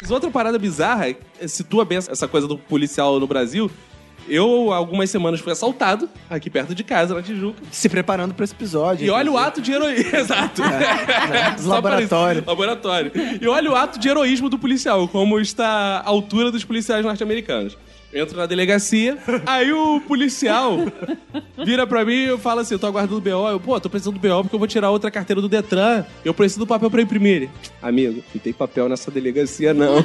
Mas outra parada bizarra, é, situa bem essa coisa do policial no Brasil. Eu, algumas semanas, fui assaltado aqui perto de casa, na Tijuca. Se preparando pra esse episódio. É, né? E olha o ato de heroísmo. Exato. Só para isso. Laboratório. Laboratório. E olha o ato de heroísmo do policial, como está a altura dos policiais norte-americanos. Eu Entro na delegacia, aí o policial vira pra mim e fala assim: eu tô aguardando o BO. Eu, pô, tô precisando do BO porque eu vou tirar outra carteira do Detran. Eu preciso do papel pra imprimir. Ele, Amigo, não tem papel nessa delegacia, não.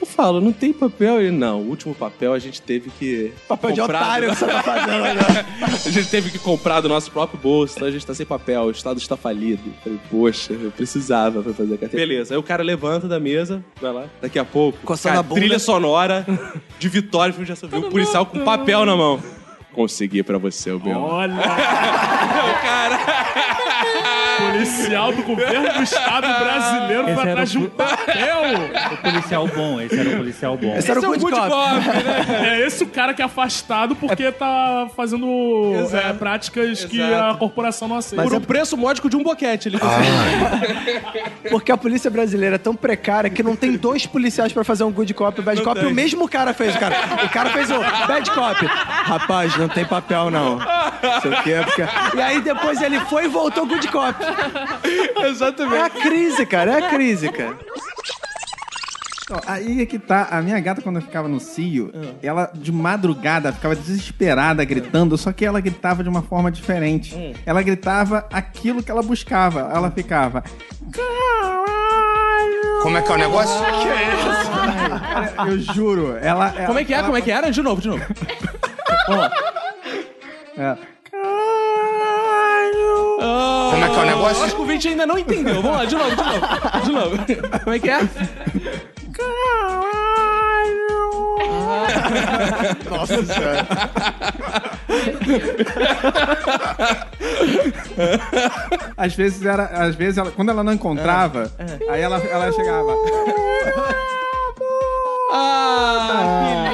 Eu falo, não tem papel? Ele, não, o último papel a gente teve que. Papel de otário que você tá fazendo agora. a gente teve que comprar do nosso próprio bolso, então a gente tá sem papel, o Estado está falido. Eu Falei, poxa, eu precisava pra fazer a carteira. Beleza, aí o cara levanta da mesa, vai lá, daqui a pouco. Coçando cara, a bunda. Trilha sonora de Vitória, filme já subiu, o policial com papel na mão. Tá Consegui pra você, o meu. Policial do governo do estado brasileiro Esse pra era trás de o- um papel. O policial bom, esse era o policial bom. Esse é o good cop, né? É esse o cara que é afastado porque tá fazendo é, práticas que Exato. a corporação não aceita. é Por um preço módico de um boquete, ele Porque a polícia brasileira é tão precária que não tem dois policiais pra fazer um good cop e bad cop. E o mesmo cara fez, cara. O cara fez o bad cop. Rapaz, não tem papel, não. Não sei o quê, é porque- E aí depois ele foi e voltou good cop. Exatamente. É a crise, cara. É a crise, cara. Ó, Aí é que tá. A minha gata, quando eu ficava no cio, Ah. ela de madrugada ficava desesperada gritando, só que ela gritava de uma forma diferente. Hum. Ela gritava aquilo que ela buscava. Ela ficava. Como é que é o negócio? Ah, Que é isso? Eu juro, ela. Como é que é? Como é que era? De novo, de novo. Como é que é o negócio? Acho que o vídeo ainda não entendeu. Vamos lá, de novo, de novo. De novo. Como é que é? Nossa senhora. Às vezes era. Às vezes ela. Quando ela não encontrava, aí ela, ela chegava. Ah,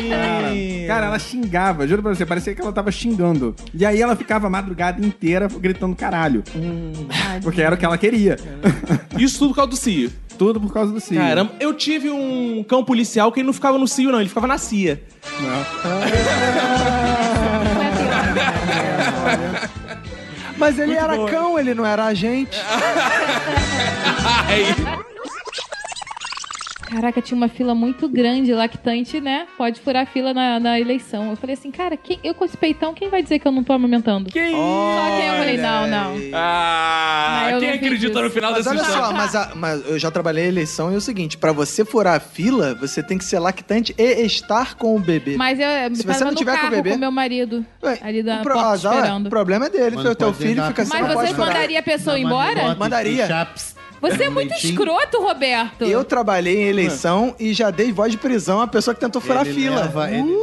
Cara, ela xingava, juro pra você, parecia que ela tava xingando. E aí ela ficava a madrugada inteira gritando caralho. Hum. porque era o que ela queria. Isso tudo por causa do cio. Tudo por causa do cio. Caramba, eu tive um cão policial que ele não ficava no cio, não, ele ficava na CIA. Não. Mas ele Muito era boa. cão, ele não era agente. Caraca, tinha uma fila muito grande, lactante, né? Pode furar a fila na, na eleição. Eu falei assim, cara, quem, eu com esse peitão, quem vai dizer que eu não tô amamentando? Quem? Só quem eu falei, não, não. Ah, Ah, eu quem não vi acredita no final Mas dessa olha história? só, mas, a- mas eu já trabalhei a eleição e é o seguinte: pra você furar a fila, você tem que ser lactante e estar com o bebê. Mas eu Se tava você não no tiver com o carro bebê- com meu marido. ali da o, pro- porta azar- esperando. o problema é dele, Mas foi o teu pode filho dar- fica sem Mas não você pode furar. mandaria a pessoa embora? Mandaria. Você é muito leitinho. escroto, Roberto. Eu trabalhei em eleição e já dei voz de prisão à pessoa que tentou furar a Ele fila. Uh! leva- ele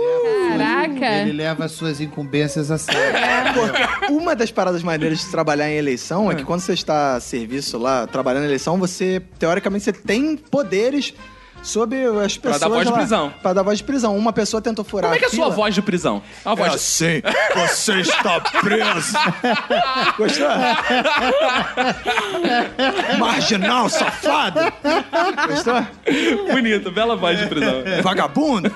Caraca. Ele leva as suas incumbências a sério. Porque uma das paradas maneiras de trabalhar em eleição Ah. é que quando você está a serviço lá, trabalhando em eleição, você, teoricamente, você tem poderes sobre as pessoas. Pra dar voz de lá. prisão. Pra dar voz de prisão. Uma pessoa tentou furar Como é que é a fila. sua voz de prisão? A voz É assim, você está preso. Gostou? É Marginal, safado. Gostou? Bonito, bela voz de prisão. Vagabundo.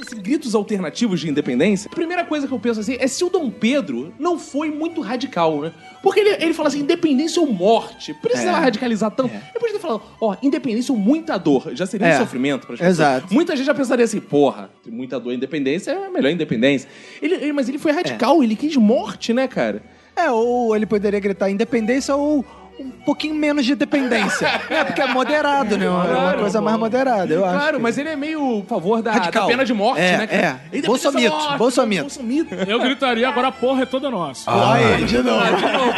Esses gritos alternativos de independência, a primeira coisa que eu penso assim é se o Dom Pedro não foi muito radical, né? Porque ele, ele fala assim, independência ou morte. Precisava É. radicalizar tanto. Ele podia ter falado, ó, independência ou muita dor. Já seria É. um sofrimento para as pessoas. Exato. Muita gente já pensaria assim, porra, tem muita dor, independência é melhor independência. Ele, ele- mas ele foi radical, ele quis morte, né, cara? É, ou ele poderia gritar independência ou um pouquinho menos de dependência. é, porque é moderado, né? É uma Claro, coisa mais moderada, eu acho. claro, que- mas ele é meio a favor da, Radical. da pena de morte, É, né, cara? é. Independência Bolsomito, ou morte, bolsomito. Bolsomito. Eu gritaria, agora a porra é toda nossa. Ah. Aí, de novo. Ah, novo.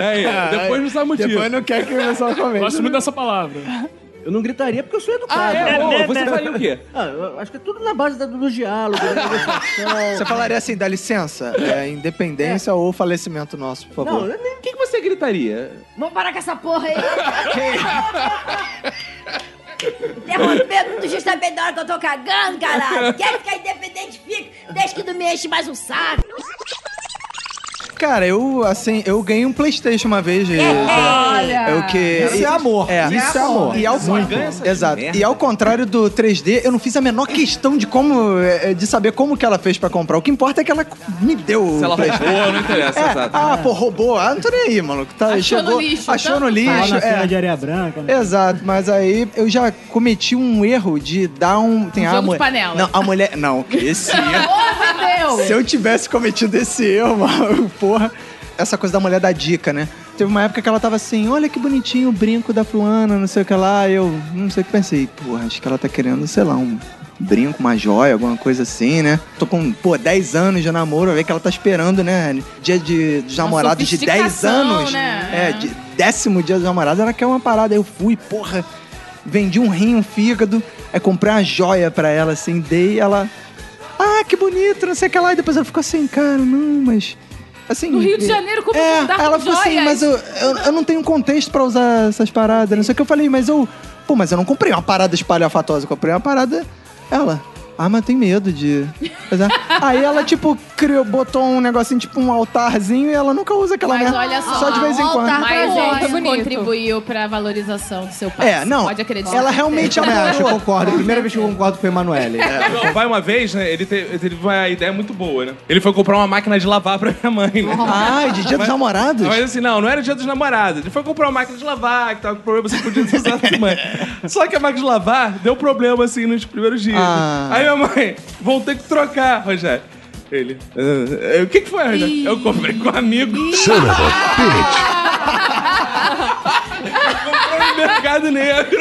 Ah, Aí, É, depois não sabe motivo. Depois não quer que o pessoal comente. Gosto muito dessa palavra. Eu não gritaria porque eu sou educado. Ah, é? Boa, tá você faria o quê? Ah, eu acho que é tudo na base da- do diálogo, da negociação. Você falaria assim, dá licença, é, independência ou falecimento nosso, por favor. Não, o que, que você gritaria? Vamos parar com essa porra aí. Derrota mesmo do justo bem da hora que eu tô cagando, caralho. Quer ficar independente, fica. Desde que não me enche mais um saco. Cara, eu, assim, eu ganhei um Playstation uma vez. É, e- Olha! Eu que... Isso é amor. É, Isso é amor. E ao, Isso é amor. Ganha essas Exato. merda. E ao contrário do 3D, eu não fiz a menor questão de como... é, é, De saber como que ela fez pra comprar. O que importa é que ela me deu Se ela o Playstation. roubou, não interessa, É, exato. Ah, pô, roubou. Ah, não tô nem aí, maluco. Tá, Achou chegou, no lixo, Achou então? tá? no Tava lixo. na fila é. de areia branca, Exato, mas aí eu já cometi um erro de dar um... Tem Um a jogo de mulher- panela. Não, a mulher... Não, que esse erro... Porra, Se eu tivesse cometido esse erro, mano, porra. Essa coisa da mulher da dica, né? Teve uma época que ela tava assim, olha que bonitinho o brinco da fulana, não sei o que lá. Eu não sei o que pensei. Porra, acho que ela tá querendo, sei lá, um brinco, uma joia, alguma coisa assim, né? Tô com, pô, 10 anos de namoro, vai ver que ela tá esperando, né? Dia de, dos namorados de 10 sofisticação, anos. né? É, de, décimo dia dos namorados, ela quer uma parada. Aí Eu fui, porra, vendi um rim, um fígado. Aí comprei uma joia pra ela, assim, dei ela ah, que bonito, não sei o que lá. E depois ela ficou assim, cara, não, mas. Assim, No Rio de é- Janeiro, como é, mudar Ela com ficou assim, joias? mas eu, eu, eu não tenho contexto pra usar essas paradas, não sei o que. Eu falei, mas eu. Pô, mas eu não comprei uma parada espalhafatosa, eu comprei uma parada. Ela. Ah, mas eu tenho medo de. Mas é- Aí ela, tipo, criou, botou um negocinho, tipo um altarzinho, e ela nunca usa aquela Mas merda. olha só, um Só de vez em quando. Mas é Tá gente, bonito. contribuiu pra valorização do seu pai. É, não. Pode acreditar. Ela realmente é uma acho que eu concordo. A primeira vez que eu concordo foi a Emanuele. É. Meu pai, uma vez, né, ele te- ele teve uma ideia muito boa, né? Ele foi comprar uma máquina de lavar pra minha mãe, né? Ai, Ah, de dia dos Mas- namorados? Mas assim, não, não era dia dos namorados. Ele foi comprar uma máquina de lavar, que tava com problema, você podia usar da mãe. Só que a máquina de lavar deu problema, assim, nos primeiros dias. Ah. Aí minha mãe, vão ter que trocar, Rogério. Ele. "Ah, O que, que foi, Rogério? Eu comprei com um amigo. Comprou no mercado negro.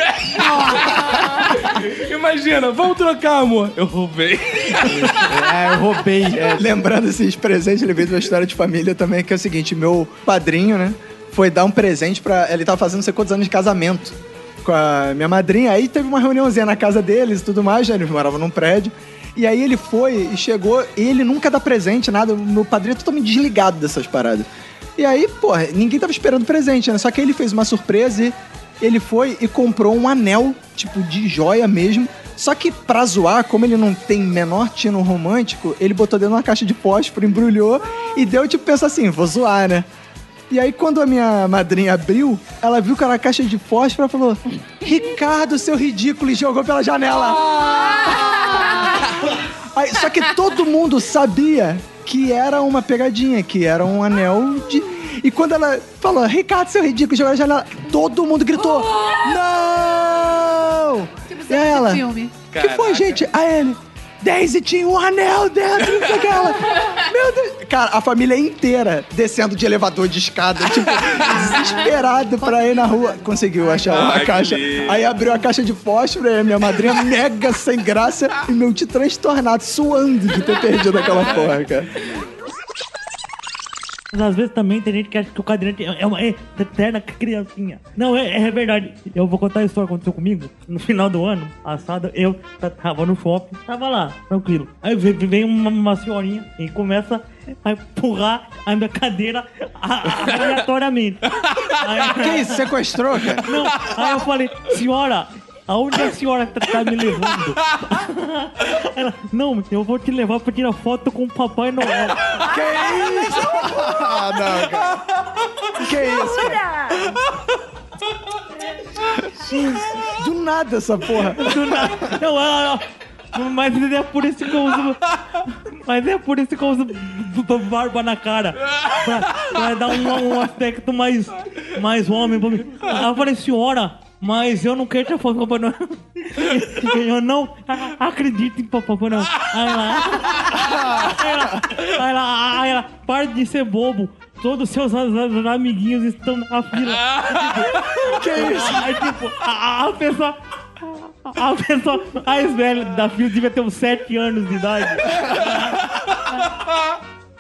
Imagina, vamos trocar, amor. Eu roubei. É, eu roubei. Lembrando esses presentes, ele veio de uma história de família também, que é o seguinte: meu padrinho, né? Foi dar um presente pra. Ele tava fazendo não sei quantos anos de casamento com a minha madrinha. Aí teve uma reuniãozinha na casa deles e tudo mais, né? Ele morava num prédio. E aí ele foi e chegou, e ele nunca dá presente, nada. O Meu padrinho é totalmente desligado dessas paradas. E aí, porra, ninguém tava esperando presente, né? Só que aí ele fez uma surpresa e ele foi e comprou um anel, tipo, de joia mesmo. Só que pra zoar, como ele não tem menor tino romântico, ele botou dentro de uma caixa de fósforo, embrulhou e deu, tipo, pensar assim, vou zoar, né? E aí, quando a minha madrinha abriu, ela viu que era a caixa de fósforo e falou: Ricardo, seu ridículo, e jogou pela janela. Aí, só que todo mundo sabia que era uma pegadinha, que era um anel de. E quando ela falou, Ricardo, seu ridículo, jogou na janela, todo mundo gritou: Não! e aí ela, filme. que foi, gente? A ele. Daisy tinha um anel dentro daquela. Meu Deus. Cara, a família inteira descendo de elevador de escada, tipo, desesperado pra ir na rua. Conseguiu achar Ai, uma que caixa. lindo. Aí abriu a caixa de fósforo, e a minha madrinha mega sem graça e meu tio transtornado, suando de ter perdido aquela porra, cara. Mas às vezes também tem gente que acha que o quadrinho é uma eterna criancinha. Não, é, é verdade. Eu vou contar a história que aconteceu comigo. No final do ano, passado, eu ta- tava no shopping, tava lá, tranquilo. Aí ve- vem uma, uma senhorinha e começa a empurrar a minha cadeira a- a- aleatoriamente. que isso? Sequestrou, cara? Não, aí eu falei, senhora, aonde a senhora tá, tá me levando? Ela, não, eu vou te levar pra tirar foto com o Papai Noel. Que isso? Ah, não, cara. Que isso? Do nada essa porra. Do nada. Não, ela- ela- Mas é por isso que eu uso. Mas é por isso que eu uso b- b- barba na cara. Pra, pra dar um, um aspecto mais. Mais homem pra mim. Ela falou, senhora, mas eu não quero te foto com Papai Noel. Eu não a- acredito em Papai Noel. Aí ela. Aí ela, aí ela, aí ela, para de ser bobo. Todos os seus a- a- amiguinhos estão na fila. Que isso? Aí, tipo, a, a pessoa. A pessoa mais velha da fila devia ter uns 7 anos de idade.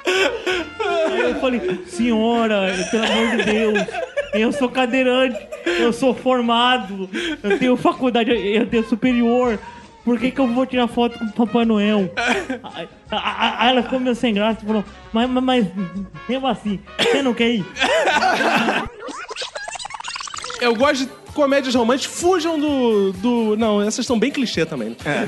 Aí eu falei, senhora, pelo amor de Deus, eu sou cadeirante, eu sou formado, eu tenho faculdade, eu tenho superior. Por que, que eu vou tirar foto com o Papai Noel? Aí- Aí ela ficou meio sem graça e falou, mas, mas, mas mesmo assim, você não quer ir? Eu gosto de comédias românticas. Fujam do. do... Não, essas estão bem clichê também. né?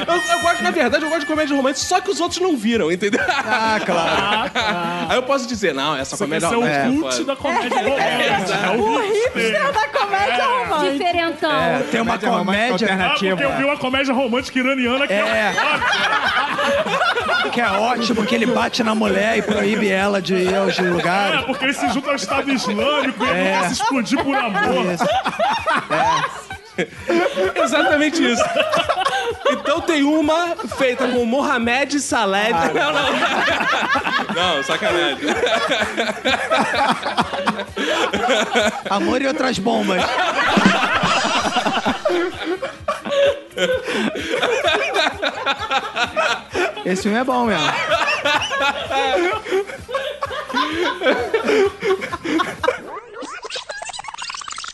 eu, eu gosto, na verdade, eu gosto de comédia romântica, só que os outros não viram, entendeu? Ah, claro. Aí eu posso dizer, não, essa comédia esse é o romântica. cult da comédia É, romântica. o hipster da comédia romântica. Diferentão. tem uma comédia Ah, porque eu vi uma comédia romântica iraniana que É. Que é ótimo que ele bate na mulher e proíbe ela de ir aos É, lugares. porque eles se juntam ao Estado Islâmico e ele É. quer se explodir por amor. é, Exatamente isso. Então tem uma feita com Mohamed Saled. Não, não. Não, sacanagem. Amor e outras bombas. Esse filme é bom mesmo.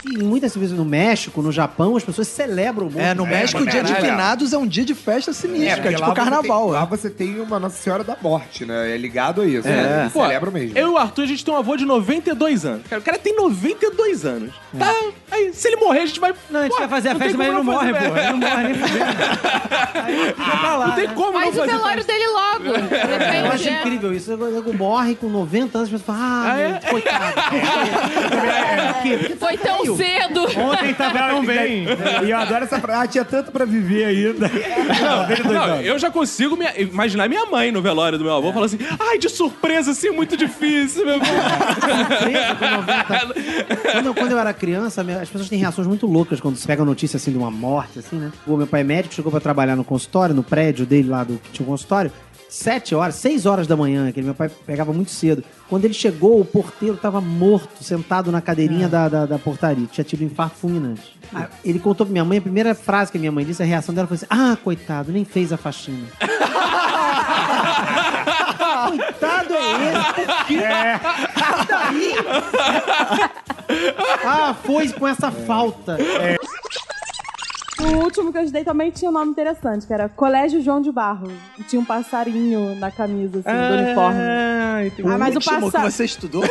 E muitas vezes no México, no Japão, as pessoas celebram muito. É, no México, o dia de finados é um dia de festa sinistra, porque é, lá tipo você carnaval. tem- é. lá você tem uma Nossa Senhora da Morte, né? É ligado a isso. É. né? Eles Pô, celebram mesmo. Eu e o Arthur, a gente tem um avô de 92 anos. Cara, o cara tem 92 anos. Tá? Aí, se ele morrer, a gente vai. Não, a gente vai fazer a festa, mas ele não morre, pô. Ele não morre nem Não tem como Faz não o fazer. velório dele logo. Eu acho incrível isso. O nego morre com 90 anos, as pessoas falam, ah, meu, coitado. Foi tão cedo. Ontem tava tão bem. E eu adoro essa frase. Ah, tinha tanto pra viver ainda. Não, não, eu já consigo me- imaginar minha mãe no velório do meu avô falando assim: ai, de surpresa, assim é muito difícil, meu avô. Quando, eu- quando eu era criança, minha- as pessoas têm reações muito loucas quando se pega a notícia assim de uma morte, assim, né? O meu pai é médico chegou pra trabalhar no consultório, no prédio dele lá do que tinha um consultório. Sete horas, seis horas da manhã, que meu pai pegava muito cedo. Quando ele chegou, o porteiro tava morto, sentado na cadeirinha da, da, da portaria. Tinha tido um infarto fulminante. Ah, Ele contou pra minha mãe, a primeira frase que a minha mãe disse, a reação dela foi assim: Ah, coitado, nem fez a faxina. Coitado é esse? Por quê? Daí? Ah, foi com essa falta. É. O último que eu ajudei também tinha um nome interessante, que era Colégio João de Barro. E tinha um passarinho na camisa, assim, Ah. do uniforme. O Ah, mas o um último passa- que você estudou?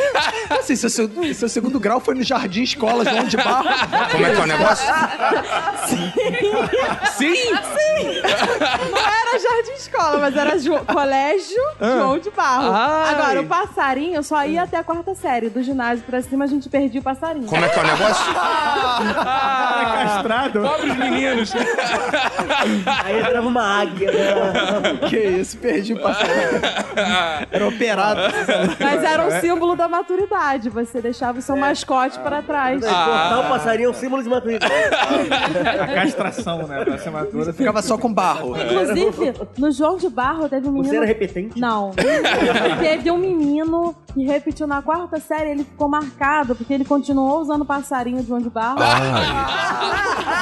Assim, seu, seu- seu segundo grau foi no Jardim Escola João de Barro. Como é que é o negócio? Sim! Sim! Não era Ah, jardim escola, mas era jo- colégio Ah. João de Barro. Ai. Agora, o passarinho só ia até a é quarta série. Do ginásio pra cima, a gente perdia é o passarinho. Tá Como é que é o negócio? frustrado. Pobres meninos. Aí entrava uma águia. né? que isso, perdi o passaporte. Era operado. É. Mas era É. um símbolo da maturidade. Você deixava o seu mascote pra trás. Cortar o passarinho é um símbolo de maturidade. A castração, né? Pra ser madura. Ficava só com barro. Inclusive, no João de Barro teve um menino. Você era repetente? Não. teve um menino que repetiu na quarta série, ele ficou marcado, porque ele continuou usando passarinho de João de Barro. Ah. Ah.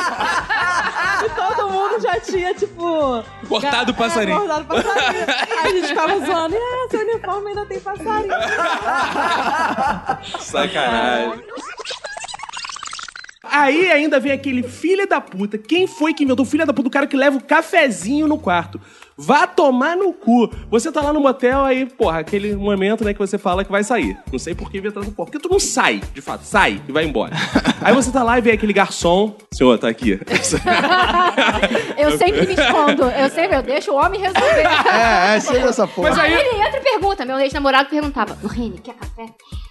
E todo mundo já tinha, tipo. Cortado o ga- passarinho. É, cortado o passarinho. Aí a gente ficava zoando, e ah, seu uniforme ainda tem passarinho. Sacanagem. Aí ainda vem aquele filho da puta. Quem foi que inventou o filho da puta? O cara que leva o cafezinho no quarto. Vá tomar no cu. Você tá lá no motel, aí, porra, aquele momento, né, que você fala que vai sair. Não sei por que inventaram porra. Porque tu não sai, de fato. Sai e vai embora. aí você tá lá e vem aquele garçom. Senhor, tá aqui. Eu sempre me escondo. Eu sempre, eu deixo o homem resolver. É, é, chega essa porra. Mas aí... Ele entra e pergunta. Meu ex-namorado perguntava, Lorene, quer café?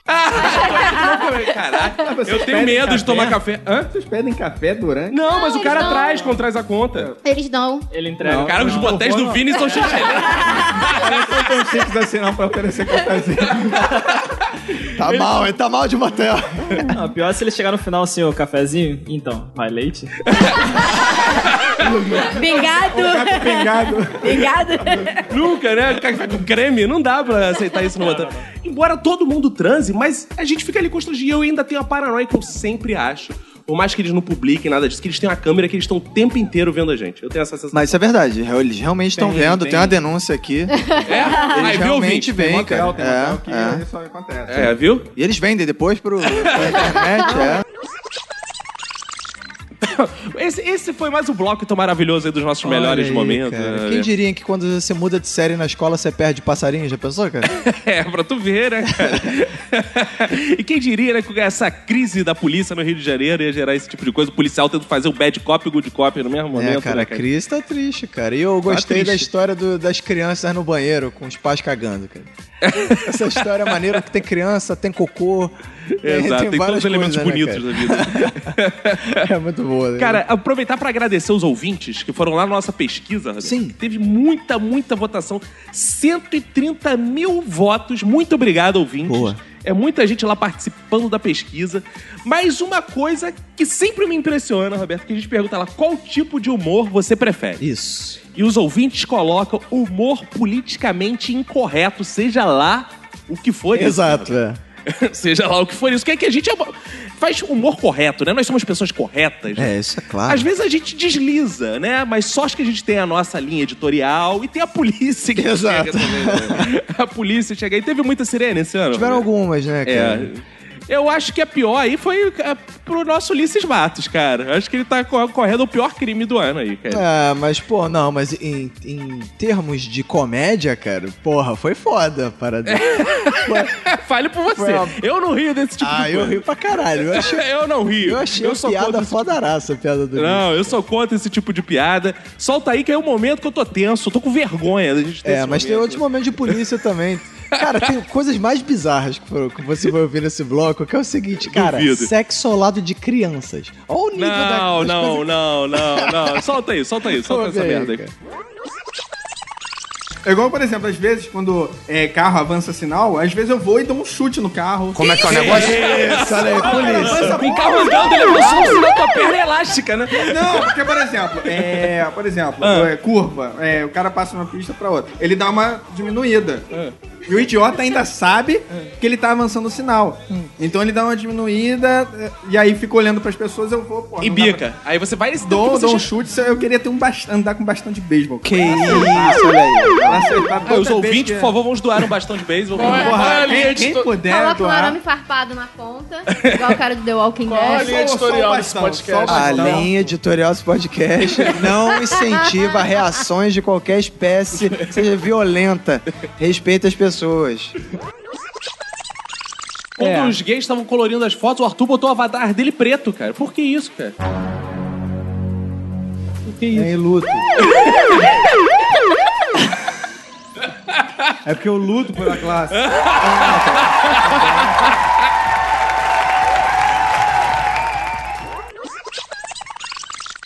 Caraca, Vocês eu tenho pedem medo de tomar café. Hã? Vocês pedem café durante? Não, mas o eles cara não. atrás, quando traz a conta. Eles dão. Ele entrega. Não, cara, os Não, botéis não. do Vini são cheios de Não são tão simples assim, não, pra oferecer cafezinho. Tá mal, ele tá mal de motel. Não, pior é se ele chegar no final assim, ô cafezinho. Então, vai leite? Obrigado. Pingado. Pingado. Nunca, né? Café com creme, não dá pra aceitar isso no motel. Embora todo mundo transe, mas a gente fica ali constrangido. E eu ainda tenho a paranoia que eu sempre acho. Por mais que eles não publiquem nada disso, que eles têm uma câmera que eles estão o tempo inteiro vendo a gente. Eu tenho essa sensação. Mas isso é verdade, eles realmente estão Tem, vendo, tem. tem. uma denúncia É? aqui. Eles Aí, viu, realmente ouvinte? Tem vêm, motel, cara. tem motel que é, é. isso acontece. É, viu? E eles vendem depois pro, pra internet, é. Esse, esse foi mais um bloco tão maravilhoso aí dos nossos melhores aí, momentos. cara. né? Quem diria que quando você muda de série na escola você perde passarinho? Já pensou, cara? É, pra tu ver, né, cara? e quem diria, né, que essa crise da polícia no Rio de Janeiro ia gerar esse tipo de coisa, o policial tendo que fazer o bad cop e o good cop no mesmo momento. É, cara, né, a Cris tá triste, cara. E eu Tá gostei da triste. história do- das crianças no banheiro com os pais cagando, cara. Essa história é maneira que tem criança, tem cocô. É, né? Exato, tem todos várias os elementos coisas, né, bonitos cara? da vida. É muito boa, né? Cara, aproveitar pra agradecer os ouvintes que foram lá na nossa pesquisa, Roberto. Sim. Teve muita, muita votação. 130 mil votos. Muito obrigado, ouvintes. É muita gente lá participando da pesquisa. Mas uma coisa que sempre me impressiona, Roberto, que a gente pergunta lá qual tipo de humor você prefere. Isso. E os ouvintes colocam humor politicamente incorreto, seja lá o que for. isso, Exato, é. Seja lá o que for isso. Que é que a gente é- faz humor correto, né? Nós somos pessoas corretas. É, isso é claro. Às vezes a gente desliza, né? Mas só acho que a gente tem a nossa linha editorial e tem a polícia que chega Exato. também. né? A polícia chega. E teve muita sirene esse ano. Tiveram né? algumas, né, cara? É. Eu acho que a pior aí foi é, pro nosso Ulisses Matos, cara. Eu Acho que ele tá co- correndo o pior crime do ano aí, cara. Ah, mas, pô, não, mas em, em termos de comédia, cara, porra, foi foda a parada. Fale por É, você. É. Foi uma- Eu não rio desse tipo Ah, de coisa. eu rio pra caralho. Eu, achei- Eu não rio. Eu achei Eu a sou piada contra foda esse fodaraça, a piada do Ulisses. Não, eu sou contra esse tipo de piada. Solta aí que é o momento que eu tô tenso, eu tô com vergonha da gente ter É, esse mas tem momento. outros momentos de polícia também. Cara, tem coisas mais bizarras que, foram- que você vai ouvir nesse bloco, que é o seguinte, cara, Duvido. sexo ao lado de crianças. Olha o nível da... Não, das coisas- não, não, não, não. Solta aí, solta aí, solta Vamos essa ver aí, merda aí. É igual, por exemplo, às vezes quando é, carro avança sinal, às vezes eu vou e dou um chute no carro. Como é que é o negócio? Isso, olha aí, polícia. Tem carro andando, ele é avançou o sinal né? com a perna elástica, né? Não, porque, por exemplo, é, por exemplo, Ah. é, curva, é, o cara passa uma pista pra outra, ele dá uma diminuída. Ah. E o idiota ainda sabe que ele tá avançando o sinal. Hum. Então ele dá uma diminuída é, e aí fica olhando pras pessoas, eu vou, pô. E não dá bica. Aí você vai esse Dou, dou um já- chute, eu queria ter um bast... andar com bastante beisebol. tá Que isso, olha aí. Ah, os Toda vez ouvintes, que- é. por favor, vamos doar um bastão de beisebol. Porra, Porra, quem- ali, quem editor- puder Coloca um arame farpado na ponta, igual o cara do The Walking Dead. a linha editorial desse podcast? A Não. linha editorial desse podcast não incentiva reações de qualquer espécie, seja violenta. Respeita as pessoas. Quando É. os gays estavam colorindo as fotos, o Arthur botou o avatar dele preto, cara. Por que isso, cara? Que isso? É em luto. É porque eu luto pela classe.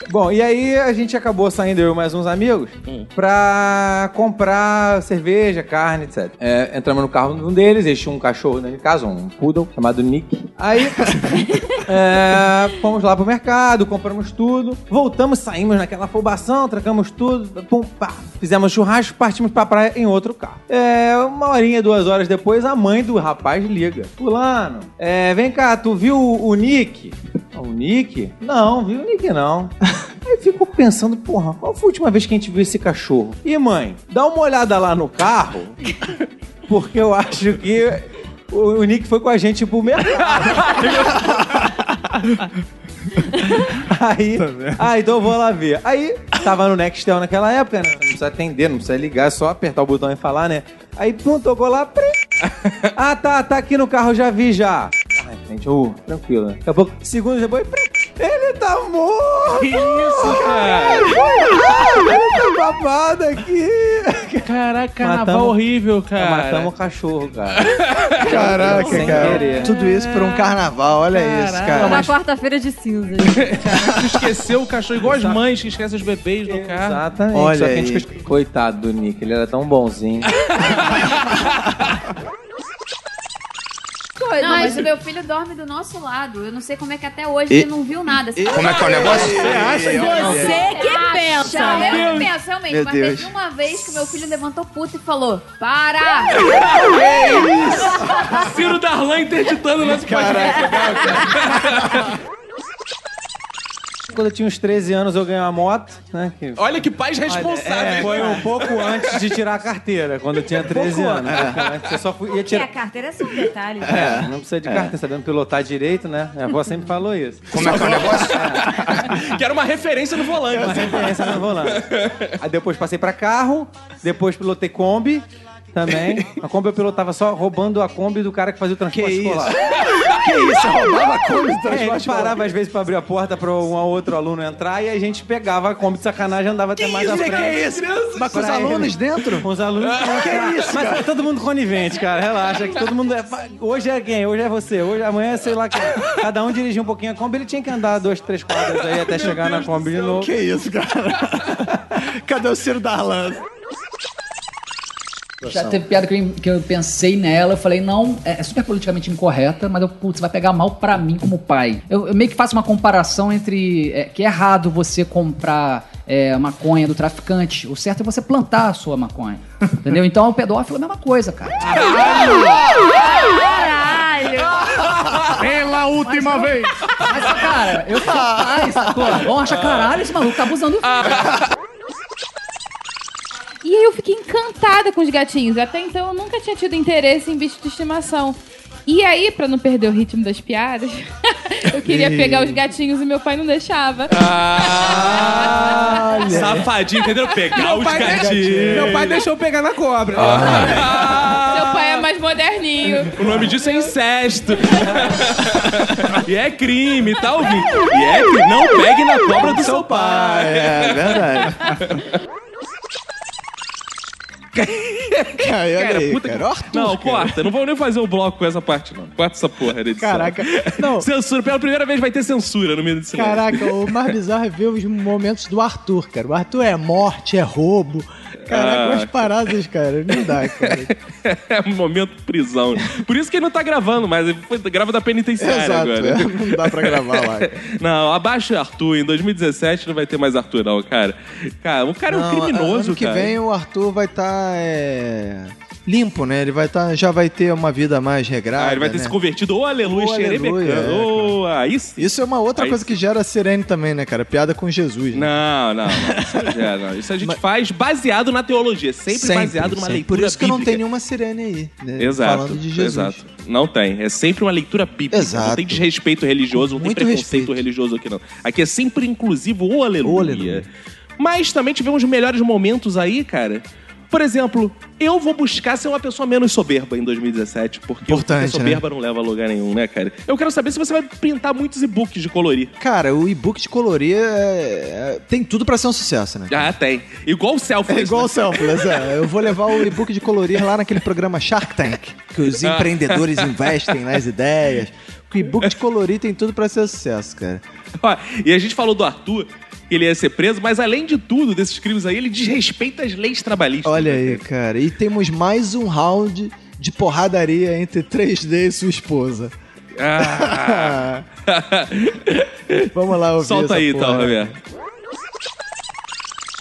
Bom, e aí a gente acabou saindo, eu e mais uns amigos, pra comprar cerveja, carne, etc. É, entramos no carro de um deles, eles tinham um cachorro dentro de casa, um poodle, chamado Nick. Aí é, fomos lá pro mercado, compramos tudo, voltamos, saímos naquela afobação, trocamos tudo, pum, pá, fizemos churrasco, partimos pra praia em outro carro. É, uma horinha, duas horas depois, a mãe do rapaz liga. Fulano, é, vem cá, tu viu o o Nick? Ah, O Nick? Não, viu o Nick não. Aí ficou pensando, porra, qual foi a última vez que a gente viu esse cachorro? E mãe, dá uma olhada lá no carro, porque eu acho que o, o Nick foi com a gente pro mercado. Aí, Ah, então eu vou lá ver. Aí, tava no Nextel naquela época, né? Não precisa atender, não precisa ligar, é só apertar o botão e falar, né? Aí, pum, tocou lá. prim. Ah, tá, tá aqui no carro, já vi já. Ai, gente, ô, tranquilo. né? Daqui a pouco, segundos depois, prim. ele tá morto! Que isso, cara? Ele tá babado aqui! Caraca, carnaval horrível, cara. Matamos o cachorro, cara. Caraca, Sem cara. querer. Tudo isso por um carnaval, olha isso, cara. Mas- Na quarta-feira de cinzas. Tu esqueceu o cachorro, igual as mães que esquecem os bebês no carro. Exatamente. Olha só que a aí. gente... Coitado do Nick, ele era tão bonzinho. Coisa, não, mas- mas o meu filho dorme do nosso lado. Eu não sei como é que até hoje E- ele não viu nada. Assim, Como é que é o negócio? Você acha, então? Você que pensa. Eu Meu que penso, realmente. Meu mas Deus. teve uma vez que meu filho levantou puto e falou, para! Que isso? Ciro Darlan interditando o é nosso Quando eu tinha uns 13 anos, eu ganhei uma moto, né? que- Olha que pais É, responsáveis. foi um pouco antes de tirar a carteira, quando eu tinha 13 Pouco anos. antes. né? Eu só fui, ia Porque a tirar... carteira é só um detalhe. É, não precisa de É. carteira, sabendo pilotar direito, né? Minha avó sempre falou isso. Como é que é o negócio? Que era uma referência no volante. Uma referência no volante. Aí depois passei pra carro, depois pilotei Kombi também. A Kombi eu pilotava só roubando a Kombi do cara que fazia o transporte escolar. Que isso? Roubava a Kombi do transporte É, ele escolar? parava às vezes pra abrir a porta pra um ou outro aluno entrar e a gente pegava a Kombi de sacanagem e andava até mais à isso, frente. que isso? Mas com os Pra alunos ele. dentro? Com os alunos dentro. Que cara. isso, Mas cara? é todo mundo conivente, cara. Relaxa, que todo mundo... é- Hoje é quem? Hoje é você. Hoje, amanhã é sei lá quem. Cada um dirigia um pouquinho a Kombi. Ele tinha que andar dois, três quadras aí até chegar na Kombi de novo. Que isso, cara? Cadê o Ciro Darlan? Já teve piada que eu, que eu pensei nela, eu falei, não, é é super politicamente incorreta, mas eu, putz, vai pegar mal pra mim como pai. Eu, eu meio que faço uma comparação entre é, que é errado você comprar é, maconha do traficante, o certo é você plantar a sua maconha. Entendeu? Então o pedófilo é a mesma coisa, cara. Pela última vez. Mas, cara, eu sou Ah. pai, sacou? Vão achar, caralho, esse maluco tá abusando do filho. E aí eu fiquei encantada com os gatinhos. Até então eu nunca tinha tido interesse em bicho de estimação. E aí, pra não perder o ritmo das piadas, eu queria Ih. pegar os gatinhos e meu pai não deixava. Ah, safadinho, entendeu? Pegar Meu os pai- gatinhos. Meu pai deixou eu pegar na cobra. Ah. Seu pai é mais moderninho. O nome disso é incesto. e é crime, tá ouvindo? E é que não pegue na cobra do seu pai. É verdade. Cara, olha aí, puta cara. que- Ó, Arthur, Não, cara. corta. Não vou nem fazer o bloco com essa parte, não. Corta essa porra da edição. Caraca, Não. Censura. Pela primeira vez vai ter censura no meio desse Caraca, o mais bizarro é ver os momentos do Arthur, cara. O Arthur é morte, é roubo. Caraca, Ah. umas paradas, cara. Não dá, cara. É um momento prisão. Por isso que ele não tá gravando, mas ele foi- grava da penitenciária Exato, agora. é. Não dá pra gravar lá. Não, abaixa Arthur. Em 2017 não vai ter mais Arthur, não, cara. Cara, o cara é um Não, criminoso, ano que cara. vem o Arthur vai estar limpo, né? Ele vai tá, já vai ter uma vida mais regrada. Ah, ele vai ter né? se convertido. Ô, aleluia, Ô, aleluia, xerebecano. é, Ô, aí sim. Isso é uma outra Aí coisa que gera sirene também, né, cara? Piada com Jesus. Né? Não, não, não. Isso, é, não. Isso a gente faz baseado na teologia. Sempre, baseado numa sempre. leitura Por isso que bíblica. não tem nenhuma sirene aí. né? Exato, Falando de Jesus. exato. Não tem. É sempre uma leitura bíblica. Não tem desrespeito religioso, não Muito tem preconceito religioso aqui, não. Aqui é sempre inclusivo o aleluia. Mas também tivemos melhores momentos aí, cara. Por exemplo, eu vou buscar ser uma pessoa menos soberba em 2017, porque Importante, ser soberba não leva a lugar nenhum, né, cara? Eu quero saber se você vai pintar muitos e-books de colorir. Cara, o e-book de colorir é- é- tem tudo pra ser um sucesso, né? Ah, tem. Igual o Selfless. É igual o né? Selfless, é. Eu vou levar o e-book de colorir lá naquele programa Shark Tank, que os Ah. empreendedores investem nas ideias. O e-book de colorir tem tudo pra ser sucesso, cara. Ó, e a gente falou do Arthur. ele ia ser preso, mas além de tudo desses crimes aí, ele desrespeita as leis trabalhistas. Olha aí, cara. E temos mais um round de porradaria entre 3D e sua esposa. Ah. Vamos lá ouvir Solta essa aí, porra. então, Roberto.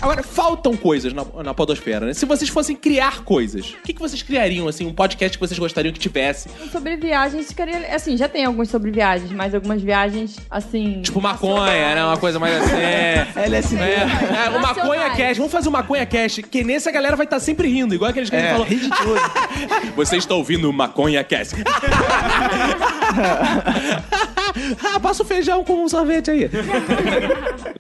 Agora, faltam coisas na, na podosfera, né? Se vocês fossem criar coisas, o que, que vocês criariam, assim, um podcast que vocês gostariam que tivesse? Um Sobre viagens, queria. Assim, já tem alguns sobre viagens, mas algumas viagens, assim. Tipo maconha, né? Uma coisa mais assim. É, LSD. É, o maconha cast. Vamos fazer o maconha cast, que nesse a galera vai estar sempre rindo, igual aqueles que a gente É, falou. ri de tudo. Você está ouvindo o maconha cast. ah, passa o feijão com um sorvete aí.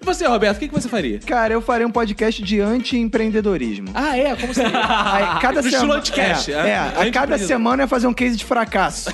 E você, Roberto, o que, que você faria? Cara, eu farei um podcast de anti-empreendedorismo. Ah, é? Como seria? Aí, cada No semana. estilo Anticast, é, é. é, a cada Antiempreendedorismo. semana é fazer um case de fracasso.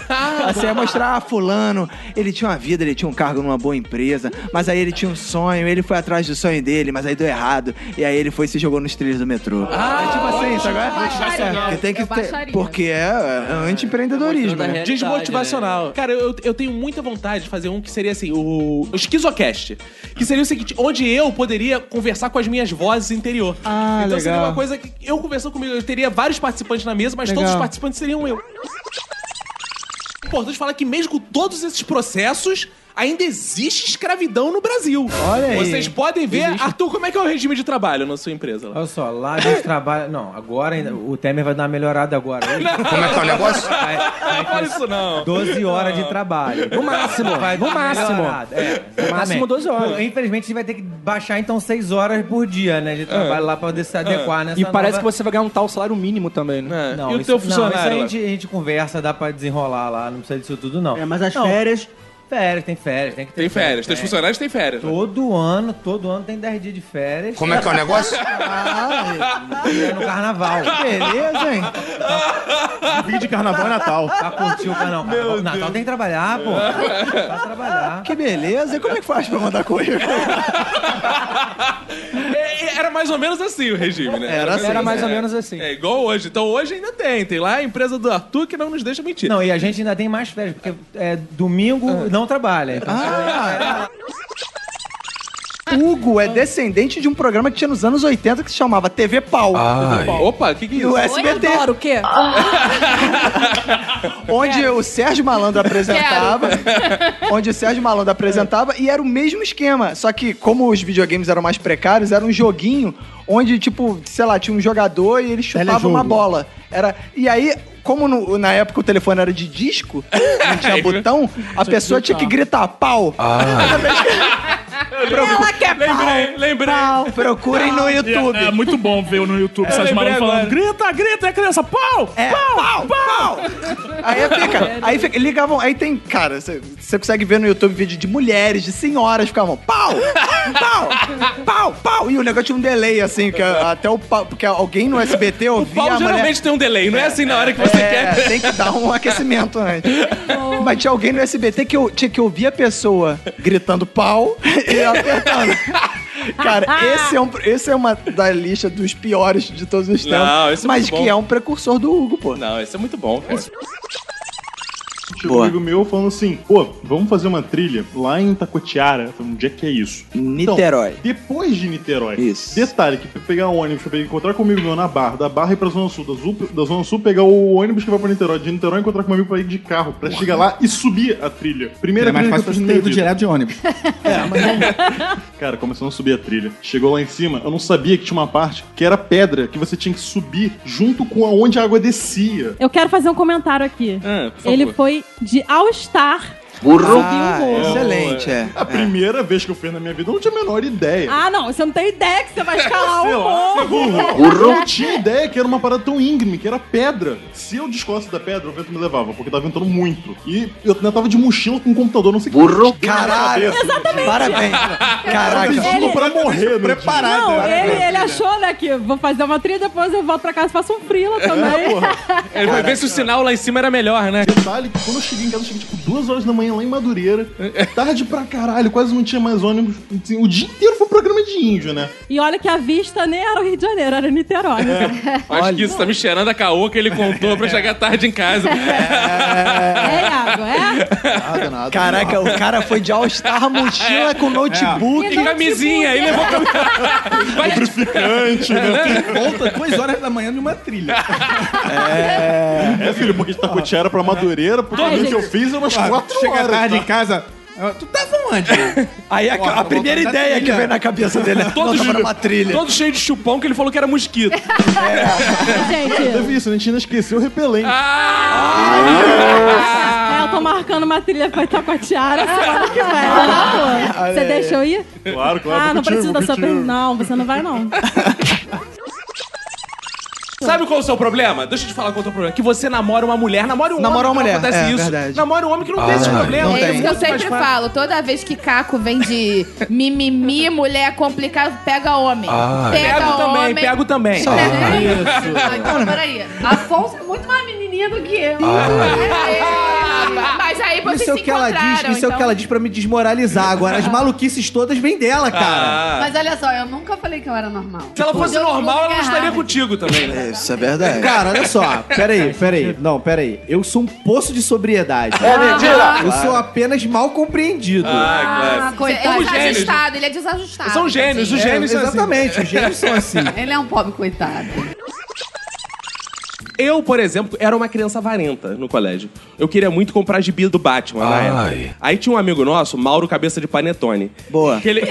Assim, é mostrar, ah, fulano, ele tinha uma vida, ele tinha um cargo numa boa empresa, mas aí ele tinha um sonho, ele foi atrás do sonho dele, mas aí deu errado. E aí ele foi e se jogou nos trilhos do metrô. Ah, é tipo assim, isso agora. baixaria. É, porque tem que É ter, baixaria. porque é, é anti-empreendedorismo. né? Desmotivacional. Cara, eu, eu tenho muita vontade de fazer um que seria assim, o, o Esquizocast. Que seria o seguinte, onde eu poderia conversar com as minhas vozes interior. Ah, então seria legal. uma coisa que eu conversando comigo, eu teria vários participantes na mesa, mas Legal. todos os participantes seriam eu. Importante falar que mesmo com todos esses processos, ainda existe escravidão no Brasil. Olha aí. Vocês podem ver, Existe. Arthur, como é que é o regime de trabalho na sua empresa lá. Olha só, lá a gente trabalha. Não, agora ainda. O Temer vai dar uma melhorada agora. Como é que tá o negócio? Vai, vai Não fala isso não. 12 horas de trabalho. No máximo, Vai no dar uma máximo. melhorada, É, exatamente. Máximo 12 horas. Pô, infelizmente a gente vai ter que baixar então 6 horas por dia, né? De É. trabalho lá pra poder se adequar nessa E parece nova- que você vai ganhar um tal salário mínimo também, É. né? Não, isso- Não, isso aí a gente, a gente conversa, dá pra desenrolar lá, não precisa disso tudo não. É, mas as Não, férias- Férias, tem férias, tem que ter Tem férias, tem. teus funcionários têm férias. né? Todo ano, todo ano tem 10 dias de férias. Como é que é o negócio? Ah, é no carnaval. Que beleza, hein? Vídeo de carnaval é Natal. Pra curtir o carnaval. Carnaval- Natal tem que trabalhar, pô. Tá Pra trabalhar. Que beleza. E como é que faz pra mandar coisa? É, Era mais ou menos assim o regime, né? Era assim. Era mais ou É. menos assim. É igual hoje. Então hoje ainda tem. Tem lá a empresa do Arthur que não nos deixa mentir. Não, e a gente ainda tem mais férias, porque é, domingo Ah. não trabalha. Então, Ah, Hugo é descendente de um programa que tinha nos anos 80 que se chamava TV Pau. Ai. Opa, o que, que é isso? No SBT. Oi, o quê? onde o Sérgio Malandro apresentava. onde o Sérgio Malandro apresentava e era o mesmo esquema. Só que, como os videogames eram mais precários, era um joguinho onde, tipo, sei lá, tinha um jogador e ele chutava Telejogo. uma bola. Era, e aí. Como no- na época o telefone era de disco, não tinha botão, a pessoa tinha que gritar pau. Ela quer Lembrei, lembrei. Ah, Procurem no YouTube. É, é muito bom ver no YouTube Eu essas lembrei malucas falando: agora. grita, grita, é criança, pau! pau, pau, pau! Aí fica, aí fica- ligavam, aí tem, cara, você você consegue ver no YouTube vídeo de mulheres, de senhoras, ficavam pau, pau, pau, pau. E o negócio tinha um delay, assim, que a- até o pau, porque alguém no SBT ouvia Paulo a mulher- geralmente tem um delay, não é assim na hora que você É, quer. tem que dar um aquecimento antes. Mas tinha alguém no SBT que eu tinha que ouvir a pessoa gritando pau e apertando. Cara, esse é, um, esse é uma da lista dos piores de todos os tempos. Não, esse é mas muito que bom. é um precursor do Hugo, pô. Não, esse é muito bom. Cara. Chegou um amigo meu falando assim: pô, vamos fazer uma trilha lá em Itacotiara. Eu Falei, onde é que é isso? Niterói. Então, depois de Niterói. Isso. Detalhe: que pra pegar um ônibus, pra encontrar comigo meu na Barra, da Barra ir pra Zona Sul, da, Zul, da Zona Sul pegar o ônibus que vai pra Niterói, de Niterói encontrar comigo pra ir de carro, pra chegar lá e subir a trilha. Primeira Era mais trilha fácil que eu fiz fazer na ter ido minha vida. direto de ônibus. Cara, começou a subir a trilha. Chegou lá em cima, eu não sabia que tinha uma parte que era pedra, que você tinha que subir junto com aonde a água descia. Eu quero fazer um comentário aqui. Ah, por favor. Ele foi de All-Star. Ah, excelente, é. A primeira vez que eu fiz na minha vida, eu não tinha a menor ideia. Ah, não, você não tem ideia que você vai escalar Sei o lá, morro. é burro. Eu não tinha ideia que era uma parada tão íngreme, que era pedra. Se eu descolasse da pedra, o vento me levava, porque tava ventando muito. E eu ainda tava de mochila com o computador, não sei o que. Burro, Caralho. Exatamente. Parabéns. Caraca, eu Ele- preciso pra morrer, é preparado. Não, ele, ele achou, né, que vou fazer uma trilha, depois eu volto pra casa e faço um frila também. Ele vai ver se o sinal lá em cima era melhor, né? Detalhe que quando eu cheguei em casa, eu cheguei tipo duas horas da manhã lá em Madureira. Tarde pra caralho, quase não tinha mais ônibus. Assim, O dia inteiro foi programa de índio, né? E olha que a vista nem era o Rio de Janeiro, era Niterói. né? Acho É. que isso tá me cheirando a caô que ele contou pra chegar tarde em casa. É, Iago, é? né? Caraca, o cara foi de All-Star mochila com notebook. É. E camisinha, e levou Lubrificante, né? Volta duas horas da manhã numa trilha. É, filho, porque de Itacoatiara pra Madureira, por Ai, tudo que gente. eu fiz, é umas Claro, quatro chega horas. tarde tá? em casa. ah, Tu tava onde? Aí a, Ó, a primeira volta da ideia que trilha. veio na cabeça dele é Todos todo os- uma trilha. É. Todo cheio de chupão que ele falou que era mosquito. Teve isso, né? a gente ainda esqueceu o repelente. Ah! É, eu tô marcando uma trilha pra Itacoatiara semana que vem, tá na boa. Olha Você aí. deixa eu ir? Claro, claro. Ah, não vou precisa contigo, da vou sua... contigo. per- Não, você não vai, não. Sabe qual é o seu problema? Deixa eu te falar qual é o teu problema. Que você namora uma mulher, namora um Namora homem. uma que não mulher, acontece é isso. verdade. Namora um homem que não tem Ah, esse não problema. tem. É É isso que eu muito mais sempre fácil. falo. Toda vez que Caco vem de mimimi, mulher complicada, pega homem. Ah, pega Pego também, homem. pego também. Só Isso. Então, peraí. Afonso é muito mais menininha do que eu. Ah. Mas aí vocês Isso é o se que ela diz, encontraram, isso é o então. que ela diz pra me desmoralizar. Agora, as maluquices todas vêm dela, Ah. cara. Mas olha só, eu nunca falei que eu era normal. Se ela fosse Eu normal, ela não errado. estaria contigo também, né? Isso é verdade. Cara, olha só. Peraí, peraí. Não, peraí. Eu sou um poço de sobriedade. É mentira! Eu sou apenas mal compreendido. Ah, coitado. Ele é desajustado, ele é desajustado. É, assim. Exatamente, os gênios são assim. Ele é um pobre coitado. Eu, por exemplo, era uma criança avarenta no colégio. Eu queria muito comprar gibi do Batman na Ai. época. Aí tinha um amigo nosso, Mauro Cabeça de Panetone. Boa. Que ele,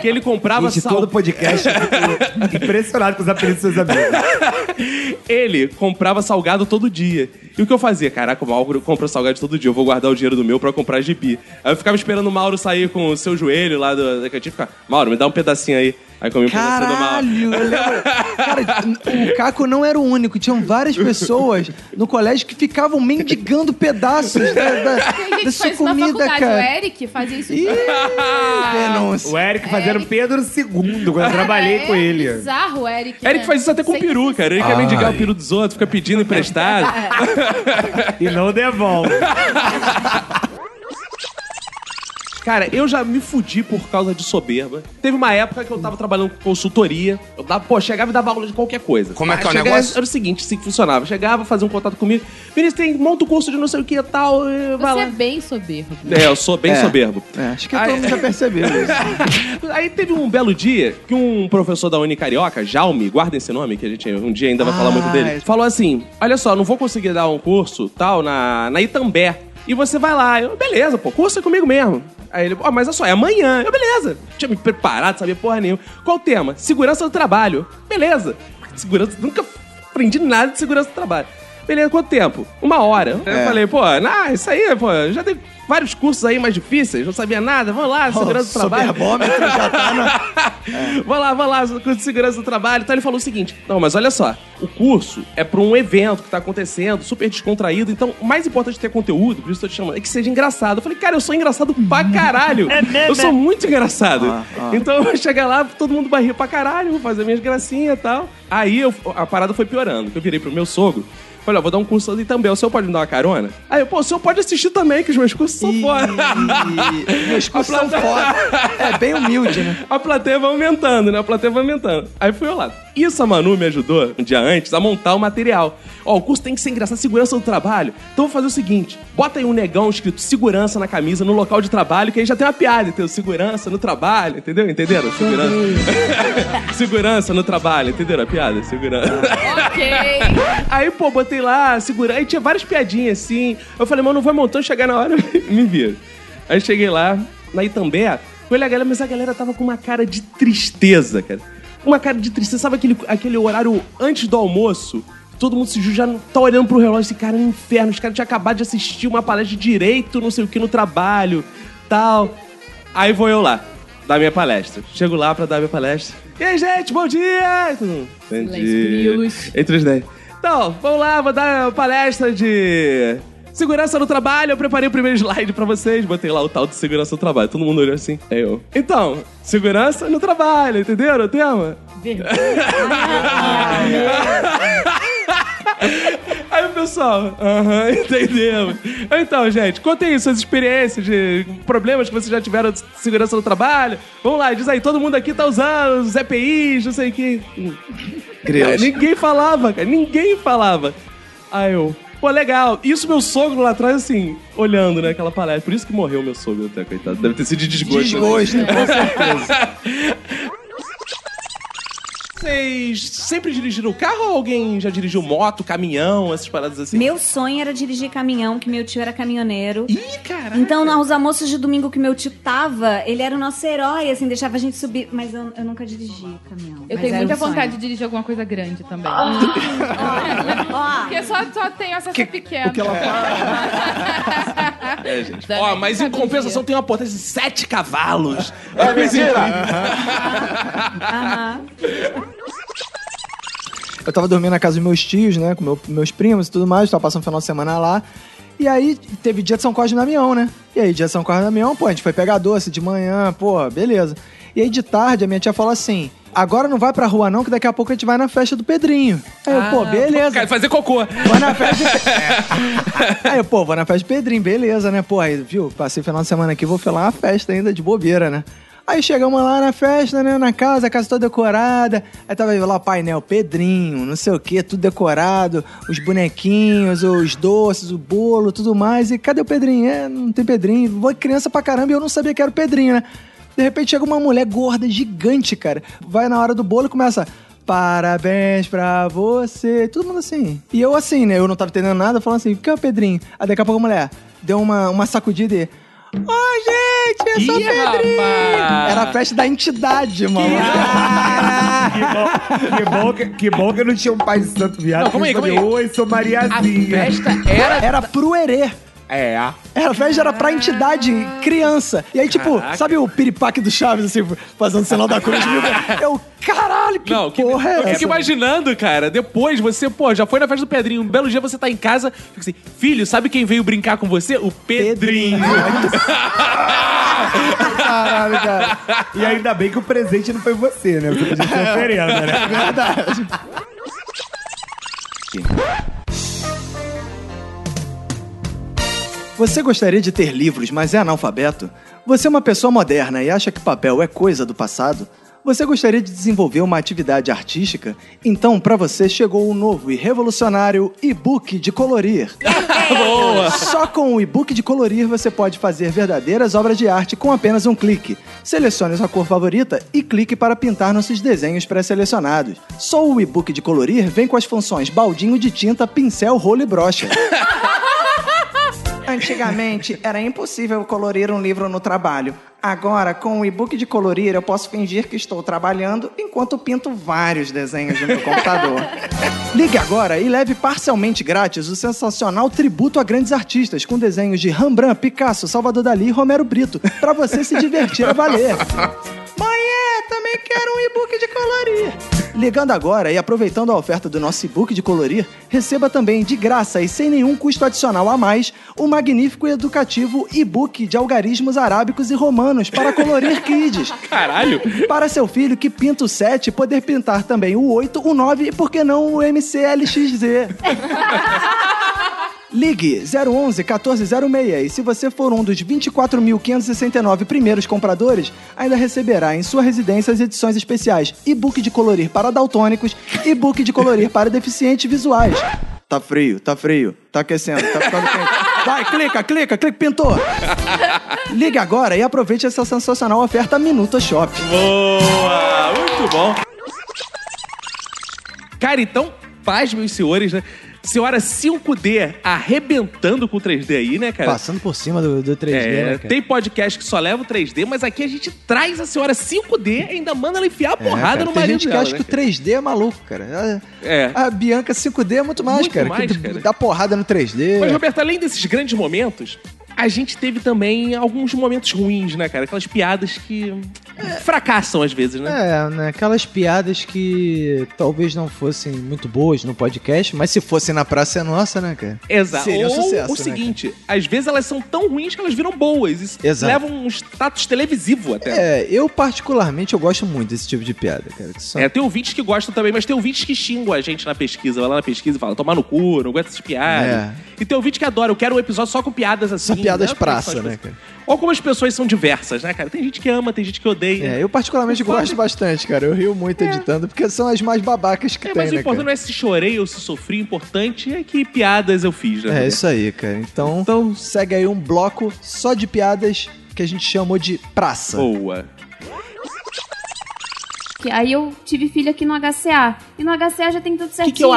que ele comprava Gente, sal- todo podcast eu fico impressionado com os apelidos dos seus amigos. Ele comprava salgado todo dia. E o que eu fazia? Caraca, o Mauro compra salgado todo dia, eu vou guardar o dinheiro do meu pra comprar gibi. Aí eu ficava esperando o Mauro sair com o seu joelho lá do- da cantina e ficava, Mauro, me dá um pedacinho aí. Aí comia um pedacinho do Mauro. Caralho, eu lembro. Cara, o Caco não era o único. Tinham várias pessoas no colégio que ficavam mendigando pedaços da, da, Tem gente da que sua faz isso na comida, faculdade. O cara. Eric fazia isso. O Eric É, fazendo Pedro II, quando eu trabalhei com É ele. bizarro, o Eric. Eric né? faz isso até com peru, cara. Ele quer Ai. mendigar o peru dos outros, fica pedindo emprestado. e não devolve. Cara, eu já me fudi por causa de soberba. Teve uma época que eu tava trabalhando com consultoria. Eu dava, pô, chegava e dava aula de qualquer coisa. Ah, Como é que é o chegava- negócio? Era o seguinte, assim que funcionava. Chegava, fazia um contato comigo. Vinícius, tem, monta o curso de não sei o que e tal. e Vai Você lá. é bem soberbo. É, eu sou bem É. soberbo. acho que todo mundo já percebeu isso. Ah, é. Aí teve um belo dia que um professor da Uni Carioca, Jaume, guarda esse nome, que a gente um dia ainda vai falar muito dele, falou assim: Olha só, não vou conseguir dar um curso tal na, na Itambé. E você vai lá. Eu, beleza, pô, curso é comigo mesmo. Aí ele, ó, mas olha só, é amanhã. Eu, beleza. Tinha me preparado, sabia porra nenhuma. Qual o tema? Segurança do trabalho. Beleza. Segurança, nunca aprendi nada de segurança do trabalho. Beleza, quanto tempo? Uma hora. Aí Eu É. falei, pô, nah, isso aí, pô, já tem vários cursos aí mais difíceis, não sabia nada. Vamos lá, segurança do trabalho. já tá É. Vai lá, vai lá, curso de segurança do trabalho. Então ele falou o seguinte: não, mas olha só, o curso é pra um evento que tá acontecendo, super descontraído. Então, o mais importante de ter conteúdo, por isso eu tô te chamando, é que seja engraçado. Eu falei, cara, eu sou engraçado pra caralho. É mesmo, Eu sou é? muito engraçado. Ah, ah. Então eu vou chegar lá, todo mundo barril pra caralho, vou fazer minhas gracinhas e tal. Aí eu- a parada foi piorando. Eu virei pro meu sogro. Falei, ó, vou dar um curso ali também. O senhor pode me dar uma carona? Aí eu, pô, o senhor pode assistir também, que os meus cursos são foda. meus cursos são foda. É bem humilde, né? A plateia vai aumentando, né? A plateia vai aumentando. Aí fui eu lá. Isso a Manu me ajudou, um dia antes, a montar o material. Ó, o curso tem que ser engraçado, segurança do trabalho. Então vou fazer o seguinte, bota aí um negão escrito segurança na camisa, no local de trabalho, que aí já tem uma piada, entendeu? Segurança no trabalho, entendeu? Entenderam? Segurança. segurança no trabalho, entenderam a piada? Segurança. Aí, pô, botei lá, segura. Aí tinha várias piadinhas assim. Eu falei, mano, não vai montando, chegar na hora, me vira. Aí cheguei lá, na Itambé, olha a galera, mas a galera tava com uma cara de tristeza, cara. Uma cara de tristeza. Sabe aquele, aquele horário antes do almoço? Todo mundo se ju- já não- tá olhando pro relógio, esse cara é um inferno. Os caras tinham acabado de assistir uma palestra de direito, não sei o que, no trabalho, tal. Aí vou eu lá, dar minha palestra. Chego lá pra dar minha palestra. E aí, gente, bom dia! Entendi. Entre os 10. Então, vamos lá, vou dar uma palestra de segurança no trabalho. Eu preparei o primeiro slide pra vocês, botei lá o tal de segurança no trabalho. Todo mundo olhou assim, é eu. Então, segurança no trabalho, entenderam o tema? Vergonha. Aí o pessoal, aham, entendemos. Então, gente, contem aí suas experiências de problemas que vocês já tiveram de segurança no trabalho. Vamos lá, diz aí, todo mundo aqui tá usando os EPIs, não sei o que. Grilos. Ninguém falava, cara, ninguém falava. Aí eu, pô, legal. Isso meu sogro lá atrás, assim, olhando, né, aquela palestra. Por isso que morreu meu sogro até, coitado. Deve ter sido de desgosto. Desgosto, né? com certeza. Vocês sempre dirigiram carro ou alguém já dirigiu moto, caminhão, essas paradas assim? Meu sonho era dirigir caminhão, que meu tio era caminhoneiro. Ih, caralho! Então, nos almoços de domingo que meu tio tava, ele era o nosso herói, assim, deixava a gente subir. Mas eu, eu nunca dirigi caminhão. Eu Mas tenho era muita um sonho. vontade de dirigir alguma coisa grande também. Ah. Porque só, só tenho acesso a pequeno. É, gente. Ó, mas em compensação tem uma potência de 7 cavalos. É mentira! Eu tava dormindo na casa dos meus tios, né? Com meu- meus primos e tudo mais, tava passando o final de semana lá. E aí teve dia de São Cosme e Damião, né? E aí, dia de São Cosme e Damião, pô, a gente foi pegar doce de manhã, pô, beleza. E aí de tarde a minha tia falou assim: agora não vai pra rua, não, que daqui a pouco a gente vai na festa do Pedrinho. Aí eu, pô, beleza. Quer fazer cocô. Vai na festa de... Aí eu, pô, vou na festa de Pedrinho, beleza, né? Pô, aí, viu? Passei o final de semana aqui, vou falar uma festa ainda de bobeira, né? Aí chegamos lá na festa, né? Na casa, a casa toda decorada. Aí tava lá o painel, Pedrinho, não sei o quê, tudo decorado. Os bonequinhos, os doces, o bolo, tudo mais. E cadê o Pedrinho? É, não tem Pedrinho. Boa criança pra caramba e eu não sabia que era o Pedrinho, né? De repente chega uma mulher gorda, gigante, cara. Vai na hora do bolo e começa... Parabéns pra você. Todo mundo assim. E eu assim, né? Eu não tava entendendo nada, falando assim, que é o Pedrinho? Aí daqui a pouco a mulher deu uma, uma sacudida e. Ô, gente, eu sou o Ih, Pedrinho! Ah. rapaz! Era a festa da entidade, mano. Que bom que, que bom que eu não tinha um pai de santo viado. Não, calma aí, que eu calma falei, aí. Oi, sou Mariazinha. A festa era- Era pro herê. É. Era, a festa era pra entidade criança. E aí, tipo, Caraca. sabe o piripaque do Chaves, assim, fazendo sinal da cruz? Viu? Eu, caralho, que Não, que- porra é eu essa? fico imaginando, cara. Depois você, pô, já foi na festa do Pedrinho. Um belo dia você tá em casa, fica assim: filho, sabe quem veio brincar com você? O Pedrinho. Caralho, cara. E ainda bem que o presente não foi você, né? Você podia ser oferenda, né? Verdade. Você gostaria de ter livros, mas é analfabeto? Você é uma pessoa moderna e acha que papel é coisa do passado? Você gostaria de desenvolver uma atividade artística? Então, pra você chegou o novo e revolucionário e-book de colorir. Boa! Só com o e-book de colorir você pode fazer verdadeiras obras de arte com apenas um clique. Selecione sua cor favorita e clique para pintar nossos desenhos pré-selecionados. Só o e-book de colorir vem com as funções baldinho de tinta, pincel, rolo e brocha. Antigamente era impossível colorir um livro no trabalho. Agora, com o e-book de colorir, eu posso fingir que estou trabalhando enquanto pinto vários desenhos um no meu computador. Ligue agora e leve parcialmente grátis o sensacional tributo a grandes artistas com desenhos de Rembrandt, Picasso, Salvador Dali e Romero Brito, para você se divertir a valer. Mãe, é, também quero um e-book de colorir. Ligando agora e aproveitando a oferta do nosso e-book de colorir, receba também de graça e sem nenhum custo adicional a mais o magnífico e educativo e-book de algarismos arábicos e romanos para colorir kids. Caralho! Para seu filho que pinta o 7, poder pintar também o 8, o 9 e, por que não, o MCLXZ. Ligue 011 1406 e se você for um dos 24.569 primeiros compradores, ainda receberá em sua residência as edições especiais e-book de colorir para daltônicos e e-book de colorir para deficientes visuais. Tá frio, tá frio, tá aquecendo, tá ficando quente. Vai, clica, clica, clica, pintou! Ligue agora e aproveite essa sensacional oferta Minuto Shop. Boa! Muito bom. Cara, então, paz, meus senhores, né? Senhora 5D arrebentando com o 3D aí, né, cara? Passando por cima do, do 3D, É, né, cara? tem podcast que só leva o 3D, mas aqui a gente traz a senhora 5D e ainda manda ela enfiar a É, porrada cara, no Tem marido gente que dela, acha né, que o 3D é maluco, cara. A- É. A Bianca 5D é muito mais, Muito cara. mais, que cara. Dá porrada no 3D. Mas, Roberto, além desses grandes momentos, a gente teve também alguns momentos ruins, né, cara? Aquelas piadas que Fracassam às vezes, né? É, né? Aquelas piadas que talvez não fossem muito boas no podcast, mas se fossem na Praça é Nossa, né, cara? Exato. Seria um Ou sucesso, o né, seguinte, às vezes elas são tão ruins que elas viram boas. Isso Exato. leva um status televisivo até. É, eu particularmente eu gosto muito desse tipo de piada, cara. que só- É, tem ouvintes que gostam também, mas tem ouvintes que xingam a gente na pesquisa. Vai lá na pesquisa e fala, tomar no cu, não aguento essas piadas. É. E tem ouvinte que adora, eu quero um episódio só com piadas assim. Só piadas né? praça, né, cara? Ou como as pessoas são diversas, né, cara? Tem gente que ama, tem gente que odeia. É, eu particularmente O fato gosto bastante, cara. Eu rio muito editando, porque são as mais babacas que É, tem, mas o né, importante cara? não é se chorei ou se sofri, o importante é que piadas eu fiz, né? É, isso aí, cara. Então, então segue aí um bloco só de piadas que a gente chamou de praça. Boa. Que aí eu tive filho aqui no HCA. E no HCA já tem tudo O certinho. que, que é o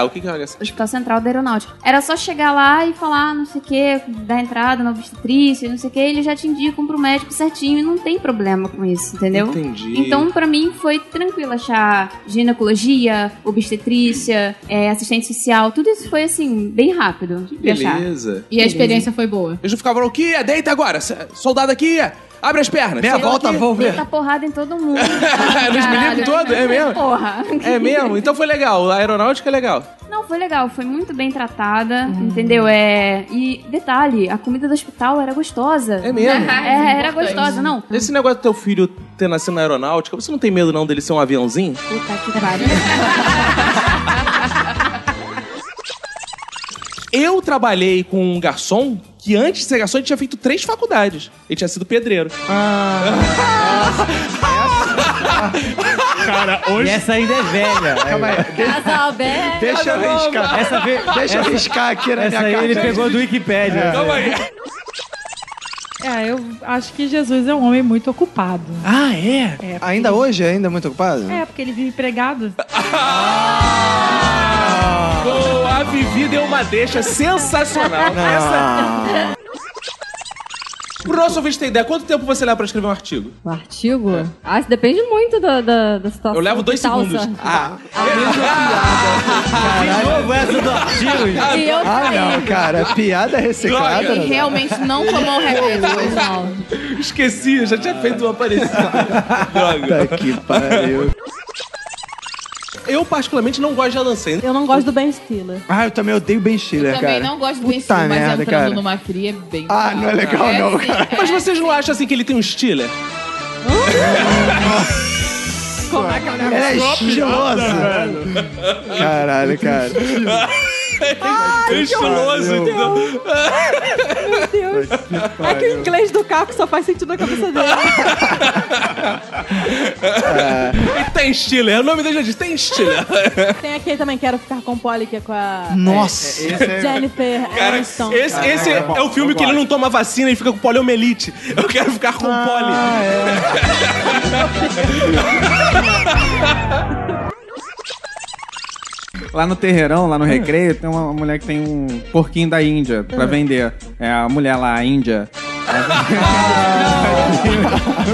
HCA? O que, que é o HCA? Hospital Central da Aeronáutica. Era só chegar lá e falar, "Ah, não sei o que, dar entrada na obstetrícia, não sei o que, ele já te indicam pro médico certinho e não tem problema com isso, entendeu? Entendi. Então, pra mim, foi tranquilo achar ginecologia, obstetrícia, é, assistente social, tudo isso foi, assim, bem rápido de achar. Beleza. E a experiência foi boa. Eu já ficava falando, o que é? Deita agora. se- Soldado aqui, é. abre as pernas. Dá Soldado aqui. Tá porrada em todo mundo. Nos meninos todos, é mesmo? Porra. É mesmo? Então foi legal. A aeronáutica é legal. Não, foi legal, foi muito bem tratada, entendeu? É... E detalhe, a comida do hospital era gostosa. É mesmo? É, era gostosa, não. Esse negócio do teu filho ter nascido na aeronáutica, você não tem medo não dele ser um aviãozinho? Puta que pariu. Eu trabalhei com um garçom que antes de ser garçom ele tinha feito três faculdades. Ele tinha sido pedreiro. Ah. Cara, hoje- E essa ainda é velha. Calma aí. Casal velho. Deixa eu riscar. Essa vez, Deixa eu riscar aqui na essa minha aí carta. ele pegou do Wikipédia. Calma aí. É, eu acho que Jesus é um homem muito ocupado. Ah, é? porque Ainda ele- hoje? Ainda muito ocupado? É, porque ele vive pregado. Ah. Boa, a Vivi deu uma deixa sensacional. Não. Essa... Pro nosso ouvinte ter ideia, quanto tempo você leva pra escrever um artigo? O artigo? Ah, isso depende muito da, da, da situação. Eu levo dois vital, segundos. sabe? Ah. De novo essa do E eu tá. Ah, não, caindo. cara. Piada reciclada. E realmente não tomou o remédio original. Esqueci, eu já tinha feito uma parecida. Droga. Tá que pariu. Eu, particularmente, não gosto de Alan Sandler. Eu não gosto do Ben Stiller. Ah, eu também odeio Ben Stiller, também É, cara. não gosto do Ben Puta Stiller, mas merda, entrando cara. numa fria é bem. Ah, não é legal, não, cara. Mas vocês não acham assim que ele tem um estilo? Como é que Ela é estilosa. Caralho, cara. é Estiloso, então. entendeu? Meu Deus. É que o Ah! inglês do Caco só faz sentido na cabeça dele. Ele tem estilo, é o nome dele já diz, tem estilo. Tem aquele também, Quero Ficar com Polly, que é com a... Nossa. é- é- Jennifer Cara, Aniston. esse, esse é, o filme que ele não toma vacina e fica com poliomielite. Eu quero ficar com poli. Lá no terreirão, lá no recreio, tem uma mulher que tem um porquinho da Índia pra Ah. vender. É a mulher lá, a Índia.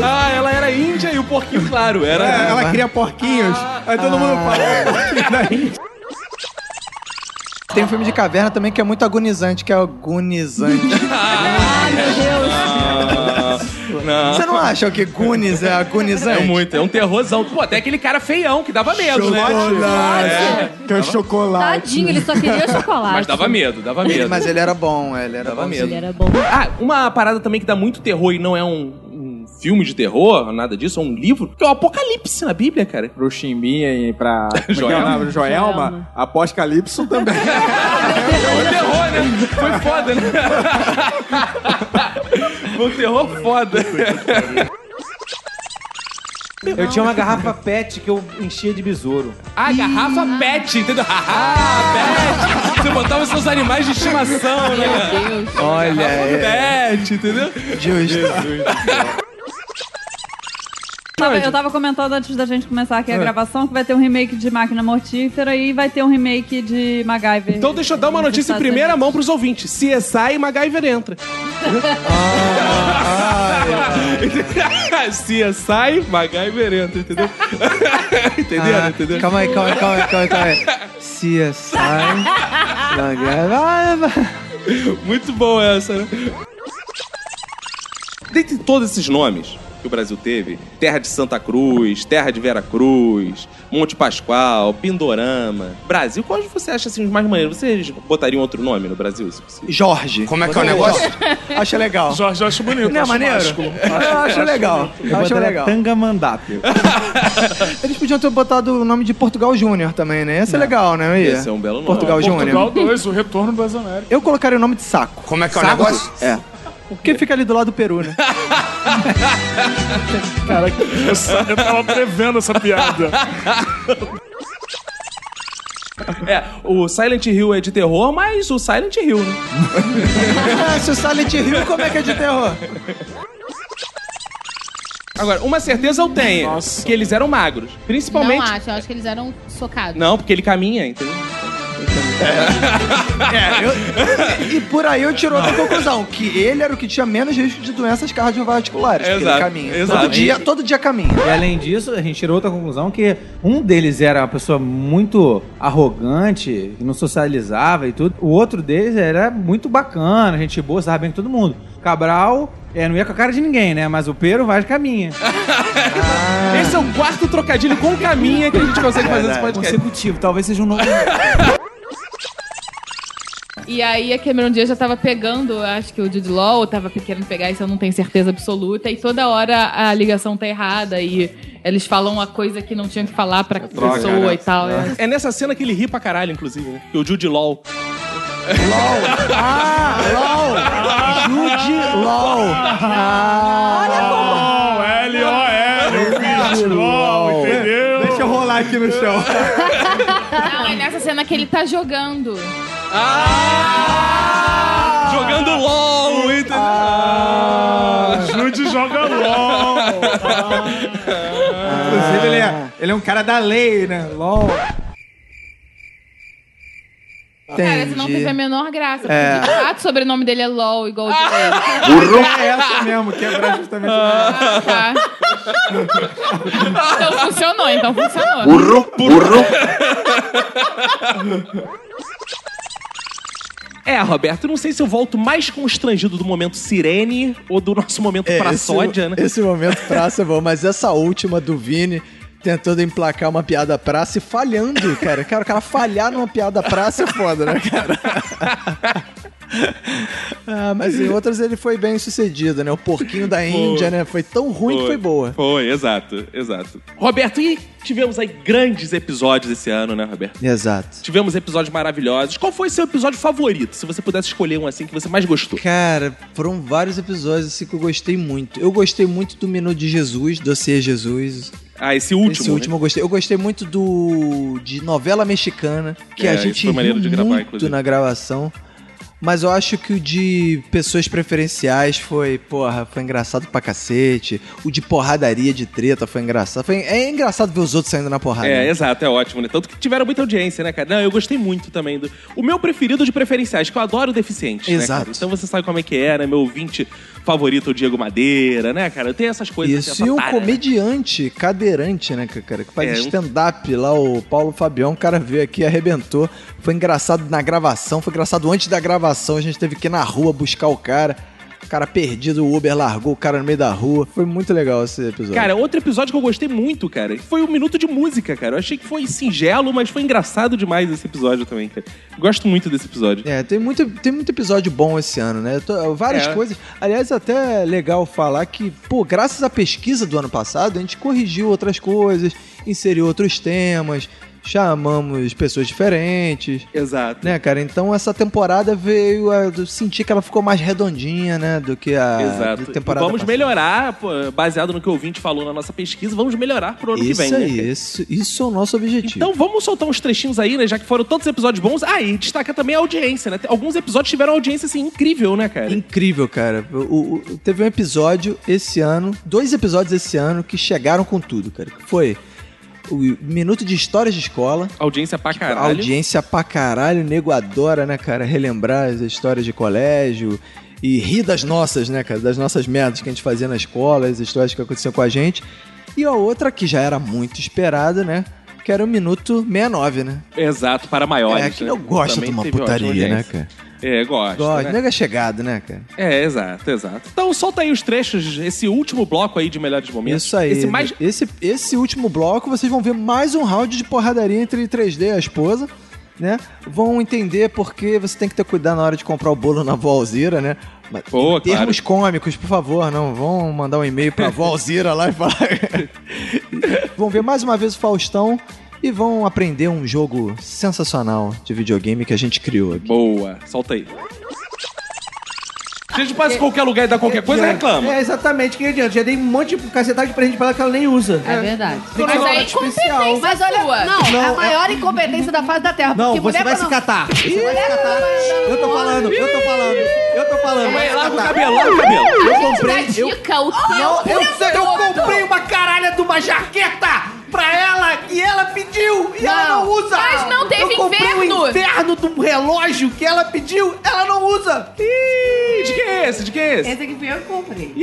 ah, ela era índia e o porquinho, claro, era. Ah, É, Ah. ela cria porquinhos. aí todo mundo fala. "Porquinho da Tem um filme de caverna também que é muito agonizante, que é agonizante. Ah, Não. Você não acha que Goonies é agonizante? É muito, é um terrorzão. Pô, até aquele cara feião que dava medo, né? Chocolate. É. um Teu chocolate. Tadinho, ele só queria chocolate. Mas dava medo, dava medo. Mas ele era bom, ele era Dava bom. medo. Ah, uma parada também que dá muito terror e não é um, um filme de terror, nada disso, é um livro, que é o Apocalipse na Bíblia, cara. Pro Chimbinha e pra Joelma. é Joelma. Joelma, apocalipso também. Foi terror, né? Foi foda, né? Foi um terror foda. Eu tinha uma garrafa pet que eu enchia de besouro. Ah, garrafa pet, entendeu? Ah, pet! Você botava seus animais de estimação, né? Meu Deus. Olha, é. Pet, entendeu? Tava- eu tava comentando antes da gente começar aqui a Ah. gravação que vai ter um remake de Máquina Mortífera e vai ter um remake de MacGyver. Então deixa eu dar uma Nos notícia em Estados primeira mão pros ouvintes. CSI e MacGyver entra. CSI, MacGyver entra, entendeu? Entenderam? Ah, entendeu? Calma aí, calma aí, calma aí, calma aí. Calma aí. CSI. Vai, vai. Muito bom essa, né? Dentre todos esses nomes, que o Brasil teve, terra de Santa Cruz, terra de Vera Cruz, Monte Pascoal, Pindorama, Brasil, quais você acha assim os mais maneiros? Vocês botariam outro nome no Brasil, se possível? Jorge. Como é que é o negócio? Acho legal. Jorge eu acho bonito. Não é acho maneiro? másculo. Eu acho legal. Eu acho botaria legal. Tangamandápio. Eles podiam ter botado o nome de Portugal Júnior também, né? Esse é legal, né? Ia. Esse é um belo nome. Portugal Júnior. Portugal 2, o retorno das Américas. Eu colocaria o nome de saco. Como é que é o Saco? negócio? É. Porque fica ali do lado do Peru, né? Cara, essa- eu tava prevendo essa piada. É, o Silent Hill é de terror, mas o Silent Hill, né? Se o Silent Hill, como é que é de terror? Agora, uma certeza eu tenho, que eles eram magros. Principalmente... Não acho, eu acho que eles eram socados. Não, porque ele caminha, entendeu? É. E por aí eu tiro outra conclusão, que ele era o que tinha menos risco de doenças cardiovasculares. porque Exato, ele caminha. exato. Todo dia, todo dia caminha. E além disso, a gente tirou outra conclusão que um deles era uma pessoa muito arrogante, que não socializava e tudo. O outro deles era muito bacana, gente boa, sabe bem com todo mundo. Cabral é, não ia com a cara de ninguém, né? Mas o Pero vai de caminha. Esse é o quarto trocadilho com caminha que a gente consegue fazer É nesse podcast. Consecutivo, talvez seja um novo. E aí a Cameron Diaz já tava pegando, acho que o Jude Law ou tava querendo pegar, isso eu não tenho certeza absoluta. E toda hora a ligação tá errada e eles falam a coisa que não tinham que falar pra pessoa e tal. É. É nessa cena que ele ri pra caralho, inclusive, né? Que o Jude LOL. Ah, LOL! Jude LOL! LOL, L-O-L, o bicho, LOL, entendeu? Ah. Deixa eu rolar aqui no chão. Não, é nessa cena que ele tá jogando. Jogando LOL, entendeu? Ah. Jude joga LOL. Inclusive, ele é, ele é um cara da lei, né? LOL. Cara, senão teve a menor graça. Porque É. de fato o sobrenome dele é LOL, igual o de dele. É essa mesmo, quebrar justamente. Ah, tá. Então funcionou, então funcionou. Burro, burro. É, Roberto, eu não sei se eu volto mais constrangido do momento sirene ou do nosso momento pra É, esse- sódia, né? Esse momento praça é bom, mas essa última do Vini tentando emplacar uma piada praça e falhando, cara. Cara, o cara falhar numa piada praça é foda, né, cara? Ah, mas em outras ele foi bem sucedido, né? O porquinho da Índia, né? Foi tão ruim que foi boa. Foi, exato, exato. Roberto, e tivemos aí grandes episódios esse ano, né, Roberto? Exato. Tivemos episódios maravilhosos. Qual foi seu episódio favorito? Se você pudesse escolher um assim que você mais gostou. Cara, foram vários episódios assim que eu gostei muito. Eu gostei muito do Minuto de Jesus, dossiê Jesus. Ah, esse último. Esse último eu gostei. Eu gostei muito do de novela mexicana, que É, a esse gente foi maneiro riu de gravar, muito inclusive. na gravação. Mas eu acho que o de pessoas preferenciais foi, porra, foi engraçado pra cacete. O de porradaria de treta foi engraçado. Foi, é engraçado ver os outros saindo na porrada. É, exato, é ótimo, né? Tanto que tiveram muita audiência, né, cara? Não, eu gostei muito também do. O meu preferido de preferenciais, que eu adoro deficiente. Né, Exato. cara? Então você sabe como é que é, né? Meu ouvinte favorito, é o Diego Madeira, né, cara? Tem essas coisas. Isso, assim, e essa um tara, né? comediante cadeirante, né, cara? Que faz É, um- stand-up lá, o Paulo Fabião. O cara veio aqui, arrebentou. Foi engraçado na gravação, foi engraçado antes da gravação. A gente teve que ir na rua buscar o cara. O cara perdido, o Uber largou o cara no meio da rua. Foi muito legal esse episódio. Cara, outro episódio que eu gostei muito, cara, foi o Minuto de Música, cara. Eu achei que foi singelo, mas foi engraçado demais esse episódio também, cara. Gosto muito desse episódio. É, tem muito, tem muito episódio bom esse ano, né? Eu tô- várias É. coisas. Aliás, até é legal falar que, pô, graças à pesquisa do ano passado, a gente corrigiu outras coisas, inseriu outros temas, chamamos pessoas diferentes. Exato. Né, cara? Então essa temporada veio. a- Eu senti que ela ficou mais redondinha, né? Do que a Exato. do temporada vamos passada. melhorar, pô, baseado no que o ouvinte falou na nossa pesquisa, vamos melhorar pro ano que Isso vem, né, aí, cara? isso, isso é o nosso objetivo. Então vamos soltar uns trechinhos aí, né? Já que foram tantos episódios bons. Ah, e destacar também a audiência, né? Alguns episódios tiveram audiência, assim, incrível, né, cara? Incrível, cara. O- o- teve um episódio esse ano, dois episódios esse ano que chegaram com tudo, cara. Que Foi o Minuto de Histórias de Escola. Audiência pra Tipo, caralho. Audiência pra caralho, o nego adora, né, cara? Relembrar as histórias de colégio e rir das nossas, né, cara? Das nossas merdas que a gente fazia na escola, as histórias que aconteciam com a gente. E a outra que já era muito esperada, né? Que era o Minuto 69, né? Exato, para maiores. É, que né? eu gosto Também de uma teve ótima putaria, né, audiência. cara? É, gosta. Gosto. né? Nega chegado, né, cara? É, exato, exato. Então solta aí os trechos, esse último bloco aí de melhores momentos. Isso aí. Esse mais. esse, esse último bloco vocês vão ver mais um round de porradaria entre 3D e a esposa. Né? Vão entender porque você tem que ter cuidado na hora de comprar o bolo na Valzira, né? Mas, Boa, em termos cômicos, por favor, não vão mandar um e-mail pra Valzira lá e falar. vão ver mais uma vez o Faustão e vão aprender um jogo sensacional de videogame que a gente criou aqui. Boa, solta aí. A gente passa em qualquer lugar e dá qualquer coisa, reclama. É, exatamente. Que adianta? Já dei um monte de cacetada de presente pra ela que ela nem usa. É verdade. Tem que Mas ser aí, um incompetência especial. Mas olha, sua. Não, Não, a é- maior incompetência da face da Terra. Não, Ah, porque você mulher vai se quando- catar. Você vai se catar. Eu tô falando, eu tô falando, eu tô falando. Vai, Vai larga o catar. cabelo, larga o cabelo. Eu A gente comprei. dá eu- dica o Não, tempo eu, sei, eu todo. comprei uma caralha de uma jaqueta pra ela e ela pediu e ela não usa. Mas não teve eu comprei inverno. o inverno de um relógio que ela pediu, ela não usa. Ih, de que é esse? De que é esse? Esse aqui foi eu que comprei.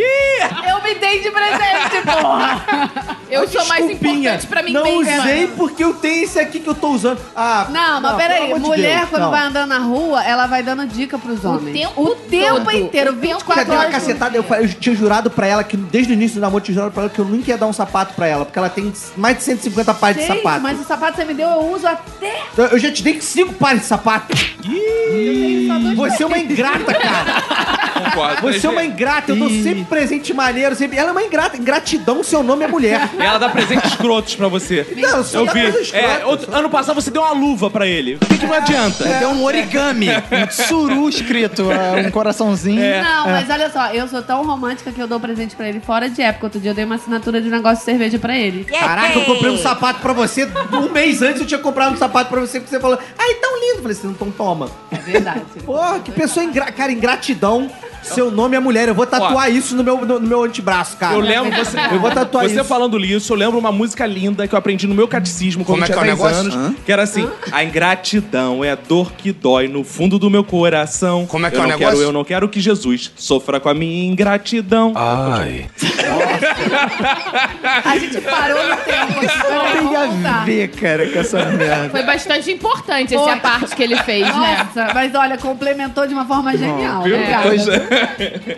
Eu me dei de presente, porra! Eu sou mais Desculpinha, importante pra mim não mesma. usei porque eu tenho esse aqui que eu tô usando. Ah, Não, mas peraí, pelo amor de mulher Deus, quando não. vai andando na rua, ela vai dando dica pros homens. tempo todo. inteiro, Já 24 deu uma horas. por cacetada, eu, falei- eu tinha jurado pra ela que desde o início do namoro eu tinha jurado pra ela que eu nunca ia dar um sapato pra ela, porque ela tem mais de 150 pares de Gente, sapato. Mas o sapato que você me deu, eu uso até. Então, eu já te dei cinco pares de sapato. Você é uma ingrata, cara. Concordo. Você é uma ingrata. Eu dou sempre presente maneiro. Sempre... Ela é uma ingrata. Ingratidão, seu nome é mulher. E Ela dá presentes escrotos pra você. Não, eu sou uma coisa vi. escrota, É, outro- ano passado você deu uma luva pra ele. Por que, que não adianta? É, deu um origami, um suru escrito, é, um coraçãozinho. Não, É. mas olha só, eu sou tão romântica que eu dou presente pra ele fora de época. Outro dia eu dei uma assinatura de negócio de cerveja pra ele. Caraca, eu comprei um sapato pra você. Um mês antes eu tinha comprado um sapato pra você, porque você falou, ai, tão lindo. Eu falei assim, então toma. É verdade. Porra, que pessoa ingrata. Cara, ingratidão. Seu nome é mulher. Eu vou tatuar isso no meu, no, no meu antebraço, cara. Eu lembro você. Eu vou tatuar Você isso. falando isso, eu lembro uma música linda que eu aprendi no meu catecismo quando Como é eu tinha que é o 10 anos. negócio? Hã? Que era assim: a ingratidão é a dor que dói no fundo do meu coração. Como é que eu é o não negócio? Quero, eu não quero que Jesus sofra com a minha ingratidão. Ai. A gente parou no tempo. Não tem a ver, cara, com essa merda. Foi bastante importante Foi. essa parte que ele fez, né? Nossa, mas olha, complementou de uma forma genial. viu? Obrigada. Pois é.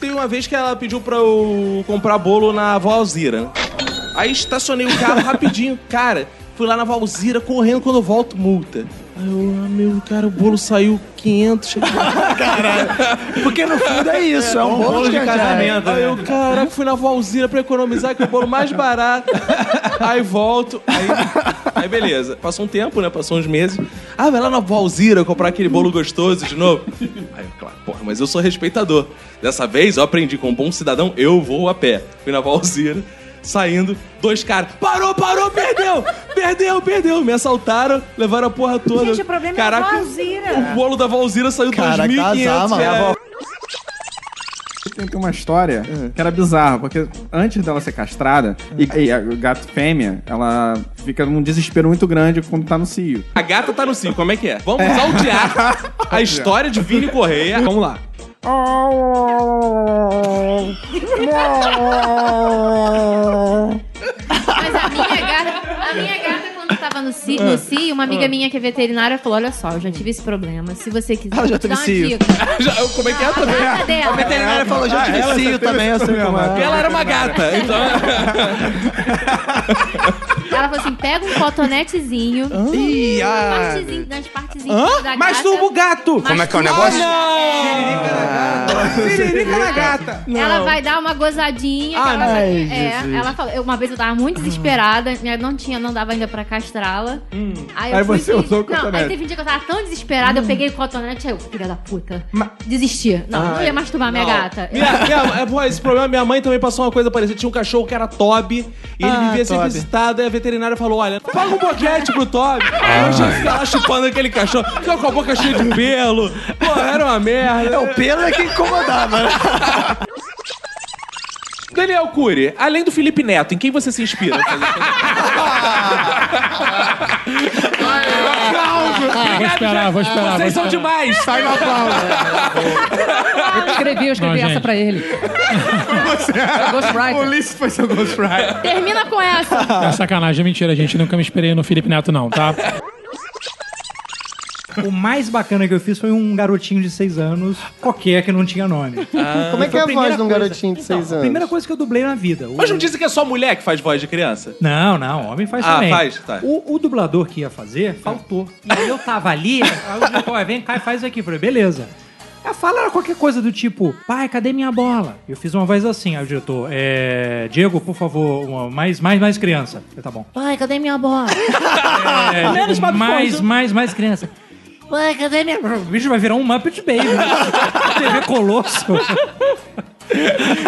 Tem uma vez que ela pediu pra eu comprar bolo na Valzira. Aí estacionei o carro rapidinho. Cara, fui lá na Valzira correndo quando eu volto, multa. Aí eu, ah, meu, cara, o bolo saiu 500. Porque no fundo é isso, é, um bolo, de, casamento. né? Aí eu, caraca, fui na Valzira pra economizar, que é o bolo mais barato. aí volto, aí, aí beleza. Passou um tempo, né? Passou uns meses. Ah, vai lá na Valzira comprar aquele bolo gostoso de novo. Aí eu, claro, porra, mas eu sou respeitador. Dessa vez eu aprendi com um bom cidadão, eu vou a pé. Fui na Valzira. Saindo, dois caras. Parou, parou, perdeu! Perdeu, perdeu! Me assaltaram, levaram a porra toda. Gente, o problema é a Caraca, Valzira. O bolo da Valzira saiu Caraca, 2.500 azar, mano. reais. Tem uma história que era bizarra, porque antes dela ser castrada, e, e a gato fêmea, ela fica num desespero muito grande quando tá no cio. A gata tá no cio, como é que é? Vamos aldear a história de Vini Correia. Vamos lá. Mas a minha gata, a minha gata quando eu tava no CI, no CI, uma amiga minha que é veterinária falou: Olha só, eu já tive esse problema. Se você quiser, Ela já eu te teve dar uma cio. dica. como é que é gata também? dela. A veterinária falou, já Ah, tive cio também, eu sei como é. Porque ela era uma gata, então... Ela falou assim: pega um cotonetezinho. Ih, ah. partezinho- nas partezinhas Hã? da gata. Masturba o gato. Como é que é o negócio? Siririca na gata. Ela vai dar uma gozadinha. Ah, que ela vai- não. Ai, é, Jesus. ela falou. eu- uma vez eu tava muito desesperada, né, não tinha, não dava ainda pra castrá-la. Aí, eu Aí fui você fingir- usou o Não, aí cotonete. teve um dia que eu tava tão desesperada, eu peguei o cotonete, aí eu, filha da puta, desisti. Não, não Ai, ia masturbar minha não. gata. Minha, minha- é, pô, esse problema, minha mãe também passou uma coisa parecida. Tinha um cachorro que era Toby, e ele Ah, vivia sempre Toby. visitado, e a veterinária falou, olha, paga um boquete pro Toby. Ah, Aí eu tinha que ficar lá chupando aquele cachorro, ficava com a boca cheia de pelo. Pô, era uma merda. O pelo é que incomodava, né? Daniel Cury, além do Felipe Neto, em quem você se inspira? Vou esperar, vou esperar. Ah, Vocês são demais! Sai na Eu que escrevi, eu escrevi Não, essa gente. pra ele. Ghostwriter. O Ulisses foi seu Ghostwriter. Termina com essa. É sacanagem, é mentira, gente. Nunca me esperei no Felipe Neto, não, tá? O mais bacana que eu fiz foi um garotinho de 6 anos, qualquer que não tinha nome. Ah. Como é que Foi é a primeira voz de um coisa- garotinho de Então, seis a Primeira coisa que eu dublei na vida. O- Mas não dizem que é só mulher que faz voz de criança? Não, não, homem faz Ah, também. faz, tá. O, o dublador que ia fazer faltou. E aí eu tava ali, aí o falou, "Ó, vem cá e faz isso aqui. Eu falei, beleza. A fala era qualquer coisa do tipo, pai, cadê minha bola? Eu fiz uma voz assim, aí o diretor, é, Diego, por favor, uma- mais, mais, mais criança. Eu, tá bom. Pai, cadê minha bola? É, Menos Diego, Bob mais, Esponja. mais, mais criança. Pai, cadê minha O bicho vai virar um Muppet Baby. TV Colosso.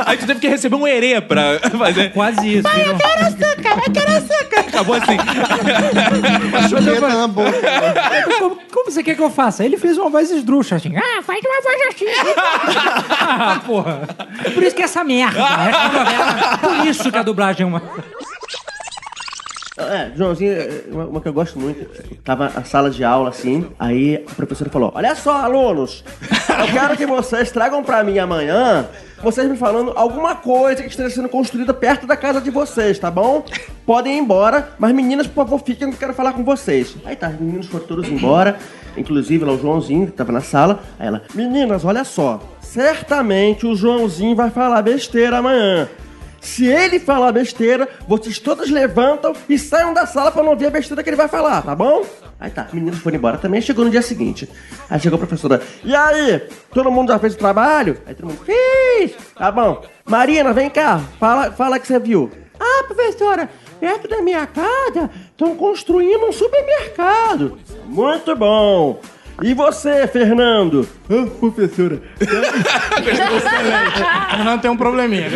Aí tu teve que receber um herê pra fazer. Quase isso. Pai, eu quero açúcar, eu quero açúcar. Acabou assim. Chupeta na boca. Como, como você quer que eu faça? Ele fez uma voz esdrúxula, assim. Ah, faz uma voz assim. ah, porra. Por isso que é essa merda. né? essa novela. Por isso que a dublagem é uma... É, Joãozinho, é, uma, uma que eu gosto muito. Tava a sala de aula assim, aí a professora falou: Olha só, alunos, eu quero que vocês tragam pra mim amanhã vocês me falando alguma coisa que esteja sendo construída perto da casa de vocês, tá bom? Podem ir embora, mas meninas, por favor, fiquem, eu quero falar com vocês. Aí tá, os meninos foram todos embora, inclusive lá o Joãozinho, que tava na sala. Aí ela: Meninas, olha só, certamente o Joãozinho vai falar besteira amanhã. Se ele falar besteira, vocês todos levantam e saiam da sala pra não ouvir a besteira que ele vai falar, tá bom? Aí tá, os meninos foram embora também, chegou no dia seguinte. Aí chegou a professora, e aí, todo mundo já fez o trabalho? Aí todo mundo, fiz! Tá bom. Marina, vem cá, fala, fala que você viu. Ah, professora, perto da minha casa estão construindo um supermercado. Muito bom. E você, Fernando? Ah, professora, É Não tem um probleminha.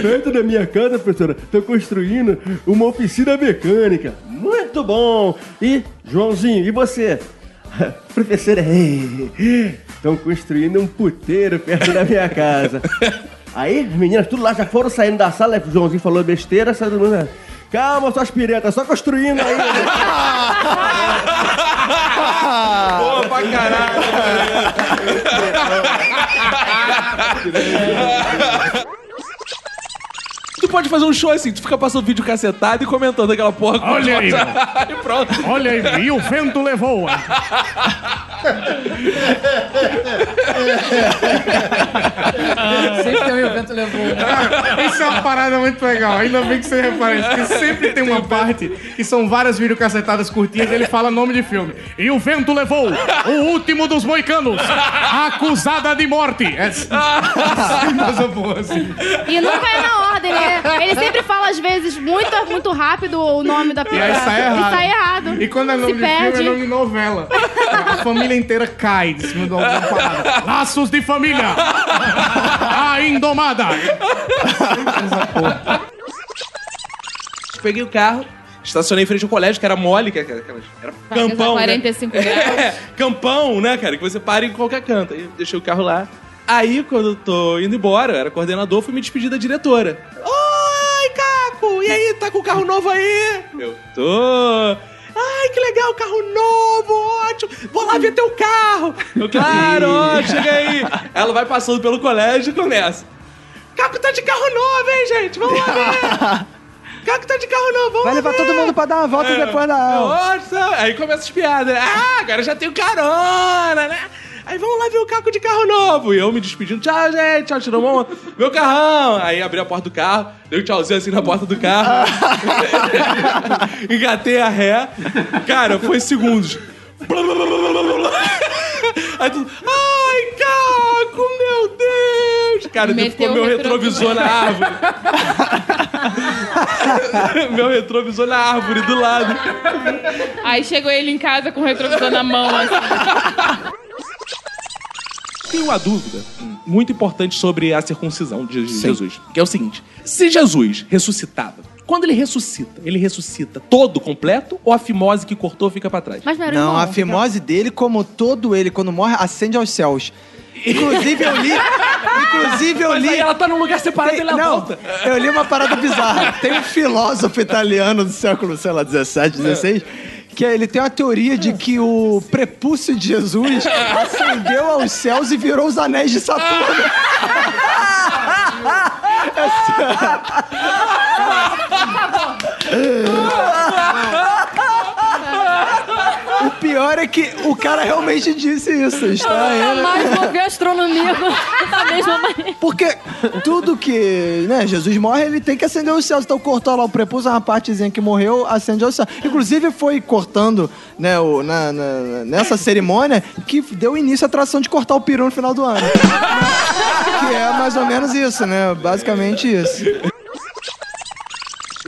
Perto da minha casa, professora, tô um construindo uma oficina mecânica. Muito bom! E, Joãozinho, e você? professora, estão construindo um puteiro perto da minha casa. Aí, as meninas tudo lá já foram saindo da sala, o Joãozinho falou besteira, saiu do mundo. Calma, suas piretas, só construindo aí. Boa pra caralho. Tu pode fazer um show assim, tu fica passando vídeo cacetado e comentando aquela porra. com Olha aí, outra. E pronto. Olha aí, e o vento levou. Sempre tem um evento levou. Isso é uma parada muito legal. Ainda bem que você repara isso. Porque sempre tem uma parte que são várias videocacetadas curtinhas e ele fala nome de filme. E o vento levou o último dos moicanos, acusada de morte. É sempre essa porra assim. E nunca é na ordem, né? Ele sempre fala, às vezes, muito, muito rápido o nome da E pessoa. aí sai errado. E sai errado. E quando é nome Se de perde. filme, é nome de novela. A família inteira cai de cima de alguma parada. Laços de família. A indomada. Peguei o carro, estacionei em frente ao colégio, que era mole, que era, aquelas- era campão. né? 45 um graus. É, campão, né, cara? Que você para em qualquer canto. Aí eu deixei o carro lá. Aí, quando eu tô indo embora, eu era coordenador, fui me despedir da diretora. Oi, Caco! E aí, tá com o carro novo aí? Eu tô. Ai, que legal, carro novo, ótimo. Vou lá ver teu carro. Eu, claro, ó, chega aí. Ela vai passando pelo colégio e começa. Caco tá de carro novo, hein, gente? Vamos lá ver. Caco tá de carro novo, vamos Vai levar ver. todo mundo pra dar uma volta É. depois da aula. Nossa! Aí começa as piadas. né? Ah, agora já tenho carona, né? Aí vamos lá ver o Caco de carro novo. E eu me despedindo. Tchau, gente. Tchau, tirou mão. Meu carrão. Aí abri a porta do carro. Dei um tchauzinho assim na porta do carro. Engatei a ré. Cara, foi segundos. Aí tudo. Ai, Caco, meu Deus! Cara, Meteu ficou meu o retrovisor retrovisor. na árvore. meu retrovisor na árvore do lado. Aí chegou ele em casa com o retrovisor na mão, assim. Tenho uma dúvida muito importante sobre a circuncisão de Jesus, que é o seguinte: se Jesus ressuscitava, quando ele ressuscita, ele ressuscita todo completo ou a fimose que cortou fica pra trás? Não, a fimose dele, como todo ele, quando morre, ascende aos céus. Inclusive, eu li. Inclusive, eu Mas li. aí ela tá num lugar separado e ela não, volta. Eu li uma parada bizarra. Tem um filósofo italiano do século, sei lá, 17, 16. Que ele tem uma teoria de que o prepúcio de Jesus ascendeu aos céus e virou os anéis de Saturno. Por é que o cara realmente disse isso. Está né? Eu nunca mais vou ver astronomia da mesma maneira. Porque tudo que né, Jesus morre, ele tem que acender os céus. Então cortou lá o prepúcio, uma partezinha que morreu, acendeu os céus. Inclusive foi cortando né, o- na- na- nessa cerimônia que deu início à tradição de cortar o peru no final do ano. que é mais ou menos isso, né? Basicamente isso.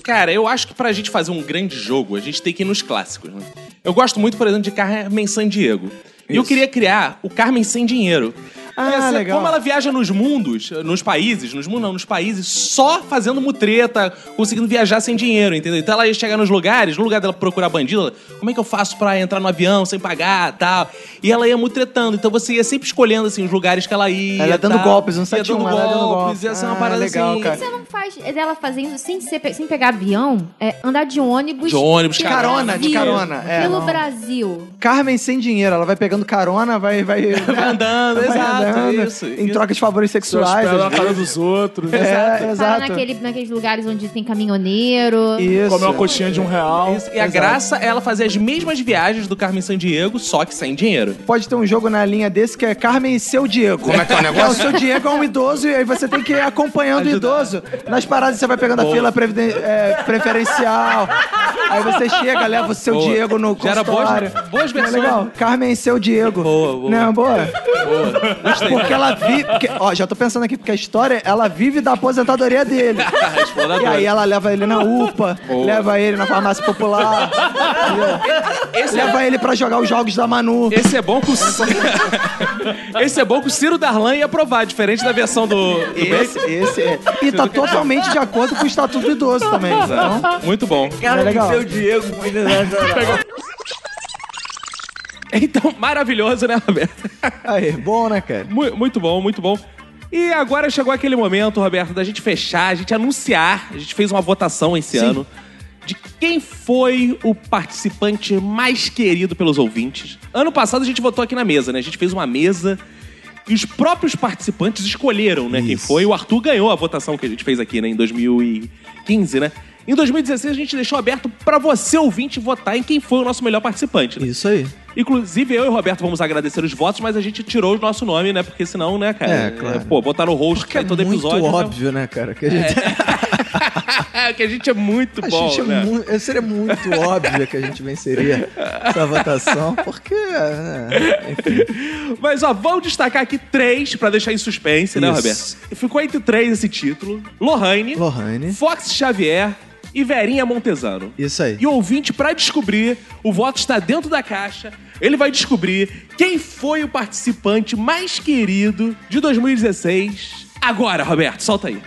Cara, eu acho que pra gente fazer um grande jogo, a gente tem que ir nos clássicos, né? Eu gosto muito, por exemplo, de Carmen San Diego. E eu queria criar o Carmen Sem Dinheiro. Ah, Ia ser legal. Como ela viaja nos mundos, nos países, nos mundos não, nos países, só fazendo mutreta, conseguindo viajar sem dinheiro, entendeu? Então ela ia chegar nos lugares, no lugar dela procurar bandido, ela, como é que eu faço pra entrar no avião sem pagar tal? E ela ia mutretando, então você ia sempre escolhendo assim, os lugares que ela ia. Ela ia dando tal. golpes, um Ia 71, dando ela ia dando golpes, ia golpes. ser uma Ah, parada legal, assim. cara. Você não faz dela fazer isso sem, ser pe- sem pegar avião? É andar de ônibus. De ônibus, pelo carona, de Brasil, carona, é, pelo não. Brasil. Carmen sem dinheiro, ela vai pegando carona, vai. Vai, né? vai andando, exato, isso. Em troca de favores sexuais. Seus pés na às cara vezes. dos outros, né? É, exato. exato. Parar naquele, naqueles lugares onde tem caminhoneiro. Comer é uma coxinha de um real. E a Exato. graça é ela fazer as mesmas viagens do Carmen San Diego, só que sem dinheiro. Pode ter um jogo na linha desse que é Carmen e seu Diego. Como é que é o negócio? o seu Diego é um idoso e aí você tem que ir acompanhando o idoso. Nas paradas você vai pegando a Boa. fila previden- é, preferencial. Aí você chega, leva o seu Boa. Diego no Gera boas- consultório. boas Não é versões. Legal. Carmen e seu Diego. Boa, boa. Não, boa. Porque ela vive. porque- Ó, já tô pensando aqui, porque a história, ela vive da aposentadoria dele. e aí ela leva ele na UPA, leva ele na farmácia popular. Esse leva é- ele pra jogar os jogos da Manu. Esse é bom com Esse é bom que o Ciro Darlan ia aprovar, diferente da versão do, do Esse- Bacon. esse é. E tá totalmente de acordo com o estatuto do idoso também. Exato. Então, Muito bom. Cara, É legal. seu Diego Então, maravilhoso, né, Roberto? Aí, bom, né, cara? Muito, bom, muito bom. E agora chegou aquele momento, Roberto, da gente fechar, a gente anunciar. A gente fez uma votação esse Sim. ano de quem foi o participante mais querido pelos ouvintes. Ano passado a gente votou aqui na mesa, né? A gente fez uma mesa e os próprios participantes escolheram, né, quem foi. O Arthur ganhou a votação que a gente fez aqui, né, em 2015, né? Em 2016 a gente deixou aberto pra você ouvinte votar em quem foi o nosso melhor participante. Né? Isso aí. Inclusive eu e o Roberto vamos agradecer os votos, mas a gente tirou o nosso nome, né? Porque senão, né, cara? É, claro. Pô, botar no host que é todo muito episódio. né? óbvio, né, cara? Que a gente, que a gente é muito a bom, gente é né? mu- seria muito óbvio que a gente venceria essa votação, porque. né, Mas ó, vamos destacar aqui três pra deixar em suspense, né, Isso. Roberto? Ficou entre três esse título: Lohane, Fox Xavier e Verinha Montesano. Isso aí. E o ouvinte, pra descobrir, o voto está dentro da caixa. Ele vai descobrir quem foi o participante mais querido de 2016. Agora, Roberto, solta aí.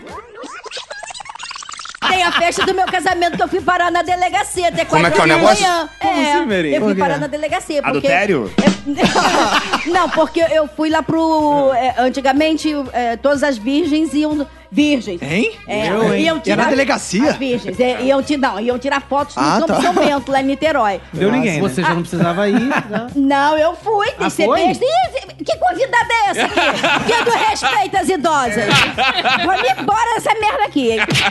Tem a festa do meu casamento que eu fui parar na delegacia até Como 4 é que é o da negócio? manhã. Como é, assim, Mary? Eu Por fui quê? parar na delegacia. Porque... Adultério? Não, porque eu fui lá pro. é, antigamente, é, todas as virgens iam. Virgens. Hein? É, Eu, hein? Iam Era tirar, na delegacia? As virgens. É, iam, ti- não, iam tirar fotos no Ah, Campo tá. São Bento, lá em Niterói. Deu ninguém. né? Você já não precisava ir. né? Não, eu fui. Tem Ah, que ser foi? besta. Ih, Que convidada é essa aqui? Quem não respeita as idosas? Vamos embora dessa merda aqui.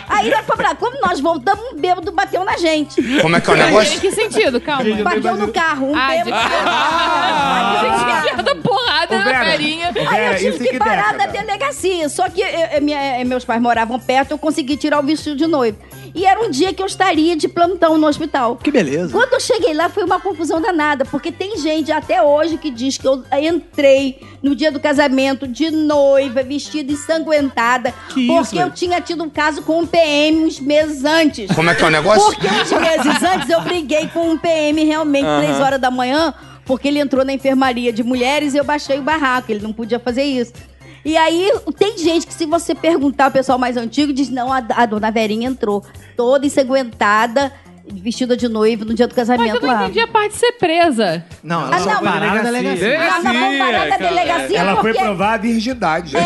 Aí nós fomos lá. Quando nós voltamos, um bêbado bateu na gente. Como é que é o negócio? Em que sentido? Calma. Bateu no carro. Um bêbado. Ah, porrada Ô, Vera, na ferinha. ô, Vera, Aí eu isso tive que que parar década? na delegacia. Só que eh, eh, minha- eh, meus pais moravam perto, eu consegui tirar o vestido de noiva. E era um dia que eu estaria de plantão no hospital. Que beleza. Quando eu cheguei lá, foi uma confusão danada, porque tem gente até hoje que diz que eu entrei no dia do casamento de noiva, vestida ensanguentada, Que porque isso, velho? eu tinha tido um caso com um PM uns meses antes. Como é que é o negócio? Porque uns meses antes eu briguei com um PM realmente, Aham. três horas da manhã, porque ele entrou na enfermaria de mulheres e eu baixei o barraco, ele não podia fazer isso. E aí, tem gente que se você perguntar o pessoal mais antigo, diz, não, a, a dona Verinha entrou toda ensanguentada, vestida de noiva no dia do casamento Mas eu não lá. entendi a parte de ser presa. Não, ela Ah, só não, foi parada parada da delegacia. Ela não foi parada cara. delegacia Ela foi porque- provar a virgindade. É,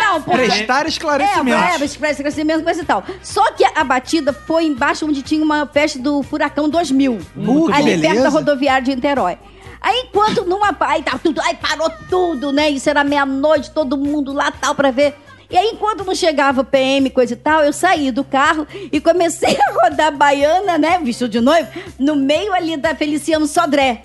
não, porque... Prestar esclarecimentos. É, é, prestar esclarecimentos, coisa e tal. Só que a batida foi embaixo onde tinha uma festa do Furacão 2000. Muito ali perto bom. Beleza. da rodoviária de Niterói. Aí, enquanto numa... Aí, tá tudo, aí parou tudo, né? Isso era meia-noite, todo mundo lá, tal, pra ver... E aí, enquanto não chegava o PM, coisa e tal, eu saí do carro e comecei a rodar baiana, né? Vestido de noivo, no meio ali da Feliciano Sodré.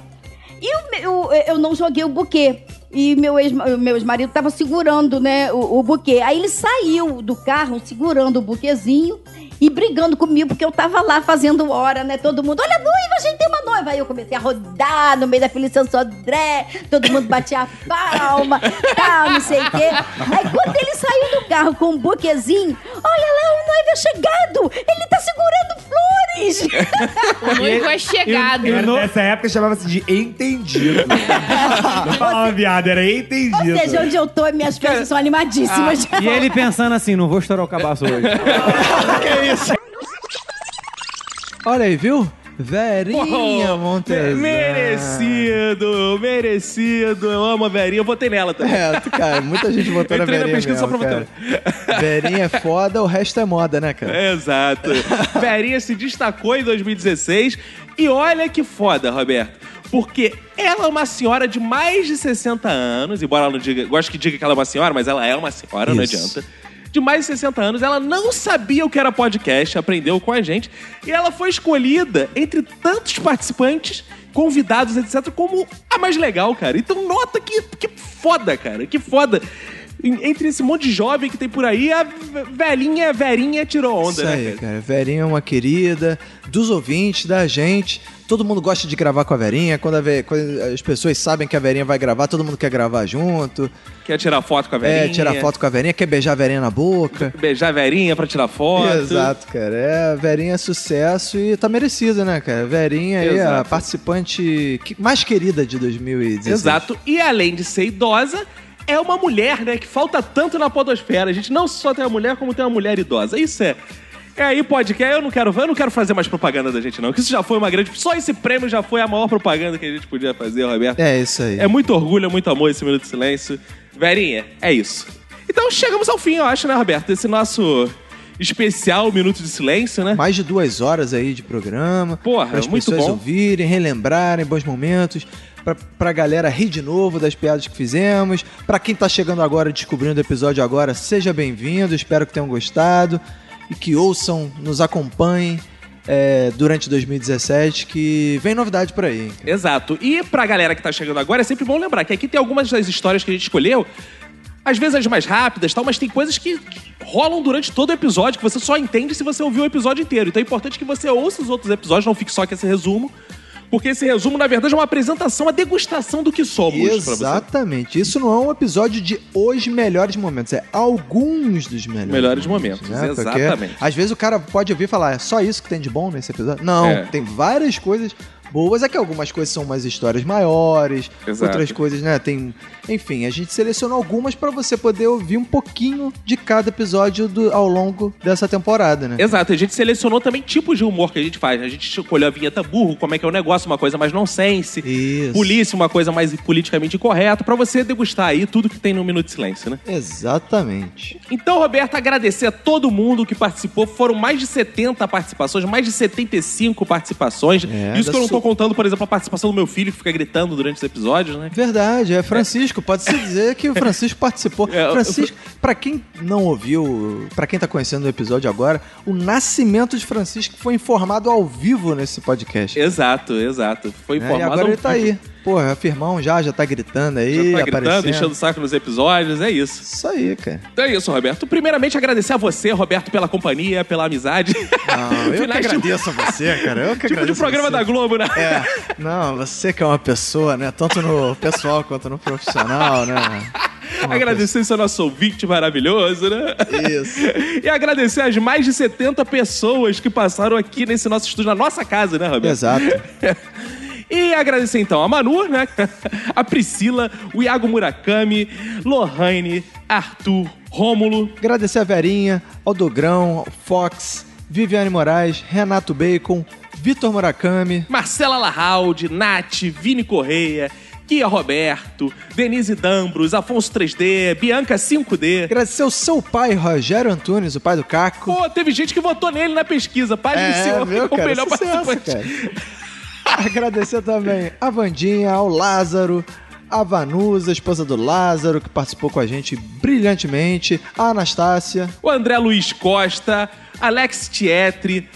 E o meu- eu, eu não joguei o buquê. E meu ex- meu ex-marido tava segurando, né, o, o buquê. Aí ele saiu do carro segurando o buquezinho e brigando comigo, porque eu tava lá fazendo hora, né? Todo mundo, olha a noiva, a gente tem uma noiva. Aí eu comecei a rodar no meio da Feliz Santo André, todo mundo batia a palma, tal, não sei o quê. Aí quando ele saiu do carro com o buquezinho, olha lá, o noivo é chegado! Ele tá segurando flores! O noivo é chegado. E- e no- Nessa época chamava-se de entendido. Não falava viado, era entendido. Ou seja, onde eu tô, minhas festas são animadíssimas. E ele pensando assim, não vou estourar o cabaço hoje. que isso? Olha aí, viu? Verinha Oh, Montezano. Merecido, merecido. Eu amo a Verinha, eu votei nela também. É, tu- cara, muita gente votou na Entrei na Verinha pesquisa só pra mesmo, votar. Verinha é foda, o resto é moda, né, cara? Exato. Verinha se destacou em 2016 e olha que foda, Roberto. Porque ela é uma senhora de mais de 60 anos, embora ela não diga, gosto que diga que ela é uma senhora, mas ela é uma senhora, não Isso. adianta. De mais de 60 anos, ela não sabia o que era podcast, aprendeu com a gente, e ela foi escolhida entre tantos participantes, convidados, etc, como a mais legal, cara. Então nota que, que foda, cara, que foda. Em- Entre esse monte de jovem que tem por aí, a ve- velhinha, verinha tirou onda, Isso né, aí, cara? cara. Verinha é uma querida dos ouvintes, da gente. Todo mundo gosta de gravar com a Verinha. Quando, a Ve- quando as pessoas sabem que a Verinha vai gravar, todo mundo quer gravar junto. Quer tirar foto com a velhinha? É, tirar foto com a Verinha, quer beijar a Verinha na boca. Beijar a velhinha pra tirar foto. Exato, cara. É, a Verinha é sucesso e tá merecida, né, cara? Verinha aí, a Exato. participante que- mais querida de 2016. Exato. E além de ser idosa, é uma mulher, né? Que falta tanto na podosfera. A gente não só tem uma mulher, como tem uma mulher idosa. Isso é. É aí, podcast. Eu não quero, eu não quero fazer mais propaganda da gente, não. Que isso já foi uma grande. Só esse prêmio já foi a maior propaganda que a gente podia fazer, Roberto. É isso aí. É muito orgulho, é muito amor esse Minuto de Silêncio. Verinha, é isso. Então chegamos ao fim, eu acho, né, Roberto? Esse nosso especial Minuto de Silêncio, né? Mais de duas horas aí de programa. Porra, Para as muito pessoas bom. ouvirem, relembrarem bons momentos. Pra, pra galera rir de novo das piadas que fizemos. Pra quem tá chegando agora, descobrindo o episódio agora, seja bem-vindo. Espero que tenham gostado. E que ouçam, nos acompanhem é, durante 2017, que vem novidade por aí. hein? Exato. E pra galera que tá chegando agora, é sempre bom lembrar que aqui tem algumas das histórias que a gente escolheu, às vezes as mais rápidas, tal, mas tem coisas que que rolam durante todo o episódio que você só entende se você ouvir o episódio inteiro. Então é importante que você ouça os outros episódios, não fique só com esse resumo. Porque esse resumo, na verdade, é uma apresentação, uma degustação do que somos pra você. Exatamente. Isso não é um episódio de os melhores momentos, é alguns dos melhores. né? Melhores momentos, Porque exatamente. às vezes o cara pode ouvir e falar, é só isso que tem de bom nesse episódio? Não, É. tem várias coisas boas, é que algumas coisas são umas histórias maiores, Exato. outras coisas, né, tem... Enfim, a gente selecionou algumas pra você poder ouvir um pouquinho de cada episódio do- ao longo dessa temporada, né? Exato, a gente selecionou também tipos de humor que a gente faz. né? A gente escolheu a vinheta burro, como é que é o negócio, uma coisa mais nonsense. Isso. Polícia, uma coisa mais politicamente incorreta, pra você degustar aí tudo que tem no Minuto de Silêncio, né? Exatamente. Então, Roberto, agradecer a todo mundo que participou. Foram mais de 70 participações, mais de 75 participações. É, Isso que eu não tô su- contando, por exemplo, a participação do meu filho que fica gritando durante os episódios, né? Verdade, é Francisco. Pode-se dizer que o Francisco participou. É, o- Francisco, pra quem não ouviu, pra quem tá conhecendo o episódio agora, o nascimento de Francisco foi informado ao vivo nesse podcast. É, Exato, exato. Foi né? E informado. agora ele tá aí. Porra, firmão já, já tá gritando aí, Já tá gritando, aparecendo. enchendo o saco nos episódios, é isso. Isso aí, cara. Então é isso, Roberto. Primeiramente, agradecer a você, Roberto, pela companhia, pela amizade. Não, eu que Finais de- agradeço a você, cara. Eu que Tipo de agradeço a programa você. da Globo, né? É. Não, você que é uma pessoa, né? Tanto no pessoal quanto no profissional, né? Agradecer seu nosso ouvinte maravilhoso, né? Isso. E agradecer as mais de 70 pessoas que passaram aqui nesse nosso estúdio, na nossa casa, né, Roberto? Exato. E agradecer então a Manu, né? A Priscila, o Iago Murakami, Lohane, Arthur, Rômulo. Agradecer a Verinha, ao Dogrão, ao Fox, Viviane Moraes, Renato Bacon, Vitor Murakami. Marcela Larraud, Nath, Vini Correia, Kia Roberto, Denise Dambros, Afonso 3D, Bianca 5D. Agradecer ao seu pai, Rogério Antunes, o pai do Caco. Pô, teve gente que votou nele na pesquisa. Página em cima, É, viu, o cara? melhor Sucesso, participante. cara. Agradecer também a Vandinha, ao Lázaro, a Vanusa, esposa do Lázaro, que participou com a gente brilhantemente, a Anastácia. o André Luiz Costa, Alex Tietri,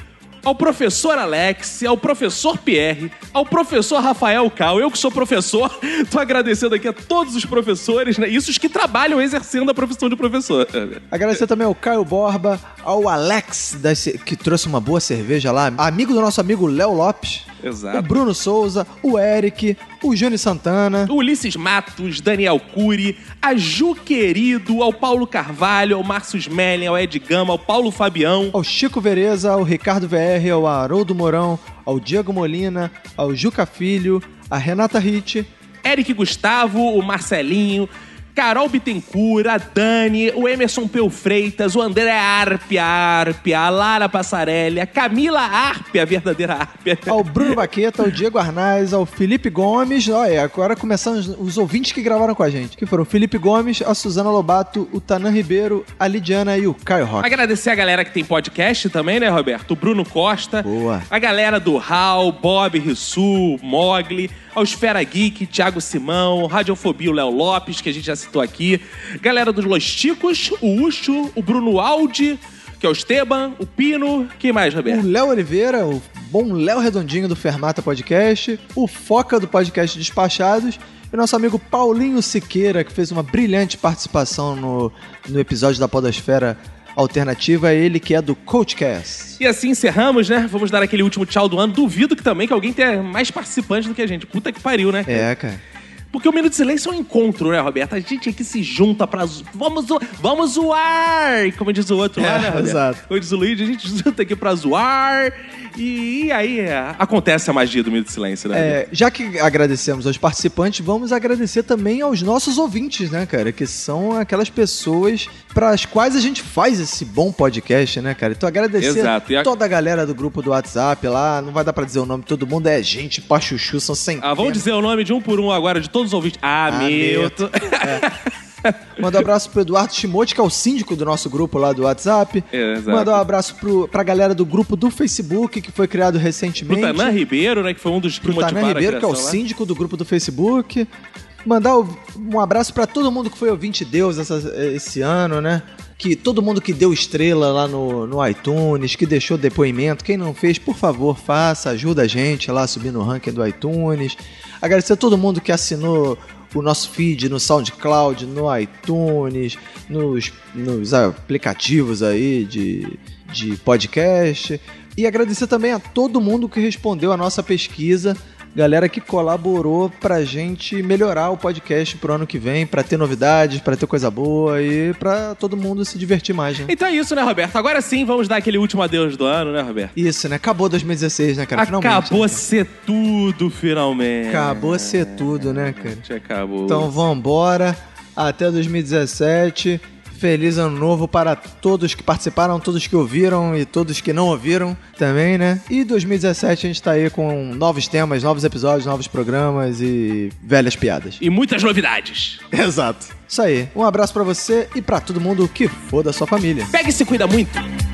ao professor Alex, ao professor Pierre, ao professor Rafael Cal, eu que sou professor, tô agradecendo aqui a todos os professores, né? Isso os que trabalham exercendo a profissão de professor. Agradecer também ao Caio Borba, ao Alex, da ce- que trouxe uma boa cerveja lá, amigo do nosso amigo Léo Lopes. Exato. O Bruno Souza, o Eric, o Júnior Santana. Ulisses Matos, Daniel Cury, a Ju Querido, ao Paulo Carvalho, ao Márcio Smelling, ao Ed Gama, ao Paulo Fabião. Ao Chico Vereza, ao Ricardo VR, ao Haroldo Mourão, ao Diego Molina, ao Juca Filho, a Renata Ritt, Eric Gustavo, o Marcelinho, Carol Bittencourt, a Dani, o Emerson Peu Freitas, o André Arpia, Arpia, a Lara Passarelli, a Camila Arpia, a verdadeira Arpia. ao Bruno Baqueta, ao Diego Arnaz, ao Felipe Gomes. Olha, agora começando os, os ouvintes que gravaram com a gente, que foram o Felipe Gomes, a Suzana Lobato, o Tanan Ribeiro, a Lidiana e o Caio Rock. Agradecer a galera que tem podcast também, né, Roberto? O Bruno Costa. Boa. A galera do Hal, Bob Rissu, Mogli, aos Fera Geek, Thiago Simão, Radiofobia, o Léo Lopes, que a gente já citou aqui. Galera dos Los Chicos, o Ucho, o Bruno Aldi, que é o Esteban, o Pino, quem mais, Roberto? O Léo Oliveira, o bom Léo Redondinho do Fermata Podcast, o Foca do Podcast Despachados e o nosso amigo Paulinho Siqueira, que fez uma brilhante participação no, no episódio da Podosfera Alternativa, ele que é do Coachcast. E assim encerramos, né? Vamos dar aquele último tchau do ano. Duvido que também que alguém tenha mais participantes do que a gente. Puta que pariu, né? cara? É, cara. Porque o Minuto de Silêncio é um encontro, né, Roberto? A gente aqui se junta pra. zo- Vamos, zo- vamos zoar! Como diz o outro lá, É, né, Roberto? exato. Como diz o Luigi, a gente junta aqui pra zoar. E, aí é, acontece a magia do Minuto de Silêncio, né? Roberto? É, já que agradecemos aos participantes, vamos agradecer também aos nossos ouvintes, né, cara? Que são aquelas pessoas para as quais a gente faz esse bom podcast, né, cara? Então agradecer Exato, e a- toda a galera do grupo do WhatsApp lá. Não vai dar pra dizer o nome de todo mundo, é gente, pra chuchu, são sem. Ah, vamos dizer o nome de um por um agora, de todos os ouvintes. Ah, Milton. É. Manda um abraço pro Eduardo Timote, que é o síndico do nosso grupo lá do WhatsApp. É, exato. Manda um abraço pro, pra galera do grupo do Facebook, que foi criado Pro recentemente. Tanan Ribeiro, né? Que foi um dos que pro Tanan motivaram a Ribeiro, que é o criação lá. síndico do grupo do Facebook. Mandar o- um abraço pra todo mundo que foi ouvinte Deus essa- esse ano, né? Que todo mundo que deu estrela lá no, no iTunes, que deixou depoimento, quem não fez, por favor, faça, ajuda a gente lá a subir no ranking do iTunes. Agradecer a todo mundo que assinou o nosso feed no SoundCloud, no iTunes, nos, nos aplicativos aí de, de podcast. E agradecer também a todo mundo que respondeu a nossa pesquisa, galera que colaborou pra gente melhorar o podcast pro ano que vem, pra ter novidades, pra ter coisa boa e pra todo mundo se divertir mais, né? Então é isso, né, Roberto? Agora sim, vamos dar aquele último adeus do ano, né, Roberto? Isso, né? Acabou 2016, né, cara? Finalmente. Acabou ser tudo, finalmente. Acabou ser tudo, né, cara? Acabou. Então vambora. Até 2017. Feliz ano novo para todos que participaram, todos que ouviram e todos que não ouviram também, né? E 2017 a gente tá aí com novos temas, novos episódios, novos programas e velhas piadas. E muitas novidades. Exato. Isso aí. Um abraço pra você e pra todo mundo que for da sua família. Pega e se cuida muito.